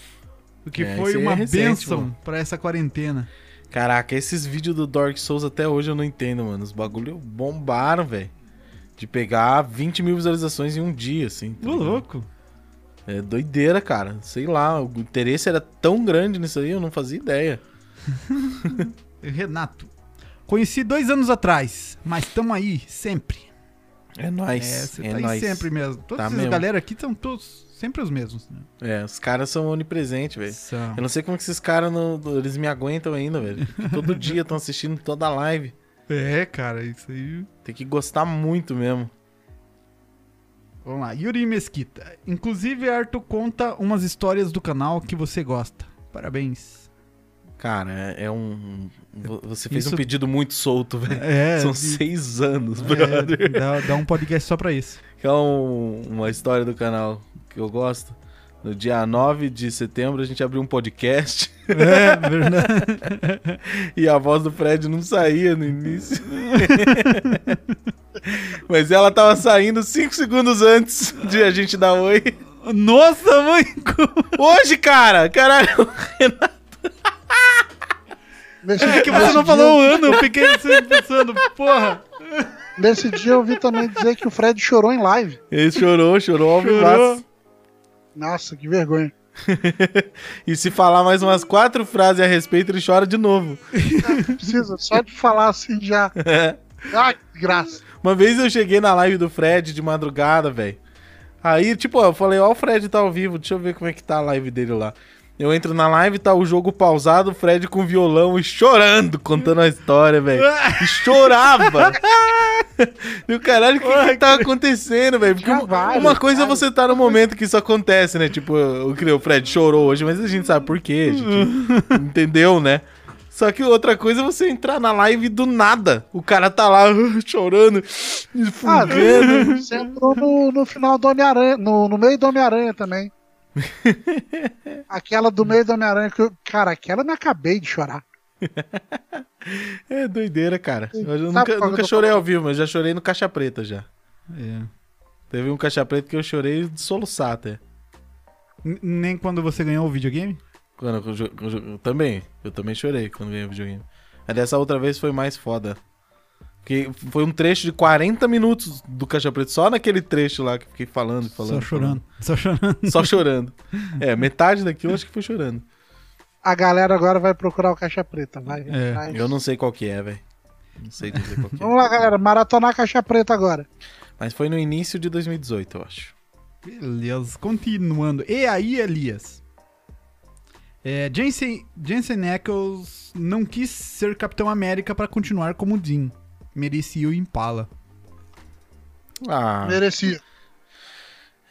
B: O que
A: É,
B: foi
A: esse aí é
B: uma
A: recente,
B: bênção
A: mano.
B: pra essa quarentena.
A: Caraca, esses vídeos do Dark Souls até hoje eu não entendo, mano. Os bagulho bombaram, velho. De pegar 20 mil visualizações em um dia, assim. tá
B: Ô,
A: ligado?
B: louco.
A: É doideira, cara. Sei lá, o interesse era tão grande nisso aí, eu não fazia ideia.
B: Renato. Conheci dois anos atrás, mas tamo aí sempre.
A: É
B: É,
A: nóis.
B: você
A: É,
B: tá aí
A: nóis.
B: sempre mesmo. Todos
A: Tá
B: esses
A: mesmo.
B: galera aqui são todos sempre os mesmos. Né?
A: É, os caras são onipresentes, velho.
B: São.
A: Eu não sei como é que esses caras não. Eles me aguentam ainda, velho. Todo dia estão assistindo toda a live.
B: É, cara, isso aí.
A: Tem que gostar muito mesmo.
B: Vamos lá, Yuri Mesquita. Inclusive, Arthur conta umas histórias do canal que você gosta. Parabéns.
A: Cara, é, é um. vo- Você fez
B: Isso-
A: um pedido muito solto, velho.
B: É,
A: São
B: de-
A: seis anos,
B: é,
A: brother.
B: dá, dá um podcast só pra isso.
A: que é um- uma história do canal que eu gosto. No dia 9 de setembro a gente abriu um podcast
B: É, verdade.
A: e a voz do Fred não saía no início. Mas ela tava saindo 5 segundos antes de a gente dar oi.
B: Nossa, mãe!
A: Hoje, cara! Caralho!
C: Nesse,
B: É que você não falou o ano, eu fiquei assim pensando, porra.
C: Nesse dia eu vi também dizer que o Fred chorou em live.
A: Ele chorou, chorou ao
B: Chorou.
A: vivaço.
C: Nossa, que vergonha.
A: E se falar mais umas quatro frases a respeito, ele chora de novo.
C: Precisa, só de falar assim já.
B: É.
C: Ai, que graça.
A: Uma vez eu cheguei na live do Fred de madrugada, velho. Aí, tipo, ó, eu falei, ó, o Fred tá ao vivo, deixa eu ver como é que tá a live dele lá. Eu entro na live, tá o jogo pausado, o Fred com violão e chorando, contando a história, velho. E chorava. e o caralho, o que, que tá acontecendo, velho? Porque
C: Já
A: uma,
C: vai,
A: uma
C: já
A: coisa é
C: vai.
A: você tá no momento que isso acontece, né? Tipo, o que o Fred chorou hoje, mas a gente sabe por quê, a gente entendeu, né? Só que outra coisa é você entrar na live do nada. O cara tá lá chorando,
C: Ah,
A: fungando.
C: você entrou no, no final do Homem-Aranha, no, no meio do Homem-Aranha também. Aquela do meio do Homem-Aranha que eu. Cara, aquela eu me acabei de chorar.
A: É doideira, cara. Eu
C: Sabe
A: nunca,
C: qual que eu
A: nunca
C: tô
A: chorei ao vivo, mas já chorei no Caixa Preta já.
B: É.
A: Teve um Caixa Preta que eu chorei de soluçar até.
B: N- Nem quando você ganhou o videogame?
A: Quando eu, jo- eu jo- eu também, eu também chorei quando ganhei o videogame. Mas dessa outra vez foi mais foda. Porque foi um trecho de 40 minutos do Caixa Preta, só naquele trecho lá que eu fiquei falando e falando.
B: Só chorando. Só chorando.
A: falando. Só chorando. É, metade daquilo acho que foi chorando.
C: A galera agora vai procurar o Caixa Preta, vai.
B: É,
C: vai.
A: Eu não sei qual que é, velho. Não sei dizer qual que é.
C: Vamos lá, galera, maratonar a Caixa Preta agora.
A: Mas foi no início de 2018, eu acho.
B: Beleza, continuando. E aí, Elias? É, Jensen, Jensen Ackles não quis ser Capitão América pra continuar como Dean. Merecia o Impala.
A: Ah,
C: Merecia.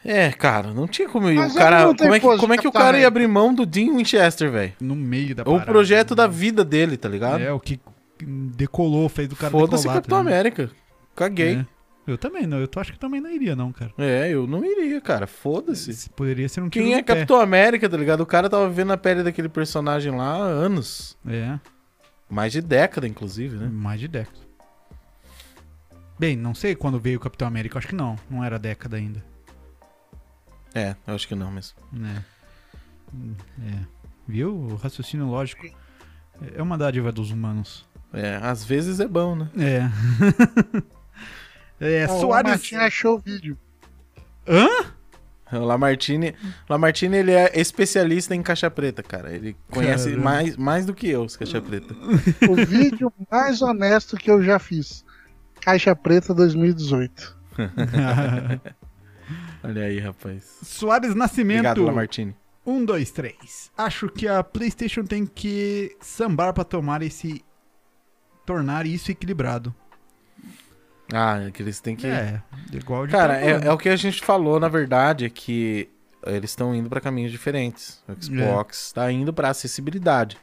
A: é, cara, não tinha como ir.
C: Mas
A: O cara,
C: ele não tem
A: como é que,
C: pose de
A: como é que o
C: Capitão
A: cara ia
C: América.
A: abrir mão do Dean Winchester, velho?
B: No meio
A: O
B: da É parada. né?
A: projeto da vida dele, tá ligado?
B: É, o que decolou, fez o cara
A: Foda-se
B: decolar,
A: Capitão
B: tá ligado?
A: América. Caguei. É.
B: É. Eu também não, eu tô- acho que também não iria não, cara.
A: eu não iria, cara. Foda-se.
B: Esse Poderia ser um tiro
A: Quem
B: no
A: é
B: pé.
A: Capitão América, tá ligado? O cara tava vivendo a pele daquele personagem lá há anos.
B: É,
A: Mais de década, inclusive, né?
B: mais de década. Bem, não sei quando veio o Capitão América, acho que não, não era década ainda.
A: É, eu acho que não, mas.
B: né? Hum, É. Viu? O raciocínio lógico é uma dádiva dos humanos.
A: É, às vezes é bom, né?
B: É. é,
C: Ó, O
B: Soares.
C: Martin achou o vídeo.
B: Hã?
A: O Lamartine, Lamartine, ele é especialista em caixa preta, cara. Ele conhece
B: Caramba.
A: mais, mais do que eu os caixa preta.
C: O vídeo mais honesto que eu já fiz. Caixa Preta 2018.
A: Olha aí, rapaz.
B: Soares
A: Obrigado,
B: Nascimento.
A: Lamartine.
B: Um, dois, três. Acho que a PlayStation tem que sambar pra tomar esse. tornar isso equilibrado.
A: Ah, é que eles têm que.
B: É, igual de
A: Cara, é, é o que a gente falou, na verdade, é que eles estão indo pra caminhos diferentes. O Xbox
B: É.
A: tá indo pra acessibilidade.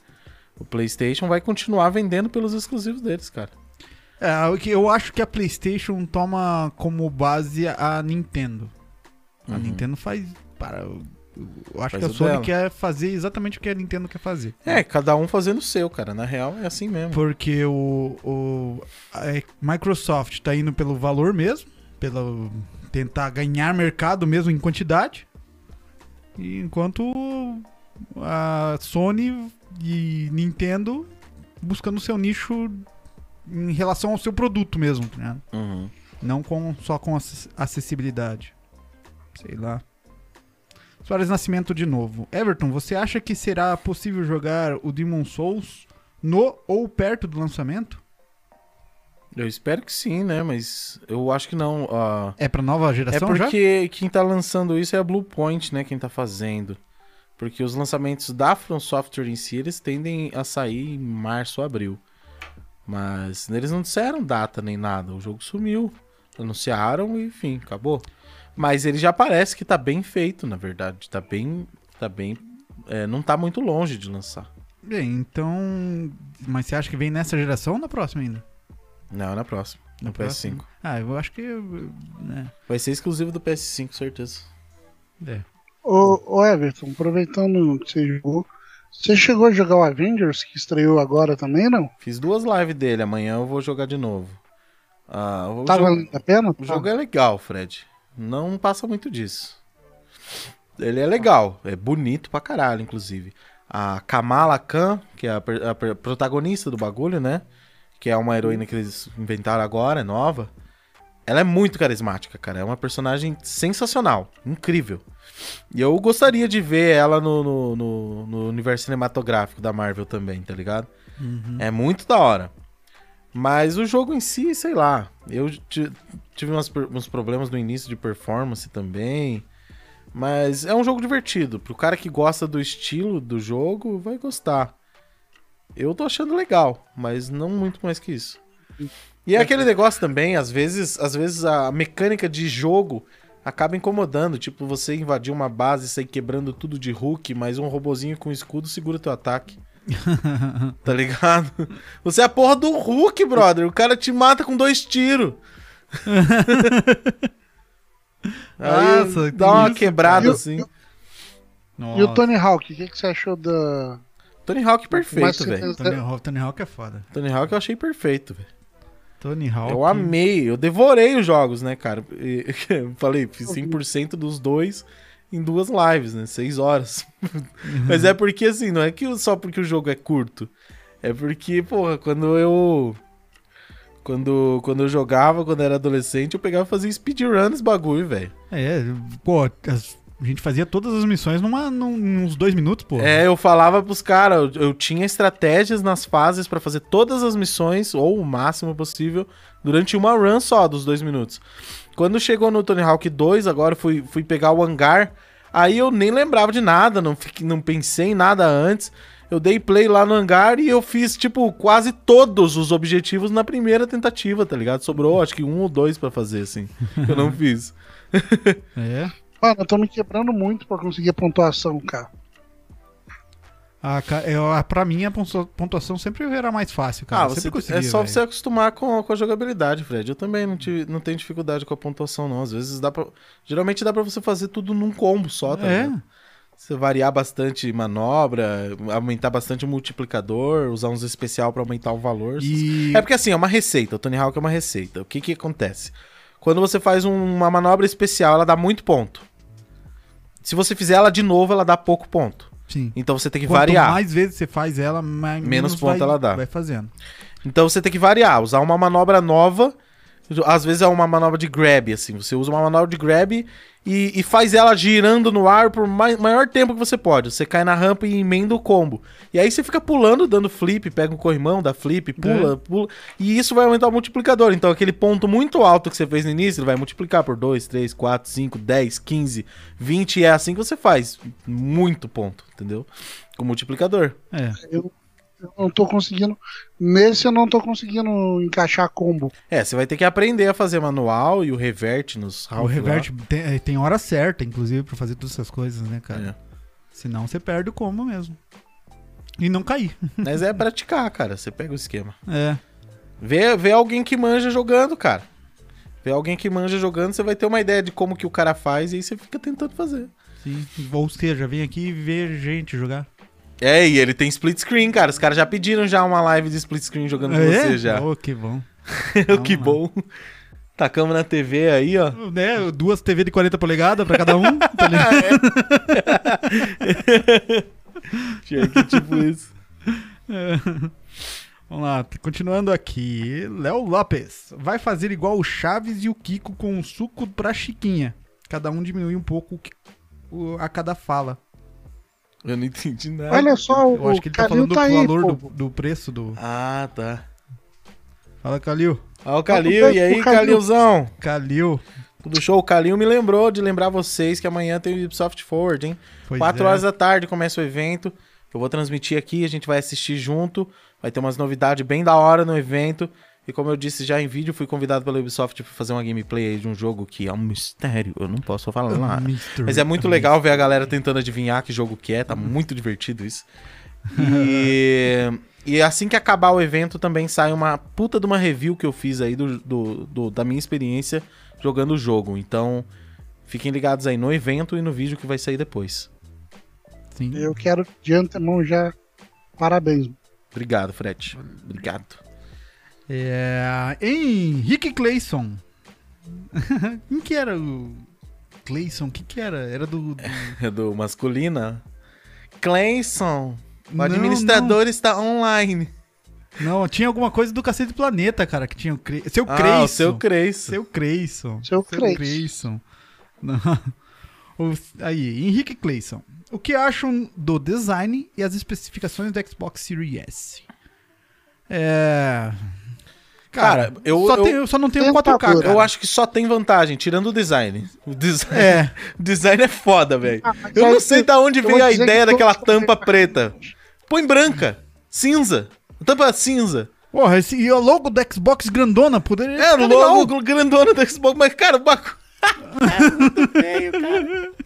A: O PlayStation vai continuar vendendo pelos exclusivos deles, cara.
B: É, o que eu acho que a PlayStation toma como base a Nintendo. A
A: Uhum.
B: Nintendo faz. Para, eu, eu
A: Faz
B: acho que a
A: o
B: Sony
A: dela.
B: quer fazer exatamente o que a Nintendo quer fazer.
A: É, cada um fazendo o seu, cara. Na real, é assim mesmo.
B: Porque o, o a é, Microsoft tá indo pelo valor mesmo, pelo tentar ganhar mercado mesmo em quantidade. E enquanto a Sony e Nintendo buscando o seu nicho em relação ao seu produto mesmo, tá ligado?
A: Uhum.
B: Não com, só com acess- acessibilidade. Sei lá. Soares Nascimento de novo. Everton, você acha que será possível jogar o Demon Souls no ou perto do lançamento?
A: Eu espero que sim, né? Mas eu acho que não. ah,
B: É pra nova
A: É
B: geração já?
A: porque quem tá lançando isso é a Bluepoint, né? Quem tá fazendo. Porque os lançamentos da From Software em si, eles tendem a sair em março, abril. Mas eles não disseram data nem nada. O jogo sumiu. Anunciaram e, enfim, acabou. Mas ele já parece que tá bem feito, na verdade. Tá bem. Tá bem. é, não tá muito longe de lançar.
B: Bem, então... Mas você acha que vem nessa geração ou na próxima ainda?
A: Não, é na próxima. No PS5.
B: Ah, eu acho que. Né?
A: Vai ser exclusivo do PS5, certeza.
B: É.
C: Ô, ô Everton, aproveitando que você jogou, você chegou a jogar o Avengers, que estreou agora também, não?
A: Fiz duas lives dele, amanhã eu vou jogar de novo. Ah, o
C: Tá
A: jogo,
C: valendo a pena? Ah.
A: o jogo é legal, Fred. Não passa muito disso. Ele é legal, é bonito pra caralho, inclusive. A Kamala Khan, que é a, per- a per- protagonista do bagulho, né? Que é uma heroína que eles inventaram agora, é nova. Ela é muito carismática, cara. É uma personagem sensacional, incrível. E eu gostaria de ver ela no, no- no- no universo cinematográfico da Marvel também, tá ligado?
B: Uhum.
A: É muito da hora. Mas o jogo em si, sei lá. Eu ti- tive umas per- uns problemas no início de performance também. Mas é um jogo divertido. Pro cara que gosta do estilo do jogo, vai gostar. Eu tô achando legal, mas não muito mais que isso. E é aquele negócio também, às vezes, às vezes a mecânica de jogo acaba incomodando. Tipo, você invadir uma base e sair quebrando tudo de Hulk, mas um robozinho com escudo segura teu ataque. Tá ligado? Você é a porra do Hulk, brother. O cara te mata com dois tiros. Aí
B: Nossa,
A: dá uma
B: isso,
A: quebrada
C: cara.
A: assim.
B: é Nossa.
C: E o Tony Hawk, o que, que você achou da.
A: Tony Hawk
C: Mas
A: perfeito,
C: você
A: velho.
C: fez-
B: Tony Hawk, Tony Hawk é foda.
A: Tony Hawk eu achei perfeito, velho.
B: Tony Hawk.
A: Eu amei, eu devorei os jogos, né, cara? E- eu falei, fiz 100% dos dois em duas lives, né? Seis horas. Mas é porque, assim, não é que só porque o jogo é curto. É porque, porra, quando eu. Quando, quando eu jogava, quando eu era adolescente, eu pegava e fazia speedrun esse bagulho, velho.
B: É, pô, as- a gente fazia todas as missões numa, num, uns dois minutos, pô.
A: É, eu falava pros caras, eu, eu tinha estratégias nas fases pra fazer todas as missões, ou o máximo possível, durante uma run só, dos dois minutos. Quando chegou no Tony Hawk 2, agora eu fui, fui pegar o hangar, aí eu nem lembrava de nada, não, fiquei, não pensei em nada antes. Eu dei play lá no hangar e eu fiz, tipo, quase todos os objetivos na primeira tentativa, tá ligado? Sobrou, acho que um ou dois pra fazer, assim. que Eu não fiz.
B: É.
C: Mano, eu tô me quebrando muito pra conseguir a pontuação, cara.
B: A, ca- eu, a- pra mim, a pontua- pontuação sempre era mais fácil, cara.
A: ah,
B: Eu
A: você,
B: sempre conseguia,
A: é só
B: velho.
A: você acostumar com, com a jogabilidade, Fred. Eu também não, tive, não tenho dificuldade com a pontuação, não. Às vezes dá pra. Geralmente dá pra você fazer tudo num combo só, tá
B: É.
A: ligado? Você variar bastante manobra, aumentar bastante o multiplicador, usar uns especial pra aumentar o valor. essas
B: E...
A: é porque assim, é uma receita. O Tony Hawk é uma receita. O que que acontece? Quando você faz um- uma manobra especial, ela dá muito ponto. Se você fizer ela de novo, ela dá pouco ponto.
B: Sim.
A: Então você tem que
B: Quanto
A: variar.
B: mais vezes você faz ela, mais,
A: Menos ponto
B: vai-
A: ela dá.
B: Vai fazendo.
A: Então você tem que variar, usar uma manobra nova. Às vezes é uma manobra de grab, assim. Você usa uma manobra de grab e, e faz ela girando no ar por mai- maior tempo que você pode. Você cai na rampa e emenda o combo. E aí você fica pulando, dando flip, pega um corrimão, dá flip, pula, pula. E isso vai aumentar o multiplicador. Então aquele ponto muito alto que você fez no início, ele vai multiplicar por 2, 3, 4, 5, 10, 15, 20. E é assim que você faz. Muito ponto, entendeu? Com multiplicador.
B: É.
C: Eu não tô conseguindo. Nesse eu não tô conseguindo encaixar combo.
A: É, você vai ter que aprender a fazer manual e o revert nos
B: o
A: half
B: revert tem, é, tem hora certa, inclusive, pra fazer todas essas coisas, né,
A: lá.
B: cara? Senão você perde o combo mesmo. E não cair.
A: É. Mas é praticar, cara. Você pega o esquema.
B: É.
A: Vê, vê alguém que manja jogando, cara. Vê alguém que manja jogando, você vai ter uma ideia de como que o cara faz e aí você fica tentando fazer.
B: Sim. Ou seja, vem aqui e vê gente jogar.
A: É, e ele tem split screen, cara. Os caras já pediram já uma live de split screen jogando com
B: É?
A: você já.
B: Oh, que bom.
A: que bom. Tacamos Tá na TV aí, ó.
B: Né? Duas TV de 40 polegadas pra cada um. tá ligado?
A: Tinha que tipo isso.
B: É. Vamos lá, t- continuando aqui. Léo Lopes. Vai fazer igual o Chaves e o Kiko com um suco pra Chiquinha. Cada um diminui um pouco o que- o- a cada fala.
A: Eu não entendi nada.
C: Olha só,
B: Eu
C: o
B: acho que ele tá
C: Calil
B: falando
C: tá,
B: do
C: aí,
B: valor
C: pô.
B: do, do preço do.
A: Ah, tá.
B: Fala, Calil.
A: Ó o Calil, e aí,
C: O Calil.
A: Calilzão?
B: Calil.
A: do show. O Calil me lembrou de lembrar vocês que amanhã tem o Ubisoft Forward, hein?
B: Pois
A: Quatro
B: é.
A: horas da tarde começa o evento. Eu vou transmitir aqui, a gente vai assistir junto. Vai ter umas novidades bem da hora no evento. E como eu disse já em vídeo, fui convidado pela Ubisoft para fazer uma gameplay aí de um jogo que é um mistério. Eu não posso falar.
B: Mystery. Uhum.
A: Mas é muito legal ver a galera tentando adivinhar que jogo que é, tá muito é, divertido isso. E, e assim que acabar o evento também sai uma puta de uma review que eu fiz aí do, do- do- da minha experiência jogando o jogo. Então fiquem ligados aí no evento e no vídeo que vai sair depois.
B: Sim.
C: Eu quero de antemão já parabéns.
A: Obrigado, Fred. Obrigado.
B: É, Henrique Clayson. Quem que era o. Clayson? O que que era? Era do. do-
A: É Do masculina. Clayson, o
B: Não,
A: administrador está online.
B: Não, tinha alguma coisa do Cacete do Planeta, cara, que tinha o Cre... Seu
A: Ah,
B: Creyson.
A: o seu Creyson.
B: Seu Creyson.
C: Seu Creyson.
B: Não. O- Aí, Henrique Clayson. O que acham do design e as especificações do Xbox Series S? É.
A: Cara, eu-
B: só,
A: eu-
B: tenho- só não tenho
C: Tenta
B: 4K.
C: por-
B: cara.
A: Eu acho que só tem vantagem, tirando o design. O design é,
B: É,
A: design é foda, velho.
C: Ah, mas
A: Eu
C: aí
A: não sei da onde
C: eu
A: veio
C: vou
A: a
C: dizer
A: ideia
C: que
A: daquela
C: todos
A: tampa
C: são
A: preta. Põe branca, cinza. Tampa é cinza.
B: porra, esse, e o logo do Xbox grandona poderia.
A: É,
B: ficar legal.
A: logo grandona do Xbox, mas, cara, o bagulho.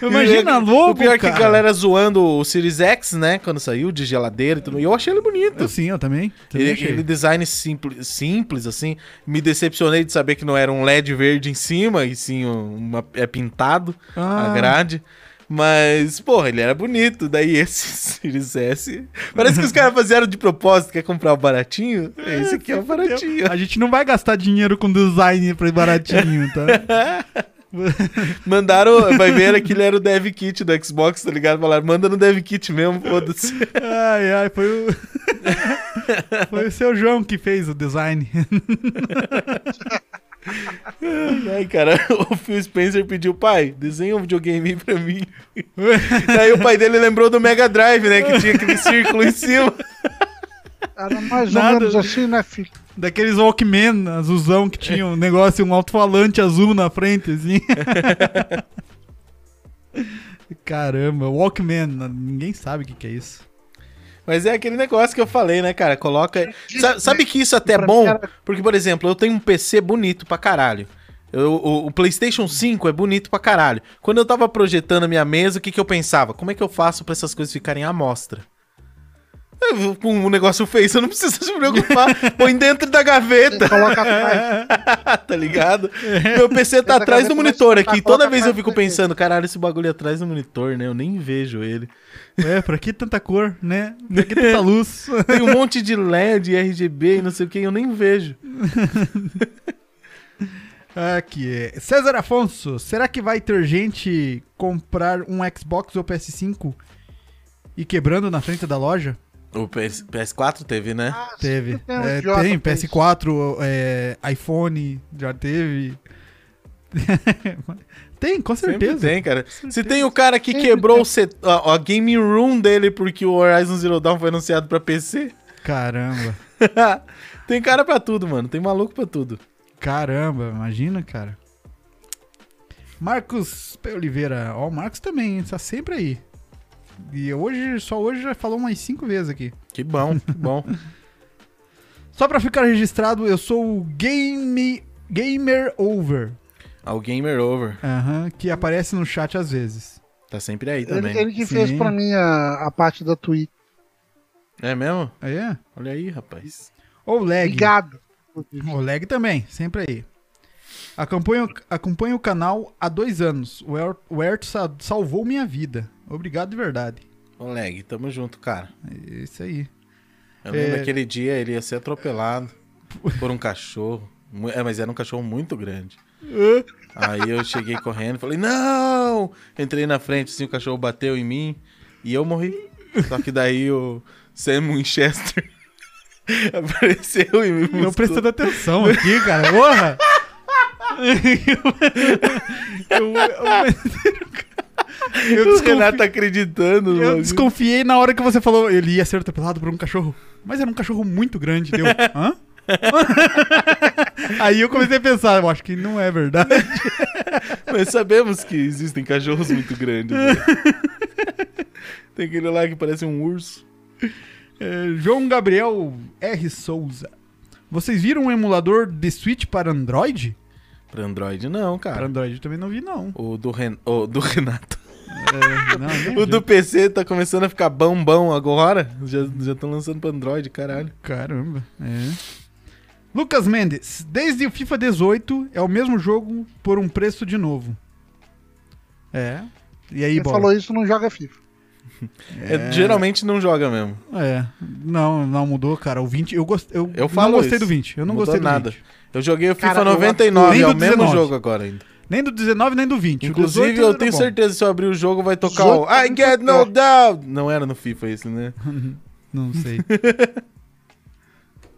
B: Imagina
A: o pior-
B: logo,
A: O pior é que
B: cara.
A: a galera zoando o Series X, né? Quando saiu, de geladeira e tudo. E eu achei ele bonito.
B: Eu sim, eu também. também
A: Ele,
B: achei.
A: ele design simples, simples, assim. Me decepcionei de saber que não era um LED verde em cima, e sim um- uma, é pintado
B: Ah.
A: a grade. Mas, porra, ele era bonito. Daí esse Series S. Parece que os caras fizeram de propósito, quer comprar o baratinho? Esse aqui é o baratinho.
B: A gente não vai gastar dinheiro com design pra ir baratinho, tá?
A: Mandaram, vai ver que ele era o dev kit do Xbox, tá ligado? Falaram, manda no dev kit mesmo, foda-se.
B: ai, ai, foi o. foi o seu João que fez o design.
A: Ai, cara, o Phil Spencer pediu, pai, desenha um videogame aí pra mim. Daí o pai dele lembrou do Mega Drive, né? Que tinha aquele círculo em cima.
C: Era mais ou
B: Nada.
C: menos assim, né, filho?
B: Daqueles Walkman azulzão que tinha um negócio, um alto-falante azul na frente, assim. Caramba, Walkman, ninguém sabe o que, que é isso.
A: Mas é aquele negócio que eu falei, né, cara? Coloca. Sa- Sabe que isso até é
C: É, Pra
A: bom?
C: mim era-
A: Porque, por exemplo, eu tenho um PC bonito pra caralho. Eu- o, o PlayStation 5 é bonito pra caralho. Quando eu tava projetando a minha mesa, o que, que eu pensava? Como é que eu faço pra essas coisas ficarem à mostra? Eu- Com um negócio feio, você não precisa se preocupar. Põe dentro da gaveta.
C: Você coloca atrás.
A: tá ligado? Meu PC tá
C: É. Essa
A: atrás do
C: gaveta
A: monitor
C: vai ficar
A: aqui. Toda
C: coloca
A: vez eu
C: atrás
A: fico
C: do PC.
A: pensando, caralho, esse bagulho é atrás do monitor, né? Eu nem vejo ele.
B: É, pra que tanta cor, né? Pra que tanta luz?
A: Tem um monte de LED, RGB e não sei o que, eu nem vejo.
B: Aqui é. César Afonso, será que vai ter gente comprar um Xbox ou PS5 e quebrando na frente da loja?
A: O PS, PS4 teve, né?
C: Ah,
B: Teve.
C: sempre um
B: É,
C: idiota
B: tem,
C: que fez.
B: PS4, é, iPhone, já teve. tem, com
A: Sempre
B: certeza.
A: tem, cara. Se tem o cara que
C: Sempre
A: quebrou
C: tem.
A: o set- a, a game room dele porque o Horizon Zero Dawn foi anunciado pra PC.
B: Caramba,
A: tem cara pra tudo, mano. Tem maluco pra tudo.
B: caramba, imagina, cara. Marcos P. Oliveira, ó, o Marcos também, hein, tá sempre aí. E hoje, só hoje já falou umas cinco vezes aqui.
A: Que bom, que bom.
B: Só pra ficar registrado, eu sou o Game Gamer Over,
A: Ah, o Gamer Over
B: aham, que aparece no chat às vezes.
A: tá sempre aí
C: Ele,
A: também.
C: ele que fez
B: Sim.
C: pra mí a, a parte da Twitch.
A: É mesmo?
B: Aí é?
A: Olha aí, rapaz.
B: Ou lag.
C: Obrigado.
B: O lag também, sempre aí. Acompanho, acompanho o canal há dois anos. O Er- o Erto sa- salvou minha vida. Obrigado de verdade.
A: Oleg, tamo junto, cara.
B: É isso aí.
A: Eu lembro
B: É.
A: aquele dia ele ia ser atropelado por um cachorro. Mu- É, mas era um cachorro muito grande. Aí eu cheguei correndo, falei, não! Entrei na frente, assim, o cachorro bateu em mim e eu morri. Só que daí o Sam Winchester apareceu e me
B: Eu
A: buscou.
B: prestando atenção aqui, cara. Porra! eu, eu- eu- eu
A: O
B: desconfi-
A: Renato tá acreditando. no
B: eu
A: bagulho.
B: desconfiei na hora que você falou. Ele ia ser atropelado por um cachorro. Mas era um cachorro muito grande. Deu. Hã? aí eu comecei a pensar. Eu acho que não é verdade.
A: Mas sabemos que existem cachorros muito grandes. né? Tem aquele lá que parece um urso.
B: É, João Gabriel R. Souza. Vocês viram um emulador de Switch para Android?
A: Pra Android não, cara.
B: Para Android eu também não vi, não.
A: O do, Ren... o do Renato.
B: É, não, nem
A: O do PC tá começando a ficar bambão agora. Já estão lançando pra Android, caralho.
B: Caramba, é. Lucas Mendes, desde o FIFA 18 é o mesmo jogo por um preço de novo. É. E aí,
C: Quem
B: bola?
C: falou isso não joga FIFA.
A: É, geralmente não joga mesmo.
B: É. Não, não mudou, cara. O 20, eu gost... eu,
A: Eu falo
B: não gostei
A: isso.
B: do 20. Eu não
A: Mudou
B: gostei do
A: nada.
B: 20.
A: Eu joguei o FIFA
C: Cara, eu-
A: 99,
B: nem
A: é o
B: do
A: mesmo
B: 19.
A: jogo agora ainda.
B: Nem do 19, nem do 20. O
A: Inclusive,
B: 18
A: eu
B: era
A: tenho
B: é bom.
A: certeza que se eu abrir o jogo vai tocar o
C: 18
A: I get no doubt. Não era no FIFA isso, né?
B: Não sei.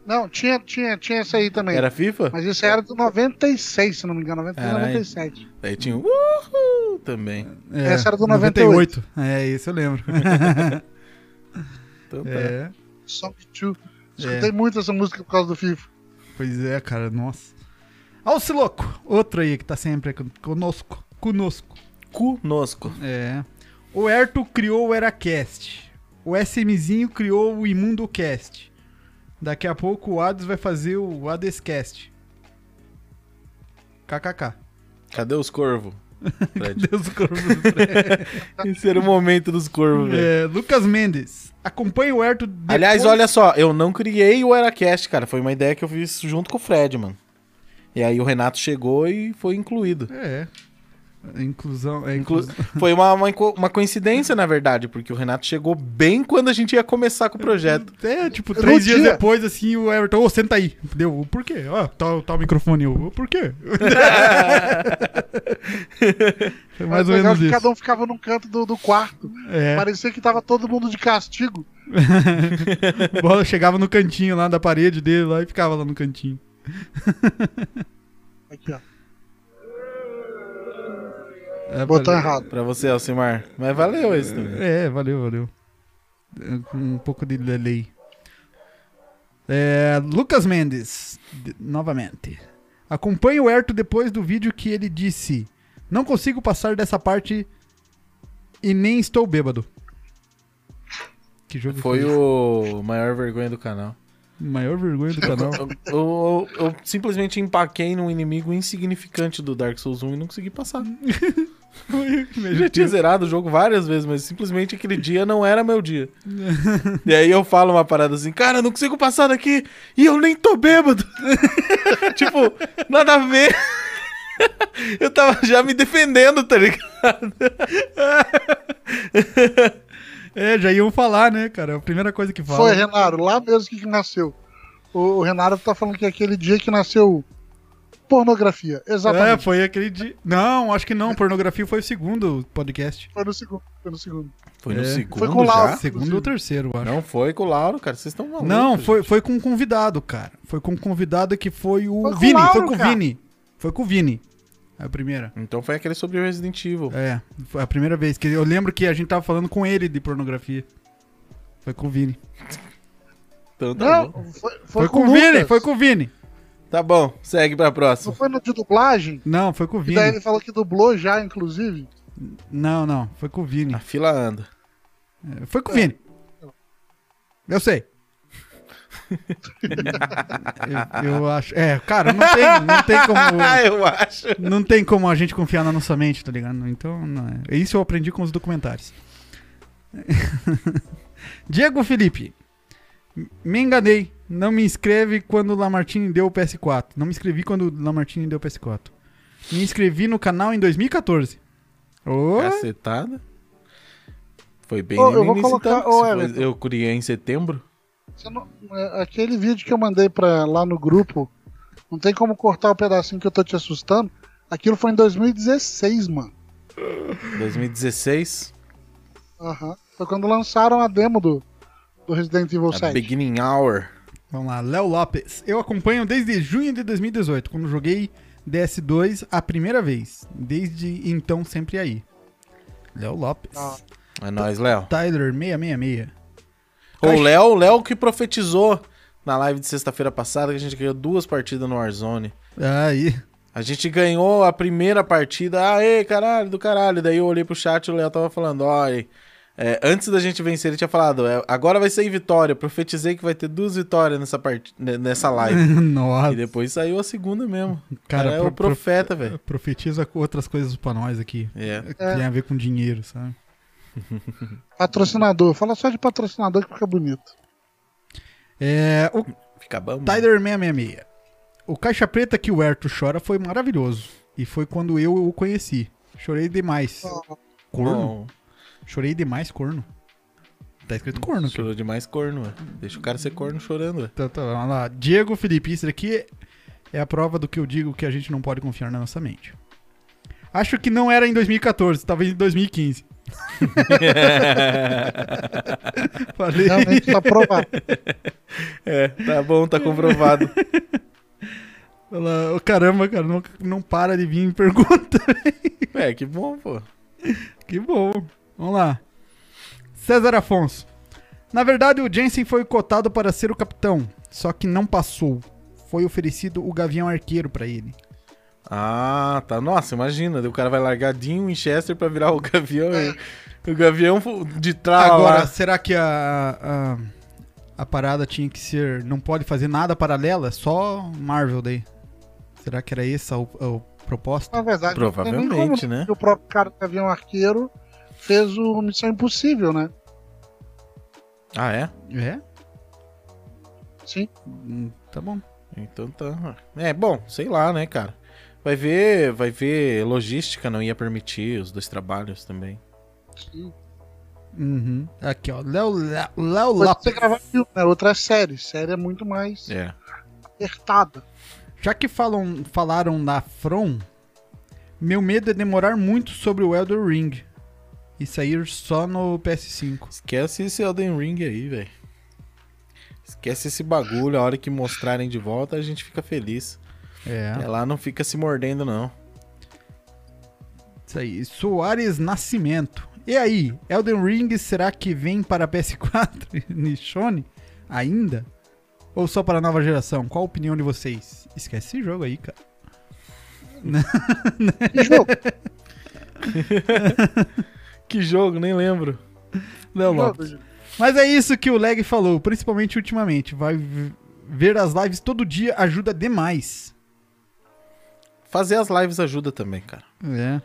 C: Não, tinha, tinha, tinha esse aí também.
A: Era FIFA?
C: Mas isso era do 96, se não me engano, 96,
A: Caralho.
C: 97.
A: Aí tinha o Uhul também.
B: É,
C: Essa era do 98.
B: É, isso eu lembro.
A: Então tá.
B: é.
C: Song 2. Escutei muito essa música por causa do FIFA.
B: Pois é, cara, nossa. Alciloco, outro aí que tá sempre con- conosco. Conosco.
A: Conosco.
B: É. O Erto criou o Eracast. O SMzinho criou o ImundoCast. Daqui a pouco o Hades vai fazer o Hadescast. KKK.
A: Cadê os corvos? Fred?
B: Deus do corpo.
A: Esse era o momento dos corvos, velho.
B: é, Lucas Mendes. Acompanha o Erto depois...
A: Aliás, olha só, eu não criei o Eracast, cara. Foi uma ideia que eu fiz junto com o Fred, mano. E aí o Renato chegou e foi incluído.
B: É. Inclusão. É
A: Inclu-
B: inclusão.
A: Foi uma, uma, inco- uma coincidência, na verdade, porque o Renato chegou bem quando a gente ia começar com o projeto.
B: É, tipo,
C: No
B: três dias
C: dia.
B: depois, assim, o Everton, ô, senta aí. Deu, "O por quê? Ó, tá, tá o microfone, eu, "O por quê? Foi mais ou
C: Era legal
B: menos
C: que
B: isso.
C: Cada um ficava num canto do, do quarto.
B: É,
C: Parecia que tava todo mundo de castigo.
B: a bola chegava no cantinho lá da parede dele lá e ficava lá no cantinho.
C: Aqui,
B: Tá
C: ó.
B: É,
C: Botão
B: valeu.
C: errado.
A: Pra você, Alcimar. Mas valeu isso também.
B: É, valeu, valeu. É, com Um pouco de delay. É, Lucas Mendes, de- novamente. Acompanhe o Erto depois do vídeo que ele disse: Não consigo passar dessa parte e nem estou bêbado. Que jogo
A: Foi o maior vergonha do canal.
B: Maior vergonha do canal.
A: Eu, eu- eu simplesmente empaquei num inimigo insignificante do Dark Souls 1 e não consegui passar. Eu já tinha zerado o jogo várias vezes, mas simplesmente aquele dia não era meu dia. e aí eu falo uma parada assim, cara, eu não consigo passar daqui e eu nem tô bêbado. tipo, nada a ver. eu tava já me defendendo, tá ligado?
B: é, já iam falar, né, cara? A primeira coisa que É, fala.
C: Foi, Renato, lá mesmo que, que nasceu. O, o Renato tá falando que é aquele dia que nasceu pornografia.
B: é,
C: Exatamente.
B: foi aquele dia. Não, acho que não. Pornografia foi o segundo podcast.
C: Foi no segundo. Foi no segundo.
A: Foi no
B: É.
A: segundo
C: Ah, Foi com o Lauro.
A: já?
B: Segundo ou terceiro, acho.
A: Não foi com o Lauro, cara. Vocês estão
C: Tá
A: malucos.
B: Não,
A: gente.
B: foi, foi com um convidado, cara. Foi com um convidado que foi o
C: Foi com o
B: Vini.
C: Lauro,
B: foi com o
C: cara.
B: Vini. Foi com o Vini. É A primeira.
A: Então foi aquele sobre o Resident Evil.
B: É, foi a primeira vez. que Eu lembro que a gente tava falando com ele de pornografia. Foi com o Vini.
A: Então tá
C: Não,
A: bom.
C: foi, foi,
B: Foi,
C: com,
B: com o Vini,
C: Lucas.
B: foi com o Vini.
A: Tá bom, segue pra
C: Não
A: próxima.
C: foi no de dublagem?
B: Não, foi com o
C: E daí
B: Vini.
C: ele falou que dublou já, inclusive.
B: Não, não, foi com o Vini.
A: A
C: Ah.
A: fila anda.
B: É, Foi com o Vini. Eu sei. eu, eu acho. É, cara, não tem, não tem como.
A: Ah, eu acho.
B: Não tem como a gente confiar na nossa mente, tá ligado? Então, não é. isso eu aprendi com os documentários. Diego Felipe. Me enganei. Não me inscreve quando o Lamartine deu o PS4. Não me inscrevi quando o Lamartine deu o PS4. Me inscrevi no canal em 2014. Ô,
A: Cacetada. Foi bem
C: Ô,
A: oh,
C: eu vou colocar- ô, Everton.
A: Eu criei em setembro.
C: Você não- é, aquele vídeo que eu mandei pra, lá no grupo, não tem como cortar o pedacinho que eu tô te assustando. Aquilo foi em 2016, mano.
A: 2016.
C: Aham. Foi quando lançaram a demo do, do Resident Evil
A: A
C: 7.
A: beginning hour.
B: Vamos lá, Léo Lopes. Eu acompanho desde junho de 2018, quando joguei DS2 a primeira vez. Desde então, sempre aí. Léo Lopes.
C: Ah.
A: É nóis, Léo.
B: Tyler666. Tá
A: Ô, O Léo, o Léo que profetizou na live de sexta-feira passada que a gente ganhou duas partidas no Warzone.
B: Aí.
A: A gente ganhou a primeira partida. Aê, caralho, do caralho. Daí eu olhei pro chat e o Léo tava falando, ó, É, antes da gente vencer, ele tinha falado: "É, agora vai ser em vitória. Profetizei que vai ter duas vitórias nessa, part... ne- nessa live.
B: Nossa.
A: e depois saiu a segunda mesmo. O
B: Cara,
A: Cara, é
B: pro-
A: o profeta, velho.
B: Profetiza outras coisas pra nós aqui.
A: É.
B: Que
C: É.
B: tem a ver com dinheiro, sabe?
C: Patrocinador. Fala só de patrocinador que fica bonito.
B: É, o
A: Fica bom. mano.
B: Tyler 666. O Caixa Preta que o Herto chora foi maravilhoso. E foi quando eu o conheci. Chorei demais. é Corno?
A: Bom,
B: Chorei demais, corno. Tá escrito corno aqui.
A: Chorou demais corno, velho. Deixa o cara ser corno chorando, velho.
B: Então, tá, vamos lá. Diego Felipe, isso daqui é a prova do que eu digo que a gente não pode confiar na nossa mente. Acho que não era em 2014, talvez em 2015. Falei.
C: Realmente tá provado.
A: É, tá bom, tá comprovado.
B: Ela, oh, caramba, cara, não, não para de vir pergunta.
A: é, que bom, pô.
B: Que bom. Vamos lá. César Afonso. Na verdade, o Jensen foi cotado para ser o capitão, só que não passou. Foi oferecido o Gavião Arqueiro para ele.
A: Ah, tá. Nossa, imagina. daí O cara vai largar Dean Winchester pra virar o Gavião. e- O Gavião fu- de trás
B: Agora,
A: lá.
B: será que a, a, a parada tinha que ser. Não pode fazer nada paralela? Só Marvel daí. Será que era essa o, o proposta?
C: Na verdade,
A: Provavelmente,
C: não tem nem
A: né?
C: que O próprio cara que havia um arqueiro fez o Missão Impossível, né?
A: Ah, é?
B: É?
C: Sim.
B: Hum, Tá bom.
A: Então tá. É, bom, sei lá, né, cara. Vai ver, vai ver, logística não ia permitir os dois trabalhos também.
C: sim.
B: Uhum. Aqui, ó. Léo Lá- Léo
C: Depois
B: Lopes.
C: você gravar filme, né? Outra é série. Série é muito mais
A: É.
C: apertada.
B: Já que falam, falaram da From, meu medo é demorar muito sobre o Elder Ring e sair só no PS5.
A: Esquece esse Elden Ring aí, velho. Esquece esse bagulho, a hora que mostrarem de volta a gente fica feliz.
B: É.
A: Ela não fica se mordendo, não.
B: Isso aí. Soares Nascimento. E aí, Elden Ring será que vem para PS4 e Nishone ainda? Ou só para a nova geração? Qual a opinião de vocês? Esquece esse jogo aí, cara.
C: Que jogo?
A: Tá Que jogo, nem lembro.
B: Léo
C: Que
B: Lopes.
C: jogo, gente?
B: Mas é isso que o Leg falou, principalmente ultimamente. Vai v- ver as lives todo dia ajuda demais.
A: Fazer as lives ajuda também, cara.
B: É.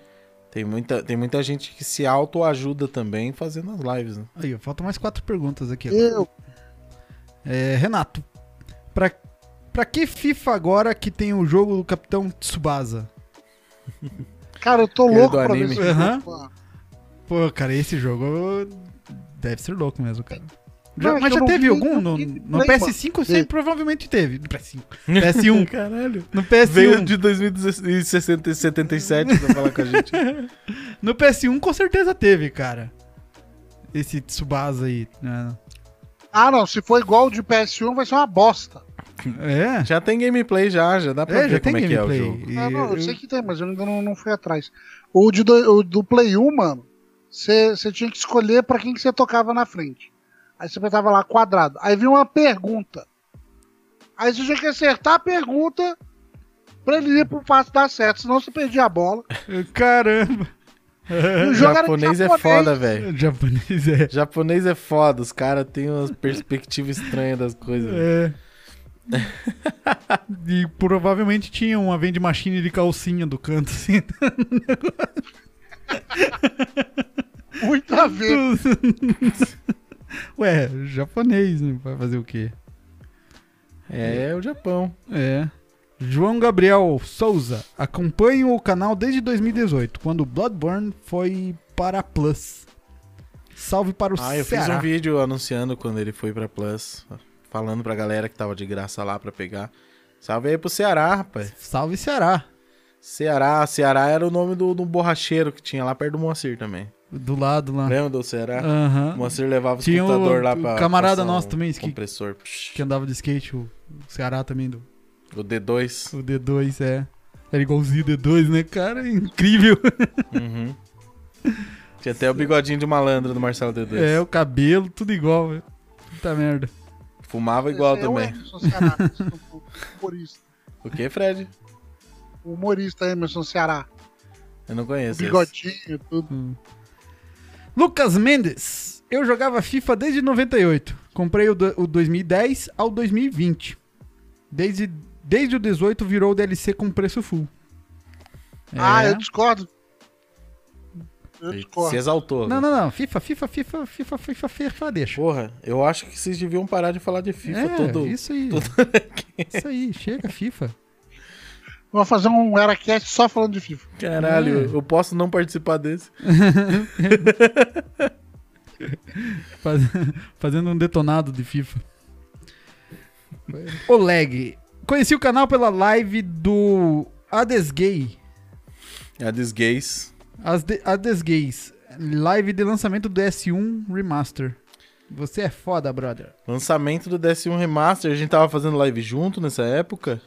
A: Tem muita, tem muita gente que se autoajuda também fazendo as lives, né?
B: Aí, ó, faltam mais quatro perguntas aqui. agora.
C: Eu,
B: É, Renato, pra, pra que FIFA agora que tem o jogo do Capitão Tsubasa?
C: cara, eu tô
A: Ele
C: louco
A: do
C: pra
A: anime.
C: ver esse
B: Aham.
C: jogo. mano.
B: Pô, cara, esse jogo deve ser louco mesmo, cara.
C: Não,
B: Já-
C: é
B: mas
C: que eu
B: já
C: não
B: teve
C: vi-
B: algum?
C: não
B: No,
C: vi
B: no
C: gameplay,
B: PS5 sim,
C: Veio.
B: provavelmente teve. No PS5. PS1.
A: Caralho.
B: No PS1.
A: Veio de 2077 pra falar com a gente.
B: No PS1 com certeza teve, cara. Esse Tsubasa aí. né?
C: Ah, não. Se for igual o de PS1, vai ser uma bosta.
B: É?
A: Já tem gameplay já, já dá pra
B: É,
A: ver
B: já tem
A: como é que é o
B: gameplay.
A: jogo.
B: E
C: Ah, não, eu
B: eu-
C: sei que tem, mas eu ainda não, não fui atrás. O, de do, o do Play 1, mano, você tinha que escolher pra quem que você tocava na frente. Aí você apertava lá quadrado. Aí vinha uma pergunta. Aí você tinha que acertar a pergunta pra ele ir pro passo dar certo, senão você perdia a bola.
B: Caramba.
C: E
A: O
C: o jogo era em
A: japonês é foda, velho.
B: Japonês é.
A: Japonês é foda, os caras têm umas perspectivas estranhas das coisas. velho.
B: É. e provavelmente tinha uma vende machine de calcinha do canto, assim.
C: Muito a ver.
B: Ué, japonês, né? Vai fazer o quê?
A: É, é o Japão.
B: É. João Gabriel Souza. Acompanho o canal desde 2018, quando o Bloodborne foi para a Plus. Salve para o
A: Ah, eu fiz
B: Ceará.
A: um vídeo anunciando quando ele foi pra Plus, falando pra galera que tava de graça lá pra pegar. Salve aí pro Ceará, rapaz.
B: Salve Ceará.
A: Ceará, Ceará era o nome do, do borracheiro que tinha lá perto do Moacir também.
B: Do lado lá.
A: Lembra do Ceará?
B: Aham.
A: O Moacir levava os
B: Ah. Tinha o-
A: computadores lá
B: o
A: pra.
B: camarada
A: passar
B: nosso
A: um
B: também, que-
A: Compressor.
B: Que andava de skate, o o Ceará também do
A: O D2.
B: O D2 é. Era igualzinho o D2, né, cara? Incrível.
A: Uhum. Tinha até o bigodinho de malandro do Marcelo D2.
B: É, o cabelo, tudo igual, velho. Puta merda.
A: Fumava igual
C: Esse é o
A: também.
C: Emerson Ceará, um humorista.
A: O que, Fred?
C: O humorista Emerson Ceará.
A: Eu não conheço. esse.
C: Bigodinho, tudo.
B: Hum. Lucas Mendes. Eu jogava FIFA desde 98. Comprei o, do- o 2010 ao 2020. Desde, desde o 18 virou o DLC com preço full.
C: Ah,
B: É.
C: eu discordo. Eu
A: Se
C: discordo.
A: exaltou. né?
B: Não, não, não. FIFA, FIFA, FIFA, FIFA, FIFA, FIFA, deixa.
A: Porra, eu acho que vocês deviam parar de falar de FIFA
B: é,
A: todo.
B: isso aí. Isso aí, chega, FIFA.
C: Vou fazer um Eracast só falando de FIFA.
A: Caralho,
B: É.
A: eu posso não participar desse.
B: Faz- Fazendo um detonado de FIFA. Oleg. Conheci o canal pela live do Adesgay.
A: A desgays.
B: As de- Adesgays. Live de lançamento do S1 Remaster. Você é foda, brother.
A: Lançamento do DS1 Remaster, a gente tava fazendo live junto nessa época.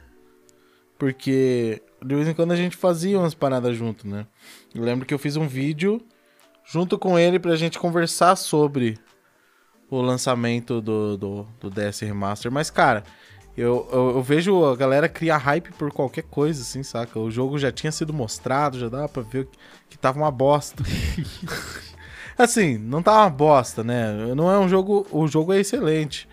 A: Porque de vez em quando a gente fazia umas paradas junto, né? Eu lembro que eu fiz um vídeo junto com ele pra gente conversar sobre o lançamento do, do, do DS Remaster. Mas, cara, eu, eu, eu vejo a galera criar hype por qualquer coisa, assim, saca? O jogo já tinha sido mostrado, já dava pra ver que, que tava uma bosta. assim, não tava uma bosta, né? Não é um jogo. O jogo é excelente.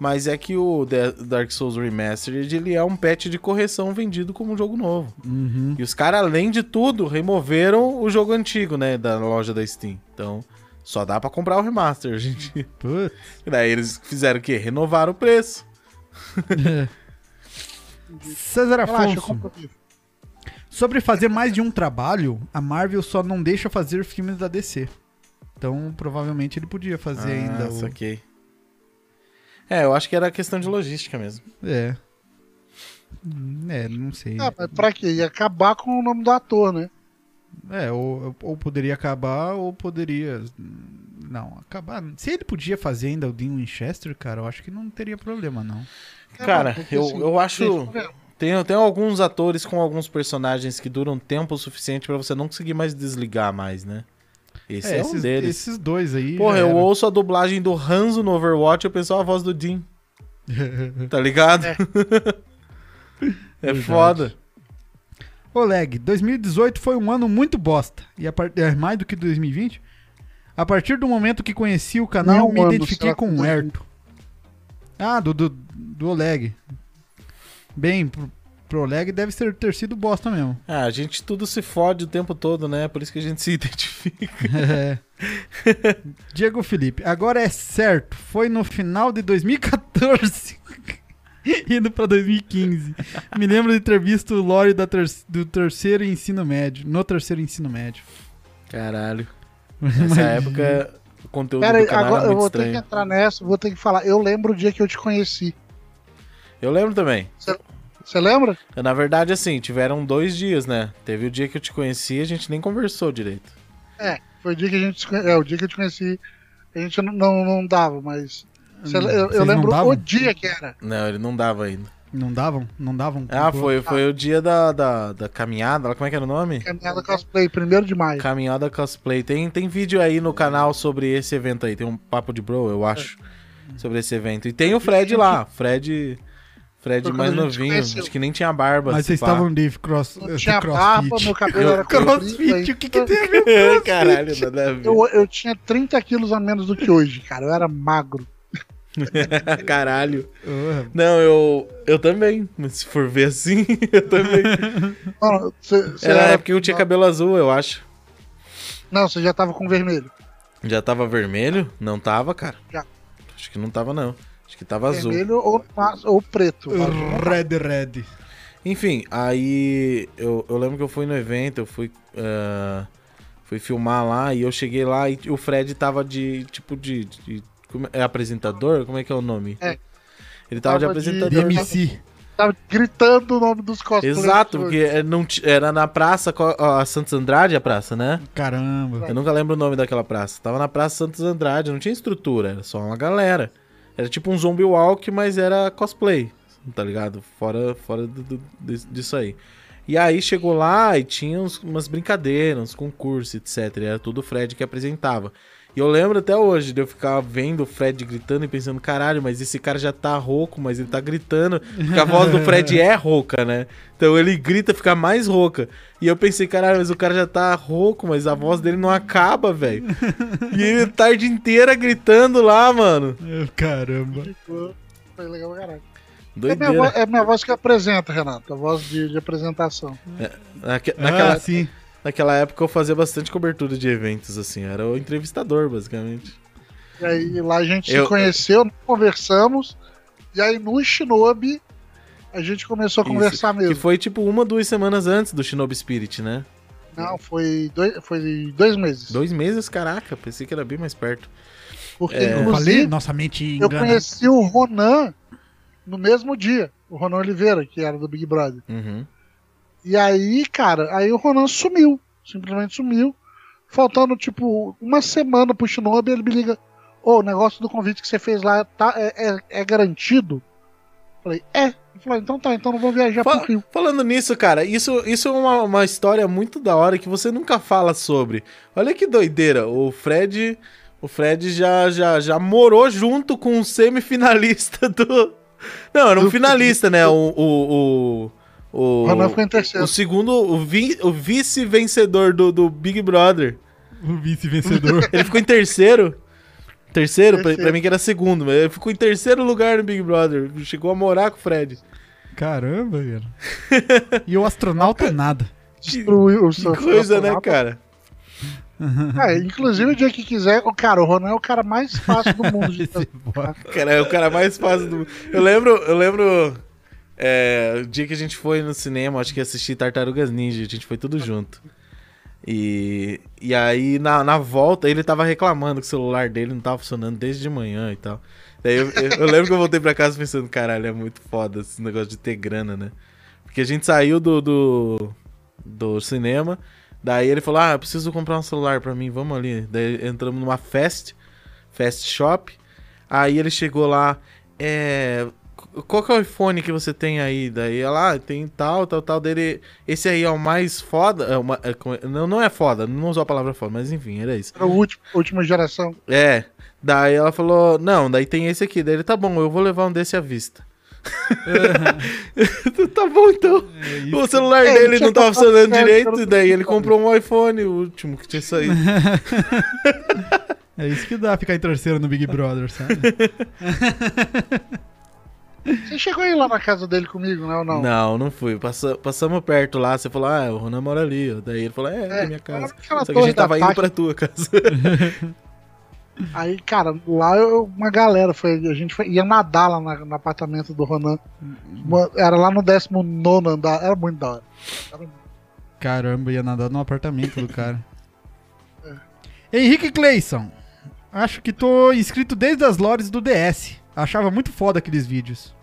A: Mas é que o Da- Dark Souls Remastered ele é um patch de correção vendido como um jogo novo.
C: Uhum.
A: E os caras, além de tudo, removeram o jogo antigo, né? Da loja da Steam. Então, só dá pra comprar o remaster hoje em dia.
B: Putz.
A: E Daí eles fizeram o quê? Renovaram o preço.
B: César
C: Relaxa, eu
B: Afonso.
C: compro FIFA.
B: Sobre fazer mais de um trabalho, a Marvel só não deixa fazer filmes da DC. Então, provavelmente ele podia fazer
A: Ah,
C: então.
B: ainda. o-
A: saquei. É, eu acho que era questão de logística mesmo.
B: É. Hum, É, não sei.
C: Ah, mas pra quê? Ia acabar com o nome do ator, né?
B: É, ou, ou poderia acabar, ou poderia. Não, acabar. Se ele podia fazer ainda o Dean Winchester, cara, eu acho que não teria problema, não.
A: Cara,
C: porque,
A: eu,
C: assim,
A: eu acho.
C: deixa eu ver.
A: Tem, tem alguns atores com alguns personagens que duram tempo suficiente pra você não conseguir mais desligar mais, né? Esse é, um
B: esses,
A: deles.
B: esses dois aí.
A: Porra,
B: já
A: eu
B: era.
A: ouço a dublagem do Hanzo no Overwatch e eu penso "Ó, a voz do Dean. tá ligado? É,
B: Verdade.
A: foda.
B: Oleg, 2018 foi um ano muito bosta. E a par... é, mais do que 2020. A partir do momento que conheci o canal,
C: Não,
B: me
C: mano,
B: identifiquei
C: será que
B: com o
C: foi?
B: Herto. Ah, do, do, do Oleg. Bem, pro, pro Oleg deve ser, ter sido bosta mesmo.
A: Ah, a gente tudo se fode o tempo todo, né? Por isso que a gente se identifica.
B: É. Diego Felipe, agora é certo. Foi no final de 2014. Indo pra 2015. Me lembro de ter visto o Lore da ter- do terceiro ensino médio. No terceiro ensino médio.
A: Caralho. Nessa época, o conteúdo
C: Pera
A: do
C: aí,
A: canal
C: agora
A: era
C: eu
A: muito
C: vou ter
A: estranho.
C: que entrar nessa, vou ter que falar. Eu lembro o dia que eu te conheci.
A: Eu lembro também.
C: Você lembra?
A: Na verdade, assim, tiveram dois dias, né? Teve o dia que eu te conheci e a gente nem conversou direito.
C: É, foi o dia que a gente se conhe... é, o dia que eu te conheci. A gente não, não, não dava, mas. Cê- eu- eu,
B: Vocês não
C: lembro
B: davam?
C: o dia que era.
A: Não, ele não dava ainda.
B: Não davam? Não davam?
A: Ah, foi, foi o dia da, da, da caminhada, lá, como é que era o nome?
C: Caminhada cosplay, 1 de maio.
A: Caminhada Cosplay. Tem, tem vídeo aí no canal sobre esse evento aí. Tem um papo de bro, eu acho,
C: É.
A: sobre esse evento. E tem o Fred lá. Fred. Fred
C: Foi quando
A: mais
C: a gente
A: novinho.
C: conheceu.
A: Acho que nem tinha barba. se
B: Mas vocês
A: pá.
B: estavam de cross,
C: Não
B: de
C: tinha
B: crossfit.
C: barba, meu cabelo era então
B: crossfit, o que que tem a ver?
A: É, Caralho, nada a ver.
C: Eu, eu tinha 30 quilos a menos do que hoje, cara. Eu era magro.
A: Caralho. Não, eu. Eu também. Mas se for ver assim, eu também.
C: Não, cê- cê
A: Era a
C: era-
A: época que eu tinha cabelo azul, eu acho.
C: Não, você já tava com vermelho.
A: Já tava vermelho? Não tava, cara.
C: Já.
A: Acho que não tava, não. Acho que tava azul.
C: Vermelho ou, ou preto.
B: Red, red.
A: Enfim, aí eu, eu lembro que eu fui no evento, eu fui, ah, fui filmar lá e eu cheguei lá e o Fred tava de tipo de. de- como é- é apresentador? Como é que é o nome?
C: É.
A: Ele tava, de
C: Tava de-
A: apresentador.
B: DMC.
C: Tava gritando o nome dos cosplayers.
A: Exato,
C: hoje.
A: porque é- não ti- era na praça, co- a Santos Andrade a praça, né?
B: Caramba.
A: Eu nunca lembro o nome daquela praça. Tava na Praça Santos Andrade, não tinha estrutura, era só uma galera. Era tipo um zombie walk, mas era cosplay, tá ligado? Fora, fora do- do- dis- disso aí. E aí chegou lá e tinha uns- umas brincadeiras, uns concursos, etc. E era tudo o Fred que apresentava. E eu lembro até hoje de eu ficar vendo o Fred gritando e pensando, caralho, mas esse cara já tá rouco, mas ele tá gritando. Porque a voz do Fred é rouca, né? Então ele grita, fica mais rouca. E eu pensei, caralho, mas o cara já tá rouco, mas a voz dele não acaba, velho. E ele a tarde inteira gritando lá, mano.
B: É, Caramba.
C: Foi legal pra caralho. É minha, vo-
A: Doideira.
C: é minha voz que apresenta, Renato. A voz de, de apresentação.
A: Naque-
B: Naquela...
A: naquela,
B: Ah, sim.
A: naquela época eu fazia bastante cobertura de eventos, assim. Eu Era o entrevistador, basicamente.
C: E aí lá a gente
A: Eu-
C: se conheceu, conversamos. E aí no Shinobi a gente começou a
A: Isso,
C: conversar
A: Que
C: mesmo.
A: foi tipo uma, duas semanas antes do Shinobi Spirit, né?
C: Não, foi dois, foi dois meses.
A: Dois meses, caraca. Pensei que era bem mais perto.
C: Porque,
A: É.
B: Eu falei,
C: inclusive,
B: nossa mente
C: eu
B: engana.
C: conheci o Ronan no mesmo dia. O Ronan Oliveira, que era do Big Brother.
A: Uhum.
C: E aí, cara, aí o Ronan sumiu. Simplesmente sumiu. Faltando, tipo, uma semana pro Shinobi, ele me liga. Ô, o negócio do convite que você fez lá tá, é, é- é garantido? Falei, é. Ele falou, então tá, então não vou viajar
A: Fa-
C: pro Rio.
A: Falando nisso, cara, isso, isso é uma, uma história muito da hora que você nunca fala sobre. Olha que doideira, o Fred, o Fred já, já, já morou junto com um semifinalista do... Não, era um
C: Do-
A: finalista, né? O... o, o, o...
C: O Ronan ficou em terceiro.
A: o segundo, o, vi- o vice-vencedor do, do Big Brother.
B: O vice-vencedor.
A: Ele ficou em terceiro. Terceiro, pra,
C: Terceiro.
A: pra mim que era segundo, mas ele ficou em terceiro lugar no Big Brother. Chegou a morar com o Fred.
B: Caramba, cara. E o astronauta nada.
C: Destruiu o
A: Que
C: seu-
A: coisa,
C: seu-
A: né, cara?
C: É, inclusive o dia que quiser, o cara, o Ronan é o cara mais fácil do mundo de
B: Esse bosta.
A: Cara, é o cara mais fácil do mundo. Eu lembro, eu lembro. é, o dia que a gente foi no cinema, acho que assistir Tartarugas Ninja, a gente foi tudo junto. E, e aí, na, na volta, ele tava reclamando que o celular dele não tava funcionando desde de manhã e tal. Daí eu, eu- eu lembro que eu voltei pra casa pensando, caralho, é muito foda esse negócio de ter grana, né? Porque a gente saiu do, do, do cinema, daí ele falou, ah, eu preciso comprar um celular pra mim, vamos ali. Daí entramos numa fest, fest shop, Aí ele chegou lá, é. qu- Qual que é o iPhone que você tem aí? Daí ela, ah, tem tal, tal, tal. Dele, esse aí é o mais foda. é o ma- é, como é- não, não é foda, não usou a palavra foda, mas enfim, era isso.
C: Era o último, última geração.
A: É. Daí ela falou, não, daí tem esse aqui. Daí ele, tá bom, eu vou levar um desse à vista. tá bom então.
B: É isso.
A: O celular
C: É, ele
A: dele
C: tinha
A: não tava
C: comprado
A: funcionando
C: um
A: direito,
C: iPhone.
A: daí ele comprou um iPhone, o último que tinha saído.
B: É isso que dá ficar em terceiro no Big Brother, sabe?
C: Você chegou aí lá na casa dele comigo, né ou não?
A: Não, não fui. Passa- passamos perto lá, você falou, ah, o Ronan mora ali. ó. Daí ele falou, é, é,
C: É,
A: minha casa.
C: era aquela
A: Só que a
C: torre
A: gente
C: da
A: tava indo
C: Tati.
A: pra tua casa.
C: Aí, cara, lá eu- uma galera foi. A gente foi- ia nadar lá na- no apartamento do Ronan. Uma- Era lá no 19 andar. Era muito da hora.
B: Caramba, ia nadar no apartamento do cara. Henrique Clayson. Acho que tô inscrito desde as lores do DS. Achava muito foda aqueles vídeos.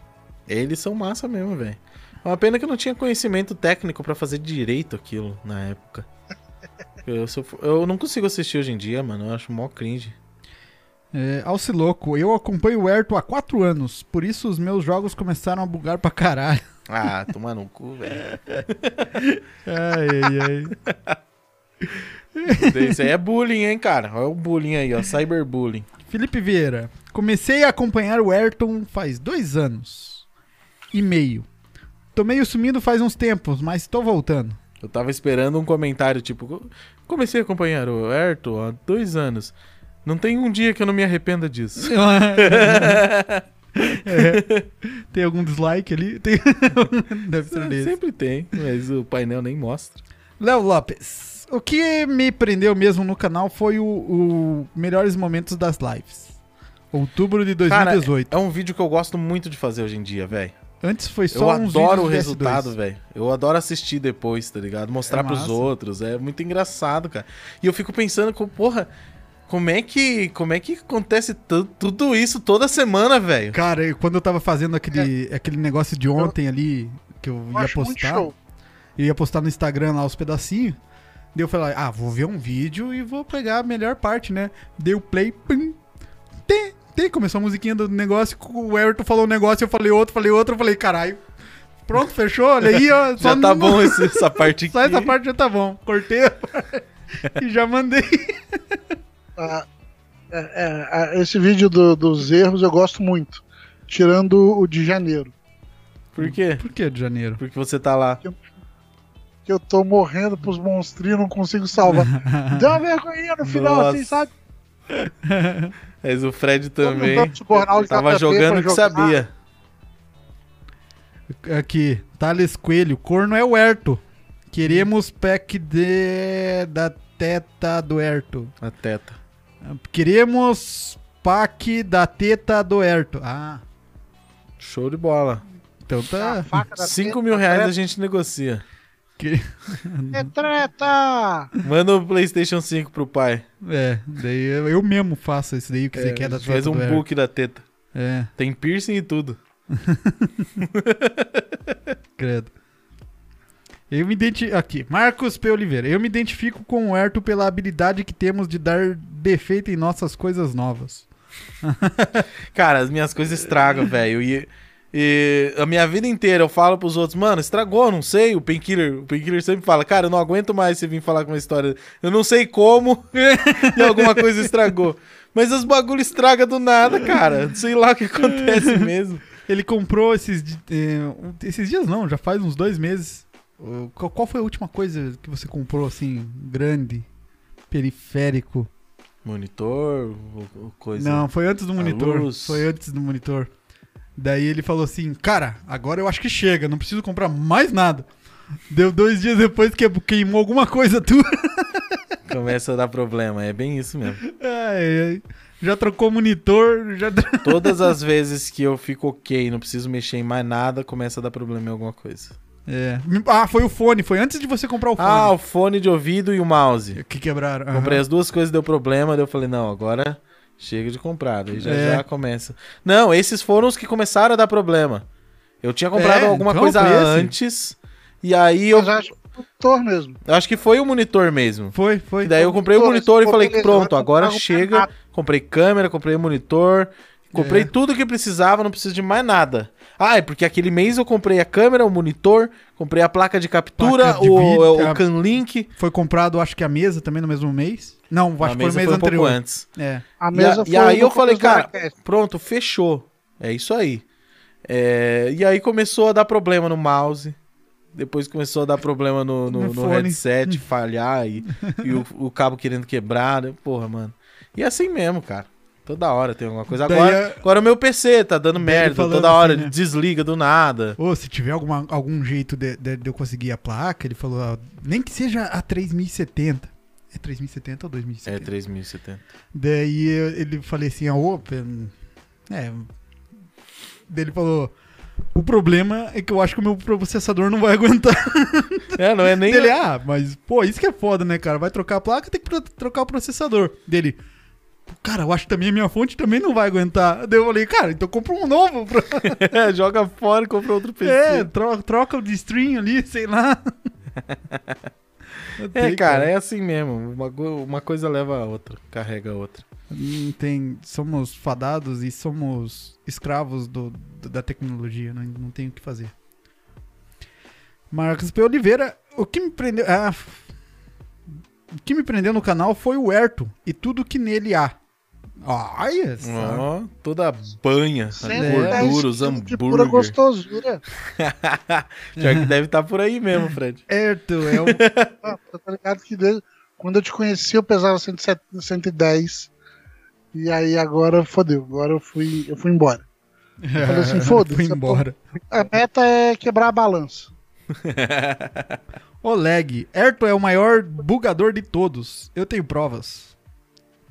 A: Eles são massa mesmo, velho. É uma pena que eu não tinha conhecimento técnico pra fazer direito aquilo na época. Eu, se eu for- eu não consigo assistir hoje em dia, mano. Eu acho mó cringe.
B: É, Alciloco, eu acompanho o Erto há 4 anos, por isso os meus jogos começaram a bugar pra caralho.
A: Ah, tomar no cu, velho.
B: Ai, ai, ai.
A: Isso aí é bullying, hein, cara. Olha o bullying aí, ó. Cyberbullying.
B: Felipe Vieira, comecei a acompanhar o Ayrton faz dois anos e meio. Tô meio sumido faz uns tempos, mas tô voltando.
A: Eu tava esperando um comentário, tipo... "Co- Comecei a acompanhar o Erto há dois anos. Não tem um dia que eu não me arrependa disso.
B: É. Tem algum dislike ali? Tem... Deve ser desse.
A: É, Sempre tem, mas o painel nem mostra.
B: Léo Lopes. O que me prendeu mesmo no canal foi o, o melhores momentos das lives. Outubro de
A: Cara,
B: 2018.
A: é um vídeo que eu gosto muito de fazer hoje em dia, velho.
B: Antes foi só
A: Eu
B: uns
A: adoro o
B: vídeos do PS2.
A: resultado, velho. Eu adoro assistir depois, tá ligado? Mostrar
B: É
A: pros
B: massa.
A: outros. É muito engraçado, cara. E eu fico pensando, com, porra, como é que, como é que acontece tu- tudo isso toda semana, velho?
B: Cara, eu- quando eu tava fazendo aquele,
A: É.
B: aquele negócio de ontem ali, que eu
C: Eu
B: ia
C: acho muito
B: postar, eu
C: show.
B: ia postar no Instagram lá os pedacinhos. Daí eu falei, ah, vou ver um vídeo e vou pegar a melhor parte, né? Dei o play, pum, tem, tem, começou a musiquinha do negócio, o Everton falou um negócio, eu falei outro, falei outro, eu falei, caralho, pronto, fechou, olha aí, ó.
A: Já
B: só
A: tá
B: no-
A: bom esse- essa parte aqui.
B: Só essa parte já tá bom. Cortei a parte e já mandei.
C: Ah, É, é, esse vídeo do- dos erros eu gosto muito. Tirando o de janeiro.
A: Por quê?
B: Por que de janeiro?
A: Porque você tá lá.
C: Que eu tô morrendo pros monstrinhos, não consigo salvar. Deu uma vergonha no final,
A: Nossa.
C: assim, sabe?
A: Mas o Fred
C: Todo
A: também.
C: mundo dando jornal de
A: Tava
C: KTP
A: jogando
C: pra
A: o que
C: jogar.
A: sabia.
B: Aqui, Thales Coelho, corno é o Herto. Queremos pack de... da teta do Herto.
A: A teta.
B: Queremos pack da teta do Herto. Ah,
A: Show de bola.
B: então
C: A
A: Ah,
B: tá.
C: faca da
A: 5
C: teta,
A: mil reais a
C: treta,
A: gente negocia.
B: Que-
C: É treta!
A: Manda o PlayStation 5 pro pai.
B: É, daí eu, eu mesmo faço isso daí, o que você quer da teta
A: faz um
B: do Herto.
A: book da teta.
B: É,
A: Tem piercing e tudo.
B: credo. Eu me identi... Aqui, Marcos P. Oliveira. Eu me identifico com o Herto pela habilidade que temos de dar defeito em nossas coisas novas.
A: Cara, as minhas coisas estragam, velho. E, e a minha vida inteira eu falo pros outros, mano, estragou, não sei. O Painkiller o Painkiller sempre fala, cara, eu não aguento mais você vir falar com uma história. Eu não sei como e alguma coisa estragou. Mas os bagulho estraga do nada, cara. Não Sei lá o que acontece mesmo.
B: Ele comprou esses, di- eh, um- esses dias não, já faz uns dois meses. O- Qual qual foi a última coisa que você comprou assim, grande, periférico?
A: Monitor, ou- ou coisa.
B: não, foi antes do monitor.
A: é. luz.
B: Foi antes do monitor. Daí ele falou assim, cara, agora eu acho que chega, não preciso comprar mais nada. Deu dois dias depois que queimou alguma coisa tua.
A: Começa a dar problema. É bem isso mesmo.
B: Ai, ai. Já trocou monitor, já. tro-
A: Todas as vezes que eu fico ok, não preciso mexer em mais nada, começa a dar problema em alguma coisa.
B: É. Ah, foi o fone, foi antes de você comprar o
A: Ah,
B: fone.
A: o fone de ouvido e o mouse.
B: que quebraram. aham.
A: Comprei as duas coisas, deu problema, daí eu falei, não, agora chega de comprar, daí já,
B: É.
A: já começa. Não, esses foram os que começaram a dar problema. Eu tinha comprado
B: É,
A: alguma
B: então
A: coisa
B: foi esse.
A: antes, e aí eu
C: Mas eu acho que motor mesmo.
A: acho que foi o monitor mesmo.
B: Foi, foi. então
A: E daí eu comprei o
C: Monitor,
A: monitor e
C: pô,
A: falei,
C: beleza,
A: pronto,
C: agora
A: agora
C: não comprar
A: chega.
C: nada.
A: Comprei câmera, comprei monitor, comprei
B: É.
A: tudo que precisava, não preciso de mais nada. Ah, é porque aquele mês eu comprei a câmera, o monitor, comprei a placa de captura,
B: Placa de
A: o, é,
B: vídeo, é
A: o
B: a-
A: Canlink.
B: Foi comprado, acho que a mesa também no mesmo mês. Não, acho
A: A
B: que foi o
A: mesa
B: mês
A: foi um pouco
B: anterior.
A: antes.
B: É.
C: A
A: E
C: mesa
A: a- e,
C: foi um
A: aí
C: no
A: eu falei,
C: começo do
A: cara,
C: Aracast.
A: pronto, fechou. É isso aí. É, e aí começou a dar problema no mouse. Depois começou a dar problema no, no-
B: No
A: no
B: fone.
A: headset, falhar e, e o, o cabo querendo quebrar. né? Porra, mano. E é assim mesmo, cara. Toda hora tem alguma coisa.
B: Daí
A: Agora,
B: é-
A: agora o meu PC tá dando
B: Daí
A: merda.
B: falando
A: Toda hora
B: assim,
A: ele
B: né?
A: desliga do nada.
B: Ô, se tiver alguma, algum jeito de, de- de eu conseguir a placa, ele falou, ó, nem que seja a 3070. É 3070 ou
A: É
B: 2070?
A: 3070.
B: Daí eu- ele falei assim, a Open. É. Daí ele falou. O problema é que eu acho que o meu processador não vai aguentar.
A: É, não é nem.
B: Dele, ah, mas, pô, isso que é foda, né, cara? Vai trocar a placa, tem que pro- trocar o processador. Dele, cara, eu acho que também a minha fonte também não vai aguentar. Daí eu falei, cara, então compra um novo. Pra...
A: Joga fora e compra outro PC.
B: É, troca, troca o de stream ali, sei lá.
A: É, cara, é assim mesmo. Uma, go- uma coisa leva a outra, carrega a outra.
B: Não Tem, somos fadados e somos escravos do, do- da tecnologia, né? não, não tem o que fazer. Marcos P. Oliveira, o que me prendeu. ah, f- o que me prendeu no canal foi o Herto e tudo que nele há. Olha só.
A: Ó, toda
B: Né?
A: banha, a
C: 110
A: gordura, os
C: quilos tipo de pura
A: hambúrguer.
C: gostosura.
A: Pior que deve estar por aí mesmo, Fred.
B: Herto é o.
C: Ah, tá ligado que desde- quando eu te conheci eu pesava 170, 110. E aí agora fodeu. Agora eu fui, eu fui embora. Eu falei assim, foda-se.
B: Foi
C: essa
B: embora.
C: porra- A meta é quebrar a balança.
B: Oleg, Herto é o maior bugador de todos. Eu tenho provas.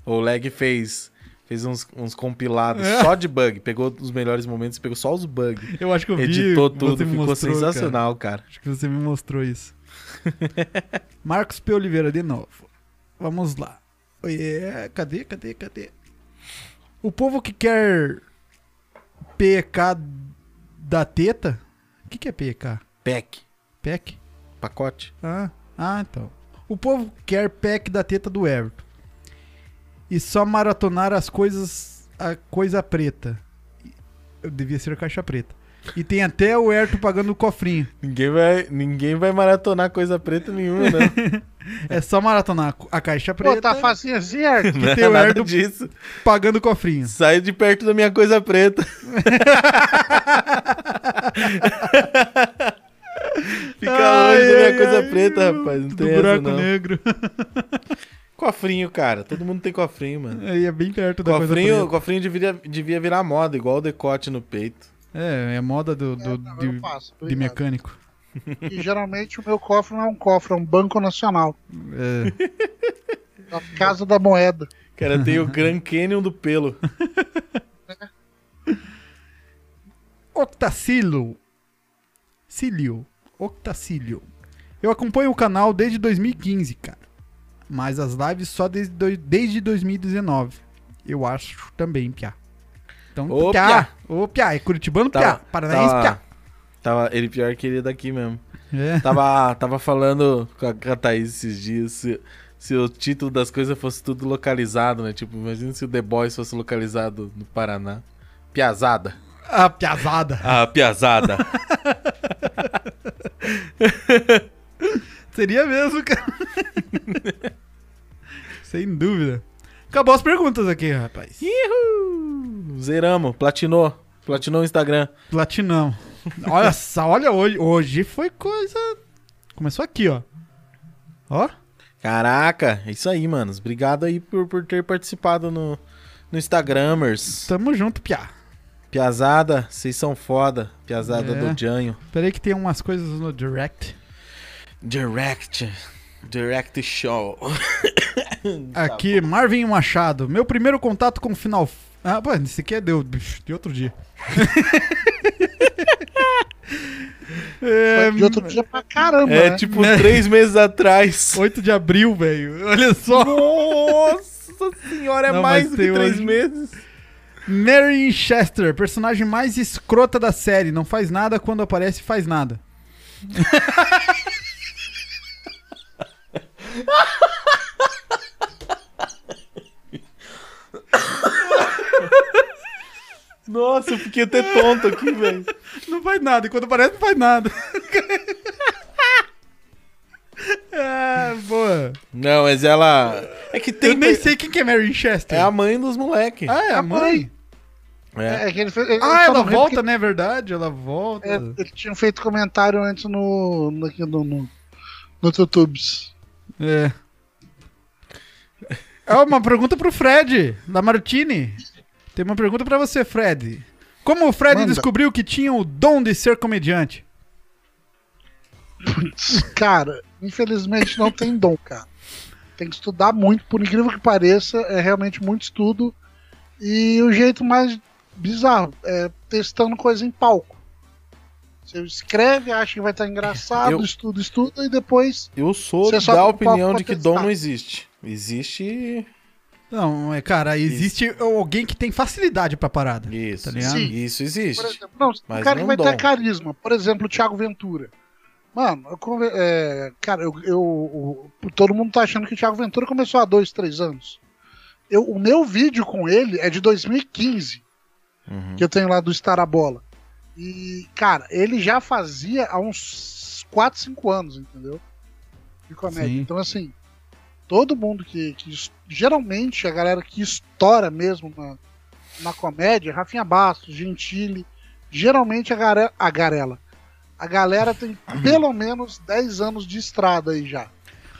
A: O Leg fez, fez uns, uns compilados só de bug. Pegou os melhores momentos e pegou só os bugs.
B: Eu acho que eu vi.
A: Editou
B: você
A: tudo,
B: me
A: ficou
B: mostrou, cara.
A: sensacional, cara.
B: Acho que você me mostrou isso. Marcos P. Oliveira de novo. Vamos lá. É, cadê, cadê, cadê? O povo que quer PK da teta? O que, que é PK?
A: Pack,
B: PEC?
A: pacote.
B: Ah, ah, então. O povo quer pack da teta do Everton. E só maratonar as coisas. A coisa preta. Eu devia ser caixa preta. E tem até o Herto pagando o cofrinho.
A: Ninguém vai, ninguém vai maratonar coisa preta nenhuma, né?
B: É só maratonar a caixa preta
C: Pô, tá facinho assim, Arthur?
A: Não é
B: tem o
A: nada
B: Herdo-
A: disso.
B: pagando o cofrinho.
A: Sai de perto da minha coisa preta. Fica longe da minha coisa preta, rapaz. Não
B: do
A: tem essa,
B: buraco
A: não.
B: negro.
A: Cofrinho, cara. Todo mundo tem cofrinho, mano.
B: Aí é bem perto da
A: Cofrinho,
B: coisa preta.
A: cofrinho devia, devia virar moda, igual o decote no peito.
B: É, é moda do, do-
C: Agora eu
B: de,
C: faço,
B: de
C: obrigado.
B: mecânico.
C: E geralmente o meu cofre não é um cofre, é um Banco Nacional.
B: É.
C: Da Casa da Moeda.
A: Cara, tem o Grand Canyon do pelo.
B: Octacilo. Cílio. Octacílio. Eu acompanho o canal desde 2015, cara. Mas as lives só desde, doi- desde 2019. Eu acho também, piá. Então,
A: Ô,
B: piá. Ô, piá. É curitibano, piá. Paranaense, piá.
A: tava, tava- ele pior que ele é daqui mesmo.
B: É.
A: Tava, tava falando com a, com a Thaís esses dias se, se o título das coisas fosse tudo localizado, né? Tipo, imagina se o The Boys fosse localizado no Paraná. Piazada.
B: A piazada.
A: Ah, piazada.
B: Seria mesmo, cara. Sem dúvida. Acabou as perguntas aqui, rapaz.
A: Zeramos, platinou. Platinou o Instagram.
B: Platinão. Olha só, olha hoje. Hoje foi coisa. Começou aqui, ó. Ó.
A: Caraca, é isso aí, manos. Obrigado aí por, por ter participado no, no Instagramers.
B: Tamo junto, piá.
A: Piazada, vocês são foda. Piazada
B: É.
A: do Janho.
B: Peraí que tem umas coisas no direct.
A: Direct. Direct show. Tá
B: Aqui, Marvin Machado. Meu primeiro contato com o Final. Ah, pô, esse aqui é de, de outro dia. é,
C: De outro dia pra caramba,
A: É
C: né?
A: tipo três meses atrás.
B: 8 de abril, velho. Olha só.
A: Nossa senhora, é
B: Não,
A: mais
B: mas
A: do que
B: tem
A: três
B: hoje.
A: meses.
B: Mary Chester, personagem mais escrota da série. Não faz nada, quando aparece, faz nada.
A: Nossa, eu fiquei até tonto aqui, velho.
B: Não faz nada, e quando aparece, não faz nada. é, boa.
A: Não, mas ela. É que tem.
B: Eu nem sei quem que é Mary Chester.
A: É a mãe dos moleque.
B: Ah, é a mãe?
A: É.
C: É que ele fez- ele- ele
B: Ah,
C: só
B: ela
C: não riu
B: volta, né? É verdade, ela volta.
C: porque, é, ele tinha feito comentário antes no. no, no, no, no YouTubes.
B: É. É uma pergunta pro Fred, da Martini. Tem uma pergunta pra você, Fred. Como o Fred
C: Manda.
B: descobriu que tinha o dom de ser comediante?
C: Putz, cara, infelizmente não tem dom, cara. Tem que estudar muito, por incrível que pareça, é realmente muito estudo. E o jeito mais bizarro é testando coisa em palco. Você escreve, acha que vai estar engraçado,
A: Eu-
C: estuda, estuda, e depois.
A: Eu sou
C: Você só
A: da
C: tem
A: opinião
C: palco
A: de que
C: pra
A: dom
C: testar.
A: não existe. Existe.
B: Não, é, cara, existe alguém que tem facilidade pra parada.
A: Isso.
B: Tá ligado?
C: Sim.
A: Isso
C: Por
A: existe.
C: exemplo, não,
A: mas
C: o cara que
A: não
C: vai
A: dom.
C: ter carisma. Por exemplo, o Thiago Ventura. Mano, eu conver- é, cara, eu, eu- o- todo mundo tá achando que o Thiago Ventura começou há dois, três anos. Eu- o meu vídeo com ele é de 2015.
A: Uhum.
C: que eu tenho lá do Estar a Bola. E, cara, ele já fazia há uns 4, 5 anos, entendeu? De comédia.
B: Sim.
C: Então, assim, todo mundo que, que es- Geralmente a galera que estoura mesmo na, na comédia, Rafinha Bastos, Gentili, geralmente a, gara, a garela. A galera tem pelo menos 10 anos de estrada aí já.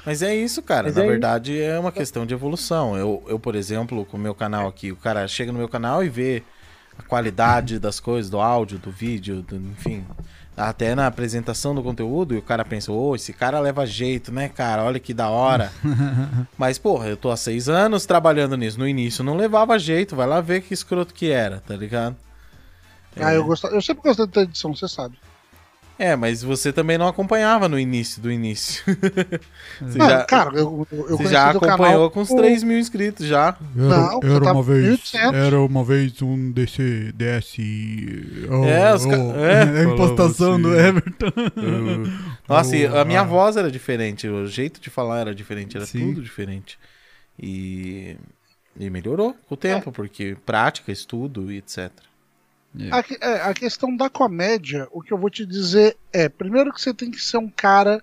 A: Mas é isso, cara. Na verdade, é uma questão de evolução. Eu, eu, por exemplo, com o meu canal aqui, o cara chega no meu canal e vê a qualidade das coisas, do áudio, do vídeo, do- enfim. Até na apresentação do conteúdo, e o cara pensa, ô, esse cara leva jeito, né, cara? Olha que da hora. Mas, porra, eu tô há seis anos trabalhando nisso. No início não levava jeito, vai lá ver que escroto que era, tá ligado?
C: Ah, eu, gosto, eu sempre gostei da edição, você sabe.
A: É, mas você também não acompanhava no início do início. Você
C: Não,
A: já-
C: cara, eu, eu
A: você
C: conheci
A: já
C: teu canal
A: acompanhou com uns
C: por-
A: 3 mil inscritos já.
C: Não, você tá 1.800.
B: uma vez um DC, DSI. Oh,
A: É, os ca- é.
B: a impostação do Everton.
A: Nossa, e a minha
B: Ah.
A: voz era diferente, o jeito de falar era diferente, era
B: Sim.
A: tudo diferente.
C: É.
A: E, e melhorou com o tempo, porque prática, estudo e etc.
C: A, que- é, a questão da comédia, o que eu vou te dizer é: primeiro, que você tem que ser um cara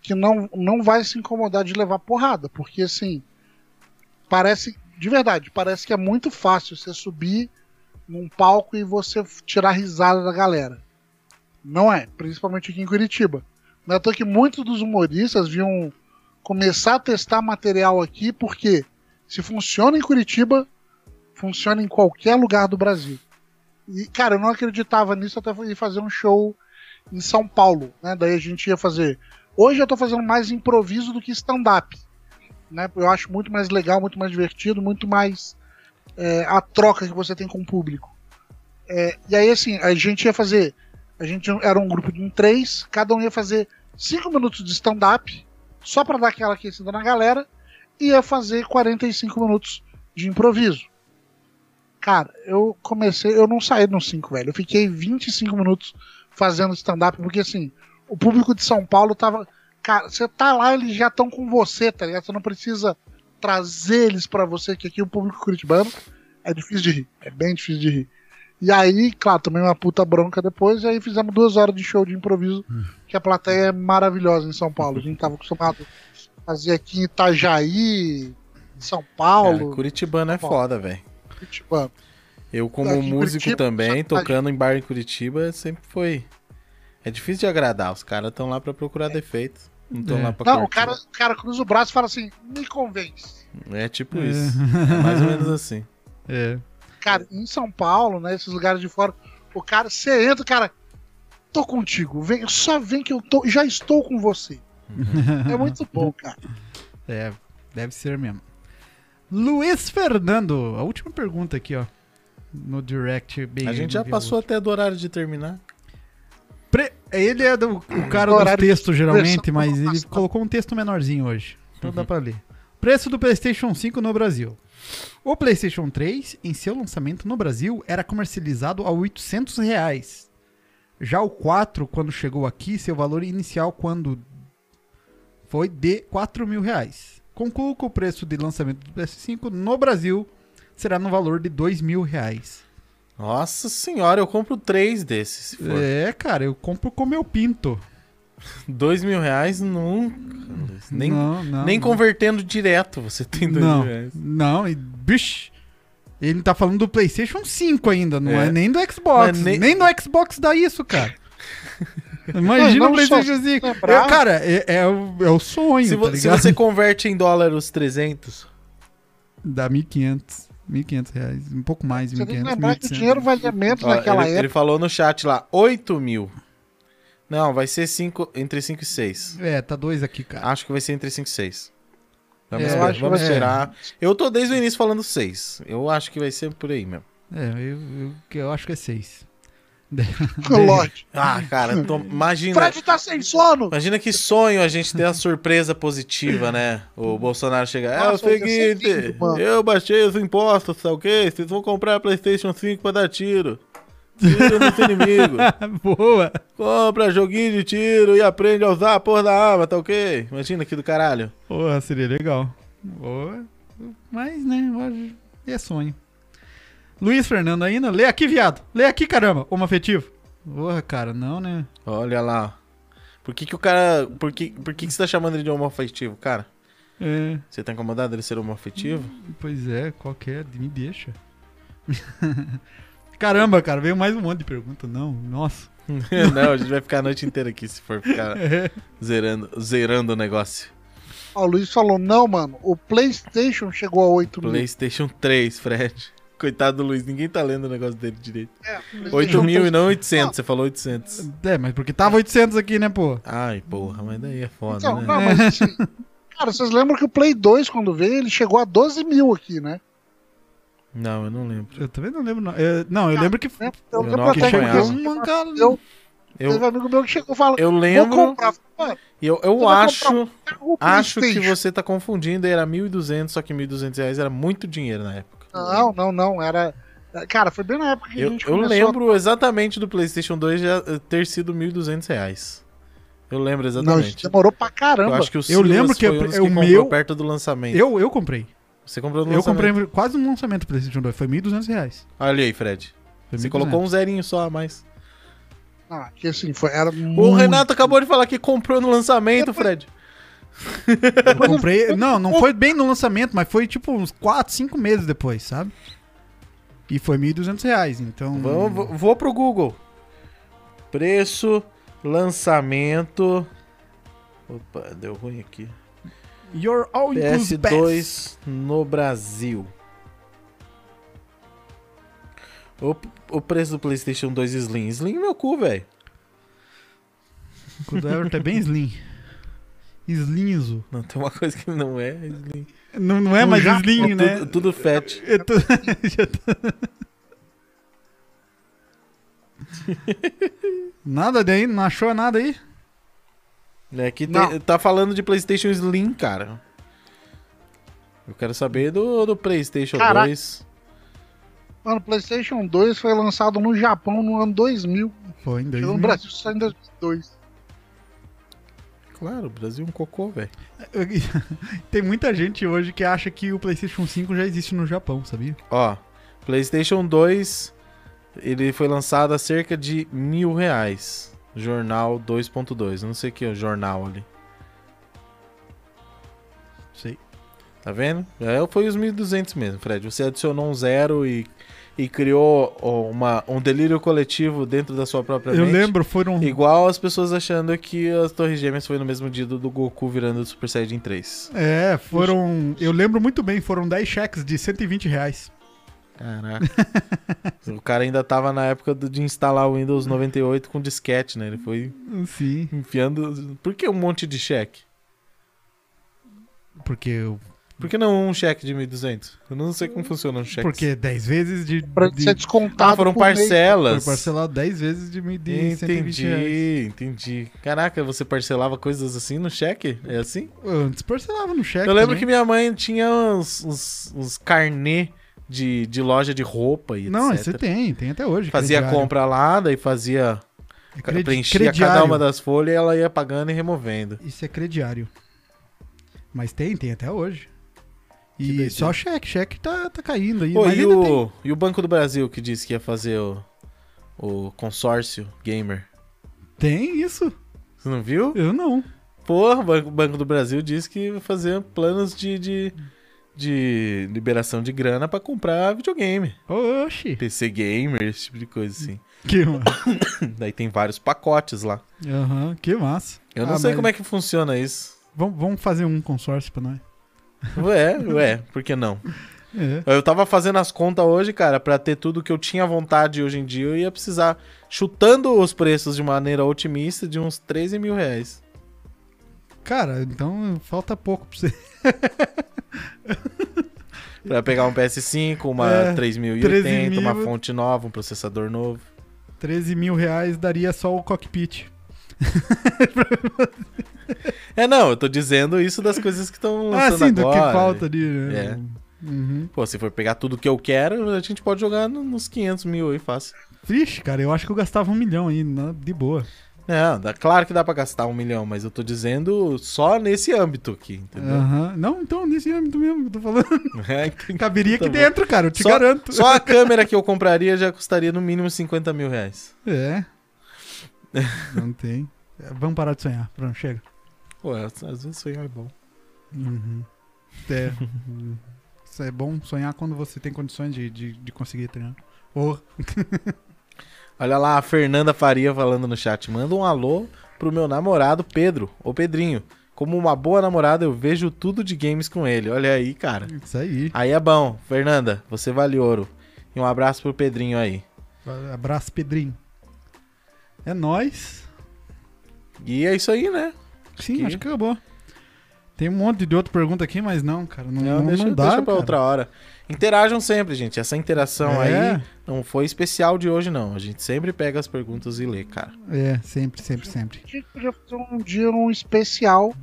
C: que não, não vai se incomodar de levar porrada, porque assim, parece, de verdade, parece que é muito fácil você subir num palco e você f- tirar risada da galera. Não é, principalmente aqui em Curitiba. Não é à toa que muitos dos humoristas vinham começar a testar material aqui, porque se funciona em Curitiba, funciona em qualquer lugar do Brasil. E, cara, eu não acreditava nisso até ir fazer um show em São Paulo, né? Daí a gente ia fazer. Hoje eu tô fazendo mais improviso do que stand-up. Né? Eu acho muito mais legal, muito mais divertido, muito mais é, a troca que você tem com o público. É, e aí, assim, a gente ia fazer. A gente era um grupo de um três, cada um ia fazer cinco minutos de stand-up, só pra dar aquela aquecida na galera, e ia fazer 45 minutos de improviso. Cara, eu comecei, eu não saí nos 5, velho. Eu fiquei 25 minutos fazendo stand-up, porque assim, o público de São Paulo tava. Cara, você tá lá, eles já estão com você, tá ligado? Você não precisa trazer eles pra você, que aqui o público curitibano é difícil de rir. É bem difícil de rir. E aí, claro, tomei uma puta bronca depois, e aí fizemos duas horas de show de improviso, que a plateia é maravilhosa em São Paulo. A gente tava acostumado a fazer aqui em Itajaí, em São Paulo,
A: Cara, Curitibano é
C: Bom.
A: foda, velho.
C: Curitibano.
A: Eu, como
C: Aqui em
A: músico
C: Curitiba, tá
A: também,
C: sacanagem.
A: tocando em bar em Curitiba, sempre foi. É difícil de agradar. Os caras estão lá pra procurar defeito. Não estão
B: É.
A: lá pra
C: É. Não, o
A: curtir. né?
C: cara, o cara cruza o braço e fala assim: me convence.
A: É tipo
B: É.
A: isso. É mais ou menos assim.
B: É.
C: Cara, em São Paulo, né? Esses lugares de fora, o cara, você entra, cara, tô contigo, vem, só vem que eu tô, já estou com você. É muito bom, cara.
B: É, deve ser mesmo. Luiz Fernando, a última pergunta aqui, ó. No direct. bem,
A: A gente já
B: no vivo.
A: passou até do horário de terminar.
B: Pre- Ele é do, o cara
C: Do
B: do
C: horário de
B: texto, geralmente,
C: conversão,
B: mas
C: não
B: ele
C: passa.
B: colocou um texto menorzinho hoje. Então dá pra ler. Preço do PlayStation 5 no Brasil. O PlayStation 3, em seu lançamento no Brasil, era comercializado a R$ 800 reais. Já o 4, quando chegou aqui, seu valor inicial quando foi de R$ 4 mil reais. Concluo que o preço de lançamento do PS5 no Brasil será no valor de R$ 2 mil reais.
A: Nossa senhora, eu compro três desses. Se for.
B: É, cara, eu compro com meu pinto.
A: Dois mil reais nunca. Luiz. Nem,
B: não, não,
A: nem
B: não.
A: convertendo direto você tem dois
B: não,
A: mil reais.
B: Não, e bicho. Ele tá falando do PlayStation 5 ainda, não é,
A: É.
B: nem do Xbox.
A: Mas nem-
B: Nem... do Xbox dá isso, cara. Imagina
C: Não,
B: o
C: não só
B: PlayStation 5.
C: lembrar-
B: Eu, cara, é, é o, é o sonho,
A: Se, vo-
B: tá
A: se
B: ligado?
A: você converte em dólar os 300,
B: Dá 1.500. 1.500 reais, um pouco mais de
C: Você tem que
B: 1.500.
C: lembrar que o
B: 1.800.
C: dinheiro valia menos
A: né? Ó,
C: naquela
A: ele, ele
C: época.
A: falou no chat lá, 8 mil. Não, vai ser cinco, entre 5 e 6.
B: É, tá dois aqui, cara.
A: Acho que vai ser entre 5 e 6. Vamos,
B: É,
A: esperar,
B: eu acho que
A: vamos
B: vai ser.
A: esperar. Eu tô desde o início falando 6. Eu acho que vai ser por aí mesmo.
B: É, eu, eu- que eu acho que é seis.
C: Lorde.
A: Ah, cara, tô- imagina.
C: Fred tá sem sono!
A: Imagina que sonho a gente ter uma surpresa positiva, né? O Bolsonaro chega. é o
C: Nossa, ia ser
A: seguinte,
C: lindo, mano."
A: eu baixei os impostos, sabe o quê? Vocês vão comprar a PlayStation 5 pra dar tiro. Tiro nos inimigos.
B: Boa!
A: Compra joguinho de tiro e aprende a usar a porra da arma, tá ok? Imagina que do caralho.
B: Porra, seria legal. Boa. Mas, né, hoje é sonho. Luiz Fernando ainda? Lê aqui, viado. Lê aqui, caramba. Homo afetivo. Porra, cara, não, né?
A: Olha lá. Por que, que o cara. Por que, por que, que você tá chamando ele de homoafetivo, cara?
B: É,
A: Você tá incomodado ele ser homoafetivo?
B: pois é, qualquer, me deixa. caramba, cara, veio mais um monte de pergunta. Não, nossa.
A: Não, a gente vai ficar a noite inteira aqui se for ficar zerando, zerando o negócio.
C: Ó, o Luiz falou: não, mano, o PlayStation chegou a 8 mil.
A: PlayStation 3, Fred. Coitado do Luiz, ninguém tá lendo o negócio dele direito.
C: É, o PlayStation
A: 8 mil e não 800,
C: Não.
A: você falou 800.
B: É, mas porque tava 800 aqui, né, pô?
A: Ai, porra, mas daí é foda,
C: Então,
A: né?
C: não, mas assim, cara, vocês lembram que o Play 2, quando veio, ele chegou a 12 mil aqui, né?
A: Não, eu não lembro.
B: Eu também não lembro, não. Eu- não, eu lembro que,
C: Eu,
A: Eu
C: lembro
A: não
C: Então, até que
B: que um chegou
A: acompanhava.
C: eu-
B: uma galera.
C: eu-
A: Eu,
C: Teve amigo meu que chegou e falou:
A: eu
C: vou
A: lembro.
C: comprar. Mano,
A: e Eu, eu
C: comprar um
A: acho.
C: carro
A: Acho que
C: PlayStation.
A: você tá confundindo, era 1.200, só que 1.200 reais era muito dinheiro na época.
C: Não, não, não. Era. Cara, foi bem na época que Ah, a
A: Eu,
C: gente
A: eu
C: começou.
A: lembro exatamente do PlayStation 2 já eh, ter sido 1.200 reais. Eu lembro
C: Não, isso
A: exatamente.
C: demorou pra
A: eu
C: caramba.
A: acho que o
B: Eu lembro que
C: é
A: foi
B: eu-
A: um dos
B: eu-
A: que comprou
B: meu-
A: perto do lançamento.
B: Eu, eu comprei.
A: Você comprou no
B: Eu
A: lançamento.
B: comprei quase um lançamento do PlayStation 2, foi 1.200 reais.
A: Olha aí, Fred. Você colocou um zerinho só a mais.
C: Ah, que assim, foi, era
A: O Renato acabou de falar que comprou no lançamento, Fred.
B: Eu comprei. Não, não foi tipo bem no lançamento, mas foi tipo uns 4, 5 meses depois, sabe? E foi R$ 1.200, reais, então.
A: Vou, vou- vou pro Google. Preço, lançamento. Opa, deu ruim aqui.
B: Your All Inclusive Pass.
A: PS2 no Brasil. O, o preço do PlayStation 2 Slim. Slim é meu cu, velho.
B: O do Everton é bem slim. Slinzo.
A: Não, tem uma coisa que não é Slim.
B: Não, não é
C: No
B: mais
C: Japão,
B: slim, né?
A: Tudo, tudo fat.
B: Eu tô- já tô- nada daí? Não achou nada aí?
A: Né? Que
C: Não.
A: tem- tá falando de PlayStation Slim, cara. Eu quero saber do, do PlayStation
C: Caraca.
A: 2.
C: Mano, o PlayStation 2 foi lançado no Japão no ano 2000.
B: Foi em
C: Chegou
A: Uhum.
B: 2000.
C: no Brasil só em 2002.
A: Claro, o Brasil é um cocô, velho.
B: Tem muita gente hoje que acha que o PlayStation 5 já existe no Japão, sabia?
A: Ó, PlayStation 2, ele foi lançado a cerca de mil reais. Jornal 2.2, não sei o que é o jornal ali.
B: Sei.
A: Tá vendo? É, foi os 1.200 mesmo, Fred. Você adicionou um zero e, e criou ó, uma, um delírio coletivo dentro da sua própria
B: Eu
A: mente.
B: lembro, foram.
A: É. Igual as pessoas achando que as Torres Gêmeas foi no mesmo dia do, do Goku virando o Super Saiyajin 3.
B: É, foram. Eu lembro muito bem, foram 10 cheques de 120 reais.
A: Caraca. o cara ainda tava na época do- de instalar o Windows 98 com disquete, né? Ele foi
B: Sim.
A: enfiando. Por que um monte de cheque?
B: Porque, eu-
A: Por que não um cheque de 1.200? Eu não sei como funciona um cheque.
B: porque 10 vezes de.
C: Pra
B: de
C: ser
A: Ah,
C: descontado.
A: foram
C: por mês.
A: parcelas.
B: foi parcelado 10 vezes de, mi- de 120 reais.
A: Entendi, entendi. Caraca, você parcelava coisas assim no cheque? É assim?
B: Eu antes parcelava no cheque.
A: Eu lembro
B: também.
A: que minha mãe tinha uns, uns, uns carnê de, de loja de roupa e
B: Não,
A: etc.
B: você tem, tem até hoje.
A: Fazia
B: crediário.
A: compra lá, daí fazia.
B: É credi-
A: preenchia cada
B: crediário.
A: uma das folhas e ela ia pagando e removendo.
B: Isso é crediário. Mas tem, tem até hoje.
A: Que doideira.
B: E só cheque, cheque tá, tá caindo aí.
A: Pô,
B: mas
A: e,
B: ainda tem.
A: o, e o Banco do Brasil que disse que ia fazer o, o consórcio gamer?
B: Tem isso.
A: Você não viu?
B: Eu não.
A: Porra, o Banco- Banco do Brasil disse que ia fazer planos de, de, de liberação de grana pra comprar videogame.
B: Oxi.
A: PC gamer, esse tipo de coisa assim.
B: Que, ma-
A: Daí tem vários pacotes lá.
B: Aham, que massa.
A: Eu não
B: Ah,
A: sei
B: mas
A: como é que funciona isso.
B: Vamos, vamos fazer um consórcio pra nós.
A: Ué, ué, por que não?
B: É.
A: Eu tava fazendo as contas hoje, cara, pra ter tudo que eu tinha vontade hoje em dia, eu ia precisar, chutando os preços de maneira otimista, de uns 13 mil reais.
B: Cara, então falta pouco pra você.
A: Pra pegar um PS5, uma
B: É,
A: 3080, uma
B: 13.000.
A: fonte nova, um processador novo.
B: 13 mil reais daria só o cockpit.
A: É, não, eu tô dizendo isso das coisas que estão
B: Ah,
A: lançando
B: sim, do que
A: agora.
B: falta ali, né?
A: É.
B: Uhum.
A: Pô, se for pegar tudo que eu quero, a gente pode jogar no- nos 500 mil aí fácil.
B: Triste, cara. Eu acho que eu gastava um milhão aí, na- de boa.
A: Não, É, dá, claro que dá pra gastar um milhão, mas eu tô dizendo só nesse âmbito aqui, entendeu?
B: Aham. Não, então, nesse âmbito mesmo que eu tô falando.
A: É, entendi.
B: Ah. Caberia
A: Tá
B: aqui
A: bom.
B: dentro, cara, eu te
A: Só-
B: garanto.
A: Só a câmera que eu compraria já custaria no mínimo 50 mil reais.
B: É. Não tem. É, Vamos parar de sonhar. Pronto, chega.
A: Pô, às às vezes sonhar é bom.
B: Uhum. É. Uhum. Isso é bom sonhar quando você tem condições de, de, de conseguir tá treinar. Ou
A: Olha lá a Fernanda Faria falando no chat. Manda um alô pro meu namorado Pedro, ou Pedrinho. Como uma boa namorada, eu vejo tudo de games com ele. Olha aí, cara.
B: isso aí.
A: Aí é bom. Fernanda, você vale ouro. E um abraço pro Pedrinho aí.
B: Abraço, Pedrinho. É nóis.
A: E é isso aí, né?
B: Sim,
A: Que-
B: acho que acabou. Tem um monte de outra pergunta aqui, mas não, cara. Não, não,
A: deixa,
B: não dá.
A: deixa pra
B: cara.
A: outra hora. Interajam sempre, gente. Essa interação
B: É.
A: aí não foi especial de hoje, não. A gente sempre pega as perguntas e lê, cara.
B: É, sempre, sempre, sempre.
C: A gente podia fazer um dia um especial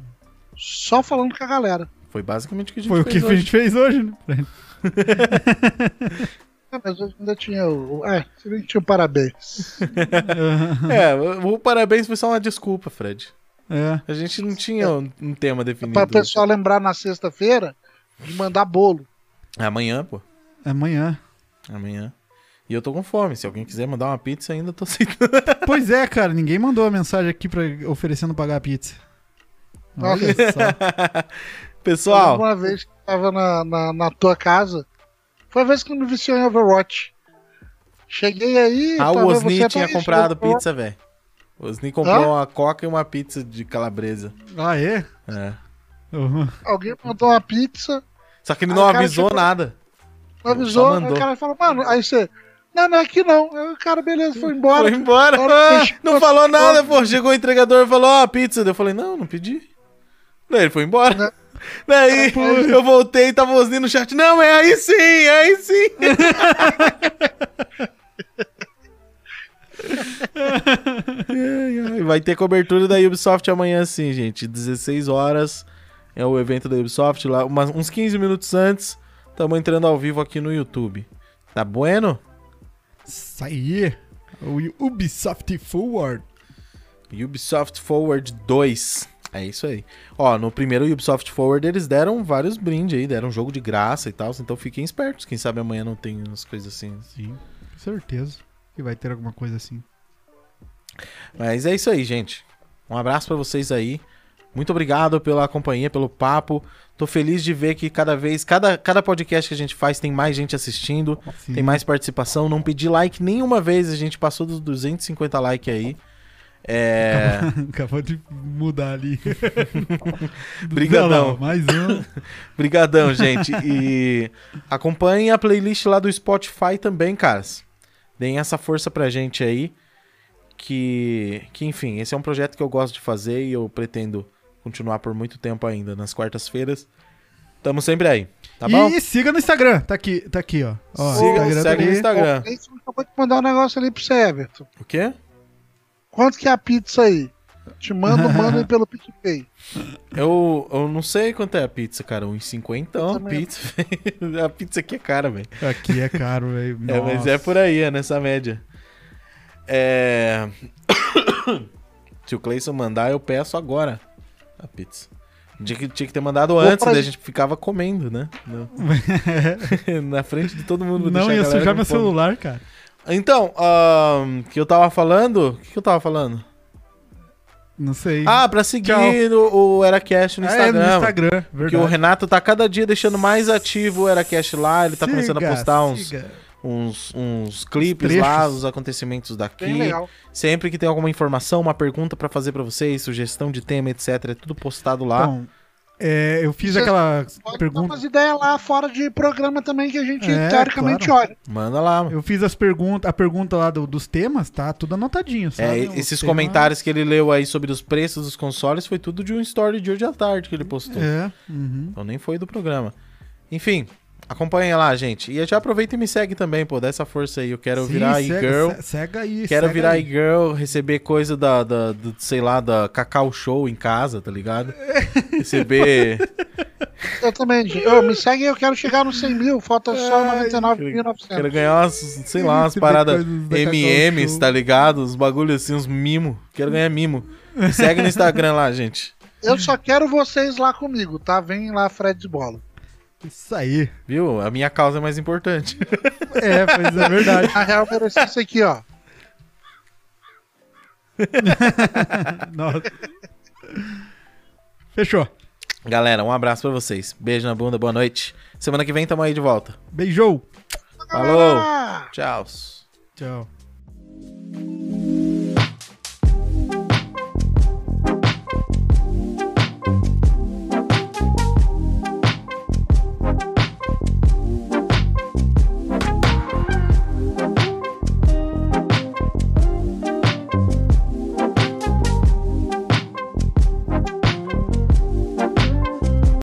C: só falando com a galera.
A: Foi basicamente o que a gente
B: Foi o
A: fez
B: que a
A: hoje.
B: gente fez hoje, né?
C: Ah, mas hoje ainda tinha o. É, se bem que tinha o parabéns.
A: É, o parabéns foi só uma desculpa, Fred.
B: é.
A: A gente não tinha um, um tema definido.
C: Pra o pessoal lembrar na sexta-feira de mandar bolo.
A: Amanhã, pô.
B: é Amanhã.
A: Amanhã. E eu tô com fome. Se alguém quiser mandar uma pizza, ainda tô aceitando.
B: Pois é, cara, ninguém mandou a mensagem aqui pra, oferecendo pagar a pizza. Olha só.
A: Pessoal,
C: Uma vez que eu tava na, na, na tua casa, foi a vez que eu me viciou em Overwatch. Cheguei aí.
A: ah,
C: tava
A: o Osni
C: você,
A: tinha
C: "Tá,
A: comprado
C: chegou."
A: pizza, velho. O Osni comprou uma coca e uma pizza de calabresa.
B: Ah, é?
A: É.
B: Uhum.
C: Alguém mandou uma pizza,
A: Só que ele
C: Ah,
A: não
C: cara,
A: avisou
C: tipo-
A: nada.
C: não avisou, aí
A: mandou.
C: o cara falou, mano, aí você. Não, não é aqui não. Aí o cara, beleza, foi embora.
A: Foi embora.
C: Na hora que
A: Ah, não
C: chegou,
A: falou
C: ficou.
A: nada, pô. Chegou o entregador e falou, ó, pizza. Daí Eu falei, não, não pedi. Daí ele foi embora. Daí eu voltei e tava osninho no chat. Não, é aí sim, é aí sim. Ai, ai, Vai ter cobertura da Ubisoft amanhã sim, gente. 16 horas é o evento da Ubisoft. Lá, umas- uns 15 minutos antes, estamos entrando ao vivo aqui no YouTube. Tá bueno?
B: Isso aí. O Ubisoft Forward.
A: Ubisoft Forward 2. É isso aí. Ó, no primeiro Ubisoft Forward eles deram vários brindes aí, deram jogo de graça e tal, então fiquem espertos. Quem sabe amanhã não tem umas coisas assim.
B: Sim, com certeza que vai ter alguma coisa assim.
A: Mas é isso aí, gente. Um abraço pra vocês aí. Muito obrigado pela companhia, pelo papo. Tô feliz de ver que cada vez, cada, cada podcast que a gente faz tem mais gente assistindo,
B: Sim.
A: tem mais participação. Não pedi like nenhuma vez, a gente passou dos 250 likes aí. É.
B: Acabou de mudar ali.
A: Brigadão.
B: Não, não, Mais um.
A: Brigadão, gente. E acompanhem a playlist lá do Spotify também, caras. Deem essa força pra gente aí. Que, que, enfim, esse é um projeto que eu gosto de fazer e eu pretendo continuar por muito tempo ainda, nas quartas-feiras. Tamo sempre aí, tá bom?
B: E siga no Instagram. Tá aqui, tá aqui, ó. ó
A: Siga,
B: Instagram tá
A: segue no
B: ali.
A: Instagram.
C: Ó, Isso acabou de mandar um negócio ali pro você, Everton.
A: O quê?
C: Quanto que é a pizza aí? Te mando, mando aí pelo PicPay.
A: Eu, eu não sei quanto é a pizza, cara. 1,50 é uma
C: Também.
A: pizza. velho. a pizza aqui é cara, velho.
B: Aqui é caro, velho.
A: É, mas é por aí, é nessa média. É... Se o Cleison mandar, eu peço agora a pizza. Tinha que, tinha que ter mandado antes,
C: pra
A: daí a gente ficava comendo, né? No- Na frente de todo mundo. vou
B: Não
A: deixar a
B: ia
A: galera
B: sujar
A: com
B: meu
A: fome.
B: celular, cara.
A: Então, ahn, que eu tava falando... O que, que eu tava falando?
B: Não sei.
A: Ah, pra seguir o, o EraCast no
B: Ah,
A: Instagram.
B: é no Instagram.
A: Porque
B: Verdade.
A: o Renato tá cada dia deixando mais ativo o EraCast lá. Ele tá começando a
B: Siga,
A: postar uns,
B: siga.
A: uns, uns clipes
B: trechos.
A: lá, os acontecimentos daqui.
C: Bem legal.
A: Sempre que tem alguma informação, uma pergunta pra fazer pra vocês, sugestão de tema, etc, é tudo postado lá.
B: Então, é, eu fiz
C: Você
B: aquela
C: Pode dar
B: pergunta.
C: umas ideias lá fora de programa também que a gente
B: É,
C: teoricamente
B: claro.
C: olha.
A: Manda lá. mano.
B: Eu fiz as perguntas, a pergunta lá do- dos temas, tá? Tudo anotadinho,
A: É,
B: sabe? um Os
A: esses
B: temas-
A: comentários que ele leu aí sobre os preços dos consoles foi tudo de um story de hoje à tarde que ele postou.
B: É. uhum.
A: Então nem foi do programa. Enfim, acompanha lá, gente. E já aproveita e me segue também, pô. Dá essa força aí. Eu quero
B: Sim,
A: virar
B: segue-
A: e-girl.
B: se- Segue aí.
A: Quero
B: segue
A: virar
B: aí.
A: e-girl, receber coisa da, da, do, sei lá, da Cacau Show em casa, tá ligado? Receber
C: Eu também, gente. Ô, me segue aí, eu quero chegar nos 100 mil, falta só
A: Quero
C: 99.900.
A: ganhar umas, sei lá, umas
B: Receber
A: paradas
B: coisas da Cacau
A: MMs,
B: Show.
A: tá ligado? Uns bagulhos assim, uns mimo. Quero ganhar mimo. Me segue no Instagram lá, gente.
C: Eu só quero vocês lá comigo, tá? Vem lá, Fred de Bola.
B: Isso aí.
A: Viu? A minha causa é mais importante.
B: É, pois é verdade.
C: Na real, merece isso aqui, ó.
B: Nossa. Fechou.
A: Galera, um abraço pra vocês. Beijo na bunda, boa noite. Semana que vem tamo aí de volta.
B: Beijou.
A: Falou!
C: Ah!
A: Tchau.
B: Tchau.